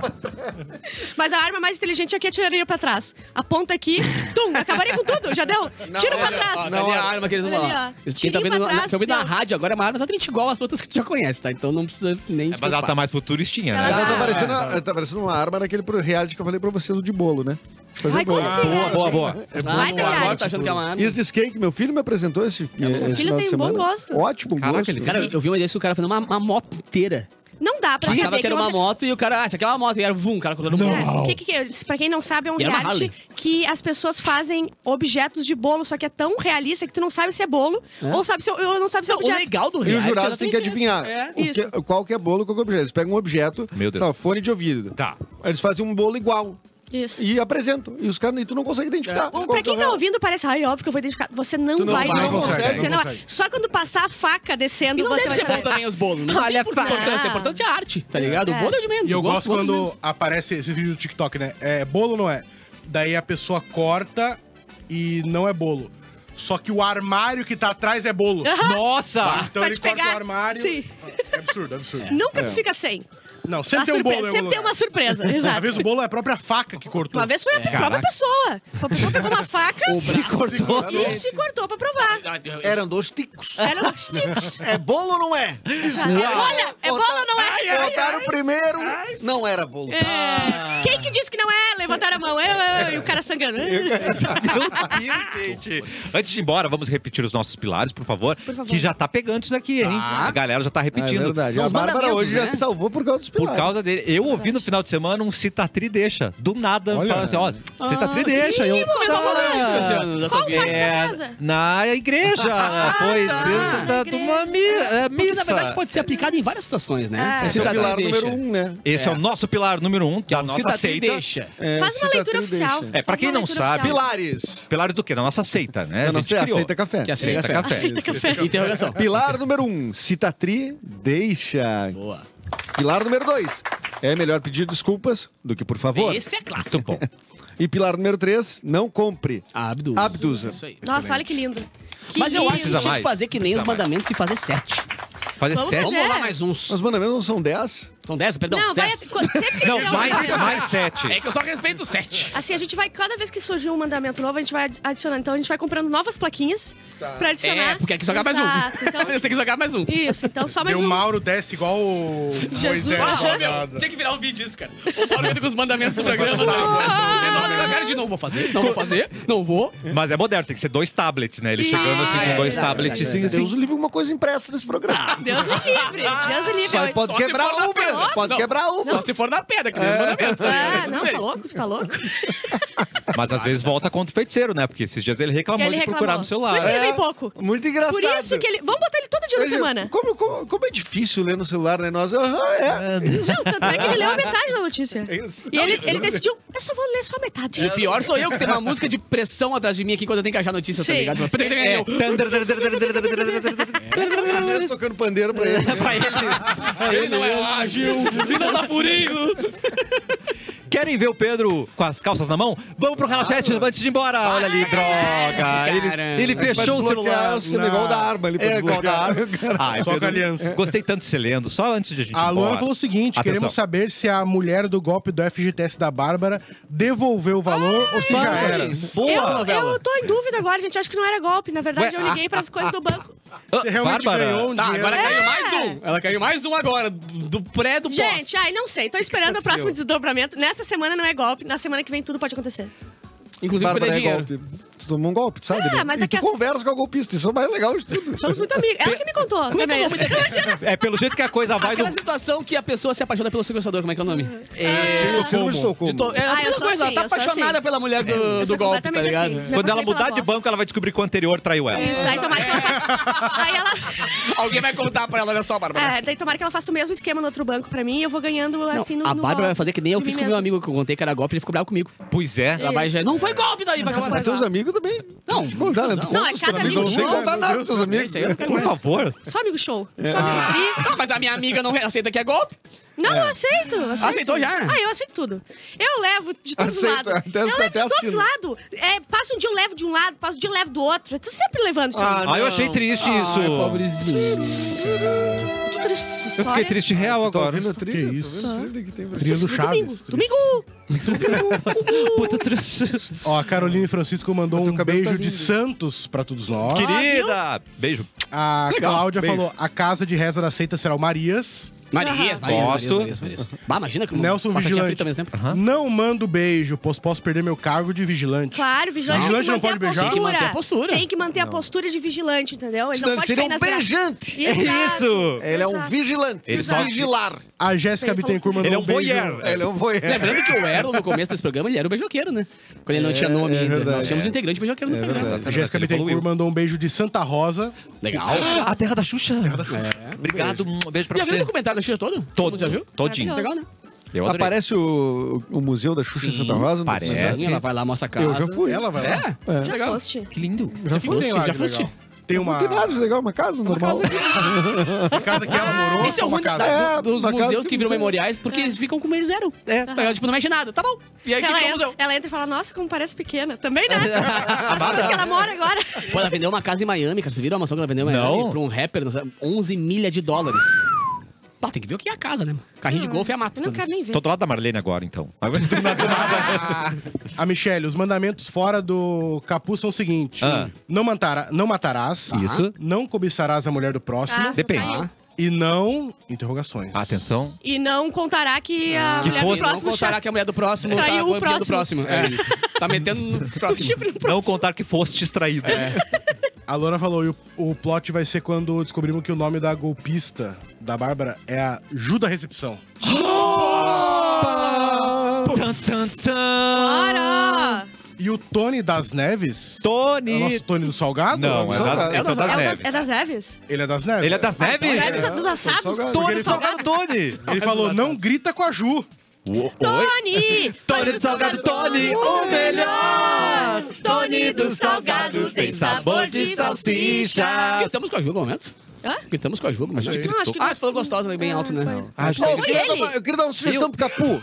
Speaker 5: Mas a arma mais inteligente aqui é atiraria pra trás. Aponta aqui, tum, acabaria com tudo, já deu. Tiro
Speaker 2: Ó,
Speaker 5: pra trás.
Speaker 2: tá ali a arma que eles vão
Speaker 5: Olha
Speaker 2: falar.
Speaker 5: ali, ó.
Speaker 2: Isso, Quem tá
Speaker 5: Tirinho
Speaker 2: vendo,
Speaker 5: pra
Speaker 2: na,
Speaker 5: trás,
Speaker 2: tá ouvindo na
Speaker 5: deu.
Speaker 2: rádio agora é uma arma exatamente igual às outras que tu já conhece, tá? Então não precisa nem.
Speaker 1: É, mas ela tá mais futuristinha,
Speaker 5: Ela
Speaker 4: Ela
Speaker 1: né?
Speaker 4: tá
Speaker 5: Ah.
Speaker 4: parecendo, uma- tá parecendo uma arma naquele pro- reality que eu falei pra vocês, o de bolo, né? Fazer
Speaker 5: Ai, como
Speaker 4: bolo.
Speaker 5: assim?
Speaker 1: Boa, boa, boa.
Speaker 2: Ah,
Speaker 5: Vai,
Speaker 2: tá, agora
Speaker 5: Tayane.
Speaker 2: tá achando que é uma arma.
Speaker 4: Is this cake, meu filho me apresentou esse, esse
Speaker 5: filho
Speaker 4: final
Speaker 5: tem
Speaker 4: de
Speaker 5: um bom
Speaker 4: semana.
Speaker 5: gosto.
Speaker 4: Ótimo
Speaker 1: Caraca,
Speaker 4: gosto.
Speaker 1: ele- um
Speaker 2: Cara, eu vi uma vez que o cara fazendo uma, uma moto inteira.
Speaker 5: Não dá pra
Speaker 2: Achava
Speaker 5: saber
Speaker 2: que era
Speaker 5: uma
Speaker 2: uma moto e o cara, ah, isso aqui é uma moto. E era vum, o cara colocando um
Speaker 5: É, que, que, que, é? pra quem não sabe, é um
Speaker 2: E era uma
Speaker 5: reality que as pessoas fazem objetos de bolo, só que é tão realista que tu não sabe se é bolo
Speaker 2: É.
Speaker 5: ou, sabe se, é- ou não sabe se é
Speaker 2: O
Speaker 5: objeto.
Speaker 2: legal do
Speaker 4: E os
Speaker 2: reality
Speaker 4: jurados têm que
Speaker 2: exatamente
Speaker 4: adivinhar
Speaker 2: isso.
Speaker 4: o
Speaker 5: isso.
Speaker 4: que- qual que é bolo, qual que é objeto. Eles pegam um objeto,
Speaker 1: Meu Deus.
Speaker 4: sei lá, fone de ouvido.
Speaker 1: Tá.
Speaker 4: Eles fazem um bolo igual
Speaker 5: Isso.
Speaker 4: e apresentam. E os caras, e tu não consegue identificar.
Speaker 5: Ou
Speaker 4: qual
Speaker 5: pra
Speaker 4: que é
Speaker 5: quem
Speaker 4: o
Speaker 5: tá
Speaker 4: real.
Speaker 5: ouvindo, parece, ai, óbvio que eu vou identificar. Você não,
Speaker 4: Tu não
Speaker 5: vai,
Speaker 4: vai,
Speaker 5: não
Speaker 4: não consegue,
Speaker 5: Você
Speaker 6: não
Speaker 5: não-
Speaker 6: consegue.
Speaker 5: Só quando passar a faca descendo,
Speaker 2: E não
Speaker 5: você
Speaker 2: deve
Speaker 5: vai
Speaker 2: ser bom
Speaker 5: saber.
Speaker 2: também os bolos, né?
Speaker 1: Olha
Speaker 2: Não tem
Speaker 1: só.
Speaker 2: importância, é importante é a arte, tá ligado? O
Speaker 5: É.
Speaker 2: bolo é o de menos.
Speaker 6: E eu gosto
Speaker 2: do bolo de menos.
Speaker 6: quando aparece esse vídeo do TikTok, né? É bolo ou não é? Daí a pessoa corta e não é bolo. Só que o armário que tá atrás é bolo.
Speaker 1: Nossa!
Speaker 6: Então
Speaker 5: Pra
Speaker 6: ele
Speaker 5: te
Speaker 6: corta
Speaker 5: pegar.
Speaker 6: o armário.
Speaker 5: Sim.
Speaker 6: É absurdo, é absurdo.
Speaker 2: né?
Speaker 5: Nunca tu fica sem.
Speaker 6: Não, sempre
Speaker 5: A
Speaker 6: tem um bolo.
Speaker 5: surpresa-
Speaker 6: em algum
Speaker 5: sempre tem
Speaker 6: lugar.
Speaker 5: uma surpresa, exato.
Speaker 6: Às vezes o bolo é a própria faca que cortou.
Speaker 5: Uma vez foi a
Speaker 4: É.
Speaker 5: própria pessoa. A pessoa pegou uma faca
Speaker 1: Se cortou.
Speaker 5: e se cortou pra provar.
Speaker 4: Eram dois ticos.
Speaker 5: Era um sticks.
Speaker 4: É bolo ou não é?
Speaker 5: Olha, é bolo ou não é? Ai, ai,
Speaker 4: Botaram o primeiro, não era bolo.
Speaker 5: É. Quem que disse que não é? Levantaram a mão. Eu, eu, eu. E o cara sangrando.
Speaker 1: Meu Deus, gente. Antes de ir embora, vamos repetir os nossos pilares, por favor.
Speaker 5: favor.
Speaker 1: Que já tá pegando isso daqui, hein? A galera já tá
Speaker 4: Ah, é
Speaker 1: repetindo.
Speaker 4: verdade.
Speaker 2: São
Speaker 4: A
Speaker 2: os
Speaker 4: Bárbara
Speaker 2: mandamentos,
Speaker 4: hoje já
Speaker 2: né?
Speaker 4: se salvou por causa dos
Speaker 1: Por
Speaker 4: pilares.
Speaker 1: causa dele. Eu ouvi no final de semana um Citatri deixa. Do nada,
Speaker 6: Olha.
Speaker 1: falando assim, ó, Citatri deixa. Eu, "Tá." É,
Speaker 2: Como eu tô falando isso, Luciano? Já tô
Speaker 5: Qual
Speaker 2: vendo.
Speaker 5: parte da casa?
Speaker 1: na igreja. Foi
Speaker 5: tá.
Speaker 1: dentro da,
Speaker 5: Na
Speaker 1: de uma mi- é,
Speaker 2: Porque,
Speaker 1: missa.
Speaker 2: na verdade, pode ser aplicado em várias situações, né?
Speaker 5: É.
Speaker 4: Esse é o
Speaker 2: Cita
Speaker 4: pilar
Speaker 2: tri deixa.
Speaker 4: número um, né?
Speaker 1: Esse é. o nosso pilar número um,
Speaker 2: Que
Speaker 1: da
Speaker 2: é o
Speaker 1: nossa
Speaker 2: cita tri
Speaker 1: seita.
Speaker 2: deixa.
Speaker 4: É,
Speaker 5: Faz uma
Speaker 4: cita
Speaker 5: leitura
Speaker 4: tri, deixa.
Speaker 5: oficial.
Speaker 1: É, pra
Speaker 5: Faz
Speaker 1: quem
Speaker 5: uma
Speaker 1: não
Speaker 5: leitura
Speaker 1: sabe-
Speaker 5: oficial.
Speaker 4: Pilares.
Speaker 1: Pilares do quê? Da nossa seita, né?
Speaker 4: Eu não
Speaker 1: A gente
Speaker 4: sei,
Speaker 1: criou.
Speaker 4: aceita café. É.
Speaker 2: Que aceita
Speaker 1: Aceita
Speaker 2: café. Então,
Speaker 1: café.
Speaker 5: Aceita café.
Speaker 2: Interrogação.
Speaker 4: Pilar número um, citatri, deixa.
Speaker 2: Boa.
Speaker 4: Pilar número dois, é melhor pedir desculpas do que por favor.
Speaker 2: Esse é clássico.
Speaker 1: Muito bom.
Speaker 4: E pilar número três, não compre.
Speaker 2: Abdusa. Ah,
Speaker 4: Abdusa.
Speaker 2: É Isso aí.
Speaker 5: Nossa, olha que lindo. Que
Speaker 2: Mas eu
Speaker 5: lindo.
Speaker 2: acho que
Speaker 1: Precisa
Speaker 2: tinha
Speaker 1: mais.
Speaker 2: que fazer que nem
Speaker 1: Precisa
Speaker 2: os mandamentos e fazer sete.
Speaker 1: Fazer
Speaker 5: Vamos
Speaker 1: sete.
Speaker 5: fazer.
Speaker 2: Vamos lá mais uns.
Speaker 4: Os mandamentos não são dez?
Speaker 2: São dez, perdão.
Speaker 5: Não, vai.
Speaker 2: dez.
Speaker 5: quando- Sempre
Speaker 1: Não,
Speaker 5: que tem
Speaker 1: mais,
Speaker 5: alguma-
Speaker 1: mais sete.
Speaker 2: É que eu só respeito sete.
Speaker 5: Assim, a gente vai, cada vez que surgir um mandamento novo, a gente vai adicionando. Então a gente vai comprando novas plaquinhas pra adicionar.
Speaker 2: É, porque aqui só cabe mais
Speaker 5: Exato,
Speaker 2: um.
Speaker 5: então-
Speaker 2: Tem que jogar mais um.
Speaker 5: isso, então só mais
Speaker 6: Deu
Speaker 5: um.
Speaker 6: Mauro desce igual o Moisés.
Speaker 2: Ah, ô,
Speaker 6: lá
Speaker 2: meu,
Speaker 6: da-
Speaker 2: tinha que virar um vídeo isso, cara. O Mauro entra com os mandamentos do programa. Ele nota com a cara de não vou fazer, não vou fazer, não vou.
Speaker 1: Mas é moderno, tem que ser dois tablets, né? Ele chegando assim com
Speaker 2: é,
Speaker 1: dois
Speaker 2: é,
Speaker 1: tablets.
Speaker 4: Sim, Ah, Deus o livre uma coisa impressa nesse programa.
Speaker 5: Deus me livre. Deus me livre.
Speaker 4: Só
Speaker 5: Eu-
Speaker 4: pode
Speaker 2: Só se
Speaker 4: quebrar
Speaker 2: for na
Speaker 4: uma,
Speaker 2: pedra.
Speaker 4: pode
Speaker 2: Não,
Speaker 4: quebrar uma.
Speaker 2: Só se for na pedra, que nem os mandamentos. tá ligado?
Speaker 5: Ah,
Speaker 2: Tudo
Speaker 5: não,
Speaker 2: bem.
Speaker 5: tá louco? Você tá louco?
Speaker 1: assim. Mas às vezes volta contra o feiticeiro, né? Porque esses dias ele reclamou
Speaker 5: Ele
Speaker 1: de
Speaker 5: reclamou.
Speaker 1: procurar no celular.
Speaker 5: Por isso que ele
Speaker 1: É.
Speaker 5: vem pouco.
Speaker 4: Muito engraçado.
Speaker 5: Por isso que ele. Vamos botar ele todo dia da
Speaker 4: Veja,
Speaker 5: semana.
Speaker 4: Como, como, como é difícil ler no celular, né? Nós, aham, é.
Speaker 5: Não, tanto é que ele leu a metade da notícia.
Speaker 4: É isso.
Speaker 5: E ele, ele decidiu, eu só vou ler só a metade.
Speaker 2: E o pior sou eu que tem uma música de pressão atrás de mim aqui quando eu tenho que achar notícia, tá
Speaker 5: Sim.
Speaker 2: ligado?
Speaker 1: É.
Speaker 4: Deus tocando pandeiro pra ele.
Speaker 1: Pra ele.
Speaker 2: Ele não é ágil, ele não tá dá furinho.
Speaker 1: Querem ver o Pedro com as calças na mão? Vamos pro Relachete antes de ir embora. Olha ali, droga.
Speaker 2: cara.
Speaker 1: Ele, ele
Speaker 4: Vai
Speaker 1: fechou o
Speaker 4: desbloquear
Speaker 1: celular.
Speaker 4: o celular igual da arma ali pra
Speaker 1: É, igual da
Speaker 4: desbloquear.
Speaker 1: arma. Ai,
Speaker 6: Só com a aliança.
Speaker 1: Gostei tanto de ser lendo, só antes de a gente ir
Speaker 6: A Luana
Speaker 1: embora.
Speaker 6: falou o seguinte:
Speaker 1: Atenção.
Speaker 6: queremos saber se a mulher do golpe do FGTS da Bárbara devolveu o valor
Speaker 5: Ah,
Speaker 6: ou se
Speaker 5: é.
Speaker 6: já era.
Speaker 1: Boa!
Speaker 5: Eu, eu tô em dúvida agora, gente. Acho que não era golpe. Na verdade,
Speaker 1: Ué,
Speaker 5: eu liguei pras coisas do banco.
Speaker 1: Ah,
Speaker 6: Você realmente
Speaker 1: Bárbara.
Speaker 6: ganhou um
Speaker 2: Tá,
Speaker 6: dinheiro.
Speaker 5: É.
Speaker 2: agora caiu mais um. Ela caiu mais um agora, do pré do pós.
Speaker 5: Gente, ai, não sei. Tô esperando o próximo desdobramento. Nessa semana não é golpe. Na semana que vem tudo pode acontecer.
Speaker 2: Inclusive
Speaker 4: Bárbara
Speaker 2: perder
Speaker 4: é
Speaker 2: dinheiro.
Speaker 4: golpe. Tu tomou um golpe, tu sabe?
Speaker 5: Ah,
Speaker 4: né?
Speaker 5: mas
Speaker 4: e
Speaker 5: é
Speaker 4: tu
Speaker 5: que a-
Speaker 4: conversa com a golpista, isso é o mais legal de tudo.
Speaker 5: Somos muito amigos. Ela que me contou.
Speaker 2: Como é que é o nome daquele-
Speaker 1: É pelo jeito que a coisa vai do.
Speaker 2: Aquela situação que a pessoa se apaixona pelo sequestrador, como é que é o nome?
Speaker 4: Estou Estou Estocolmo.
Speaker 2: De to- É a
Speaker 5: Ah, eu
Speaker 2: mesma
Speaker 5: sou
Speaker 2: coisa,
Speaker 5: assim,
Speaker 2: ela
Speaker 5: eu
Speaker 2: tá
Speaker 5: sou
Speaker 2: apaixonada
Speaker 5: assim.
Speaker 2: pela mulher do,
Speaker 5: Eu
Speaker 2: do
Speaker 5: sou
Speaker 2: golpe, tá
Speaker 5: completamente
Speaker 2: ligado?
Speaker 5: assim. Me
Speaker 1: Quando ela
Speaker 5: apaixonei pela
Speaker 1: mudar de
Speaker 5: voz.
Speaker 1: banco, ela vai descobrir que o anterior traiu ela.
Speaker 5: Isso, aí tomara que ela faça. Aí ela.
Speaker 2: Alguém vai contar pra ela, olha só, Bárbara.
Speaker 5: assim. É, daí tomara que ela faça o mesmo esquema no outro banco pra mim e eu vou ganhando
Speaker 2: Não,
Speaker 5: assim no.
Speaker 2: a
Speaker 5: no
Speaker 2: Bárbara vai
Speaker 5: golpe
Speaker 2: fazer que nem eu
Speaker 5: de
Speaker 2: fiz com
Speaker 5: mim
Speaker 2: meu
Speaker 5: mesma.
Speaker 2: amigo que eu contei que era golpe, ele ficou bravo comigo.
Speaker 1: Pois é.
Speaker 2: Ela vai dizer, não foi golpe daí, vai acabar.
Speaker 4: Mas teus amigos eu também.
Speaker 2: Não,
Speaker 4: Não contar, né? Tu
Speaker 2: não.
Speaker 4: conta
Speaker 5: Não, é
Speaker 4: os
Speaker 5: cada
Speaker 4: teus amigos,
Speaker 5: amigo
Speaker 4: não
Speaker 5: show.
Speaker 4: tem que contar nada pros teus amigos.
Speaker 2: Isso aí eu não quero
Speaker 1: Por
Speaker 2: mais.
Speaker 1: favor.
Speaker 5: Só amigo show.
Speaker 4: É.
Speaker 5: Só
Speaker 2: Ah.
Speaker 5: amigo tri.
Speaker 2: Não, mas a minha amiga não aceita que é golpe.
Speaker 5: Não, eu aceito, eu aceito.
Speaker 2: Aceitou já?
Speaker 5: Ah, eu aceito tudo. Eu levo de todos os
Speaker 4: Aceito,
Speaker 5: lados.
Speaker 4: até-
Speaker 5: eu levo
Speaker 4: até
Speaker 5: de todos os
Speaker 4: assino.
Speaker 5: lados. É, passa um dia eu levo de um lado, passa um dia eu levo do outro. Eu tô sempre levando isso.
Speaker 4: Ah,
Speaker 5: aí.
Speaker 1: Ah, eu achei triste isso.
Speaker 2: Pobrezinho.
Speaker 5: Muito triste essa
Speaker 1: Eu
Speaker 5: história.
Speaker 1: fiquei triste real
Speaker 4: Tá
Speaker 1: agora.
Speaker 4: ouvindo a trilha?
Speaker 7: Que
Speaker 4: Tá ouvindo a trilha que tem pra
Speaker 6: Trilha do
Speaker 5: No domingo.
Speaker 6: Chaves.
Speaker 5: Domingo.
Speaker 1: Muito Tá triste.
Speaker 6: Ó, a Caroline Francisco mandou
Speaker 4: Mas teu
Speaker 6: um
Speaker 4: cabelo tá
Speaker 6: beijo de
Speaker 4: lindo.
Speaker 6: Santos pra todos nós.
Speaker 1: Querida! Beijo.
Speaker 6: A
Speaker 2: Legal.
Speaker 6: Cláudia
Speaker 4: Beijo.
Speaker 6: falou: a casa de reza da seita será o Marias.
Speaker 2: Marias, Marias,
Speaker 1: Gosto.
Speaker 2: Marias, Marias, Marias. Bah, imagina
Speaker 5: Hum.
Speaker 2: como
Speaker 6: Nelson
Speaker 2: batatinha
Speaker 6: Vigilante.
Speaker 2: frita ao mesmo tempo.
Speaker 6: Não mando beijo, pois posso perder meu cargo de vigilante.
Speaker 5: Claro, vigilante,
Speaker 6: Vigilante
Speaker 5: tem
Speaker 6: não
Speaker 5: que manter
Speaker 6: pode beijar?
Speaker 2: manter a
Speaker 5: a postura.
Speaker 6: Tem que
Speaker 2: postura.
Speaker 5: Tem que manter a postura de vigilante, entendeu? Ele
Speaker 4: Senão
Speaker 5: não pode
Speaker 4: seria
Speaker 5: cair
Speaker 4: um
Speaker 5: nas graças.
Speaker 4: beijante.
Speaker 1: É isso!
Speaker 4: Ele é um
Speaker 5: Exato.
Speaker 4: vigilante.
Speaker 1: Ele só-
Speaker 4: vigilar.
Speaker 6: A Jéssica
Speaker 5: Ele falou
Speaker 6: Bittencourt mandou
Speaker 1: Ele é um
Speaker 6: um beijo.
Speaker 1: voyeur.
Speaker 4: Ele é um voyeur.
Speaker 2: Lembrando que o Erlon, no começo desse programa, ele era o beijoqueiro, né? Quando ele não tinha nome
Speaker 4: é
Speaker 2: ainda. Nós
Speaker 4: verdade.
Speaker 2: tínhamos um integrante beijoqueiro no programa.
Speaker 1: verdade.
Speaker 6: A Jéssica
Speaker 1: Ele falou
Speaker 6: Bittencourt
Speaker 1: eu.
Speaker 6: mandou um beijo de Santa Rosa.
Speaker 2: Legal.
Speaker 1: Ah, A terra da Xuxa. Obrigado, um beijo pra
Speaker 2: Já viu o
Speaker 1: você.
Speaker 2: documentário da Xuxa todo? Todo
Speaker 1: Todo,
Speaker 2: mundo já viu?
Speaker 1: todinho.
Speaker 5: Maravilhoso.
Speaker 2: Legal, né?
Speaker 1: Eu adorei.
Speaker 4: Aparece o, o Museu da Xuxa em Santa Rosa? no
Speaker 1: parece.
Speaker 4: documentário?
Speaker 2: Ela vai lá, mostra a casa.
Speaker 4: Eu já fui.
Speaker 6: Ela vai lá.
Speaker 2: É?
Speaker 5: Já
Speaker 2: Legal.
Speaker 5: foste.
Speaker 1: Que lindo.
Speaker 2: Já foste,
Speaker 6: Tem lá
Speaker 2: já
Speaker 6: de
Speaker 2: foste.
Speaker 6: legal. Tem uma
Speaker 4: Não tem nada de legal, uma casa normal.
Speaker 2: casa
Speaker 6: a casa que ela morou.
Speaker 2: Esse é o
Speaker 6: uma Ah.
Speaker 2: ruim da-
Speaker 6: casa.
Speaker 2: da-
Speaker 4: É,
Speaker 2: dos
Speaker 4: uma casa
Speaker 2: museus
Speaker 4: que
Speaker 2: que viram
Speaker 4: não tem-
Speaker 2: memoriais, porque eles ficam como eles eram.
Speaker 1: É.
Speaker 2: Tá, Tipo, não mexe nada, tá bom. E aí
Speaker 5: Ela,
Speaker 2: fica o
Speaker 5: entra,
Speaker 2: museu.
Speaker 5: ela entra e fala, nossa, como parece pequena. Também, né? As coisas que ela mora agora.
Speaker 2: Pô, ela vendeu uma casa em Miami, cara. Vocês viram a mansão que ela vendeu em
Speaker 1: Não.
Speaker 2: Miami pra um rapper? não sei, 11 milha de dólares. Pá, tem que ver o que é a casa, né? mano? Carrinho de golfe é a mata.
Speaker 5: Eu não quero nem ver.
Speaker 1: Tô do lado da Marlene agora, então.
Speaker 6: A Michelle, os mandamentos fora do capuz são os seguintes:
Speaker 1: Ah.
Speaker 6: não, matara, não matarás,
Speaker 1: Isso.
Speaker 6: não cobiçarás a mulher do próximo
Speaker 5: Ah,
Speaker 1: Depende.
Speaker 5: caiu.
Speaker 6: e não. Interrogações.
Speaker 1: Atenção.
Speaker 5: E não contará que a
Speaker 1: Que
Speaker 5: mulher do
Speaker 1: fosse-
Speaker 2: Ah. Não
Speaker 5: próximo
Speaker 2: contará
Speaker 5: chá-
Speaker 2: que a mulher do próximo tá
Speaker 5: Traiu o Tipo,
Speaker 2: com a guia do próximo. É. Tá metendo no
Speaker 5: o
Speaker 2: próximo.
Speaker 5: chifre no
Speaker 1: Não
Speaker 5: próximo.
Speaker 1: contar que foste extraído.
Speaker 6: A Lona falou: e o, o plot vai ser quando descobrimos que o nome da golpista da Bárbara é a Juda Recepção.
Speaker 1: Tan, tan, tan.
Speaker 5: Para!
Speaker 6: E o Tony das Neves. É o
Speaker 1: Tony.
Speaker 6: nosso Tony do Salgado?
Speaker 1: Não, é das, esse é o das
Speaker 5: é, o das-
Speaker 1: Neves.
Speaker 5: é das Neves?
Speaker 6: Ele é das Neves.
Speaker 1: Ele é das Neves?
Speaker 5: Neves é dos assados?
Speaker 4: salgado.
Speaker 1: Tony
Speaker 6: ele-
Speaker 1: Salgado Tony!
Speaker 6: Ele falou: não grita com a Ju.
Speaker 1: Oi?
Speaker 5: Tony!
Speaker 1: Tony do Salgado Tony, o melhor! Tony do Salgado tem sabor de salsicha!
Speaker 2: Gritamos Ah, com a Ju no momento?
Speaker 5: Hã?
Speaker 2: Gritamos com a Ju no momento?
Speaker 5: Não, acho que
Speaker 2: Ah,
Speaker 5: não. É,
Speaker 2: você falou gostosa, né? bem alto, né?
Speaker 1: Ah,
Speaker 4: Ô, eu,
Speaker 5: Foi
Speaker 4: queria dar
Speaker 5: ele.
Speaker 4: uma, eu queria dar uma sugestão pro Capu.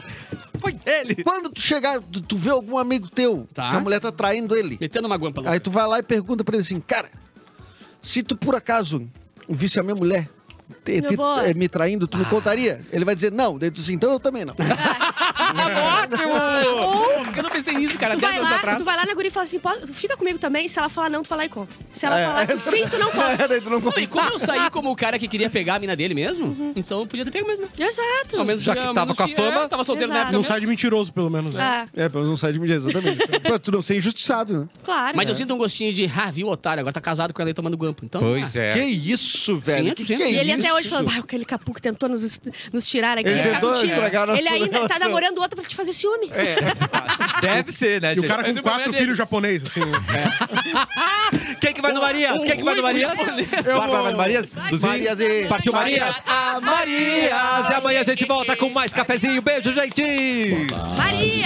Speaker 1: Foi ele!
Speaker 4: Quando tu chegar, tu, tu vê algum amigo teu,
Speaker 2: Tá.
Speaker 4: que a mulher tá traindo
Speaker 5: é.
Speaker 4: ele.
Speaker 2: Metendo uma guampa lá.
Speaker 4: Aí tu vai lá e pergunta pra ele assim, cara, se tu por acaso visse a minha mulher te-
Speaker 5: Meu
Speaker 4: te-
Speaker 5: amor.
Speaker 4: eh, me traindo, tu me
Speaker 2: Ah.
Speaker 4: contaria? Ele vai dizer, não. Daí tu assim, então eu também não.
Speaker 5: tá
Speaker 2: Tá Ótimo!
Speaker 5: Ou
Speaker 2: Eu não pensei nisso, cara,
Speaker 5: Tá
Speaker 2: 10
Speaker 5: tu vai,
Speaker 2: anos
Speaker 5: lá, tu
Speaker 2: atrás.
Speaker 5: vai lá na guria e fala assim, "Pode- tu fica comigo também? Se ela falar não, tu vai lá e conta. Se
Speaker 1: É.
Speaker 5: ela falar que sim, tu não conta.
Speaker 4: Daí tu não
Speaker 2: Não, e como eu saí como o cara que queria pegar a mina dele mesmo,
Speaker 5: Uhum.
Speaker 2: então eu podia ter pego mesmo, né?
Speaker 5: Exato.
Speaker 2: Ao menos
Speaker 1: Já que
Speaker 2: ao
Speaker 1: tava
Speaker 2: menos
Speaker 1: com a
Speaker 2: tinha-
Speaker 1: fama.
Speaker 2: é, tava solteiro na
Speaker 5: Exato.
Speaker 2: época.
Speaker 6: Não
Speaker 2: mesmo.
Speaker 6: sai de mentiroso, pelo menos. né?
Speaker 5: Ah,
Speaker 4: É, pelo menos não sai de mídia, exatamente. pra tu não ser injustiçado, né?
Speaker 5: claro.
Speaker 2: Mas eu sinto um gostinho de, ah, viu, otário, agora tá casado com ela e tomando guampa. Então,
Speaker 1: Pois é.
Speaker 4: Que isso, velho?
Speaker 2: Sim,
Speaker 4: que,
Speaker 2: sim.
Speaker 4: que é
Speaker 5: E ele
Speaker 4: isso?
Speaker 5: até hoje falou, "Bah, aquele capu que tentou nos, nos tirar aqui.
Speaker 4: Ele
Speaker 5: tá
Speaker 4: tentou
Speaker 5: contigo."
Speaker 4: estragar a nossa
Speaker 5: Ele ainda tá
Speaker 4: relação.
Speaker 5: namorando outra pra te fazer ciúme.
Speaker 1: É, Deve ser, né,
Speaker 6: E o
Speaker 1: gente?
Speaker 6: cara
Speaker 2: Mas
Speaker 6: com
Speaker 2: o problema
Speaker 6: quatro
Speaker 2: é
Speaker 6: filhos japoneses, assim.
Speaker 1: Quem que vai no Marias? Quem que vai no Marias? Bárbara vai no Marias? Duzinho?
Speaker 4: Marias e-
Speaker 1: Partiu Marias? A Marias! E amanhã a gente volta com mais cafezinho. Beijo, gente!
Speaker 5: Maria!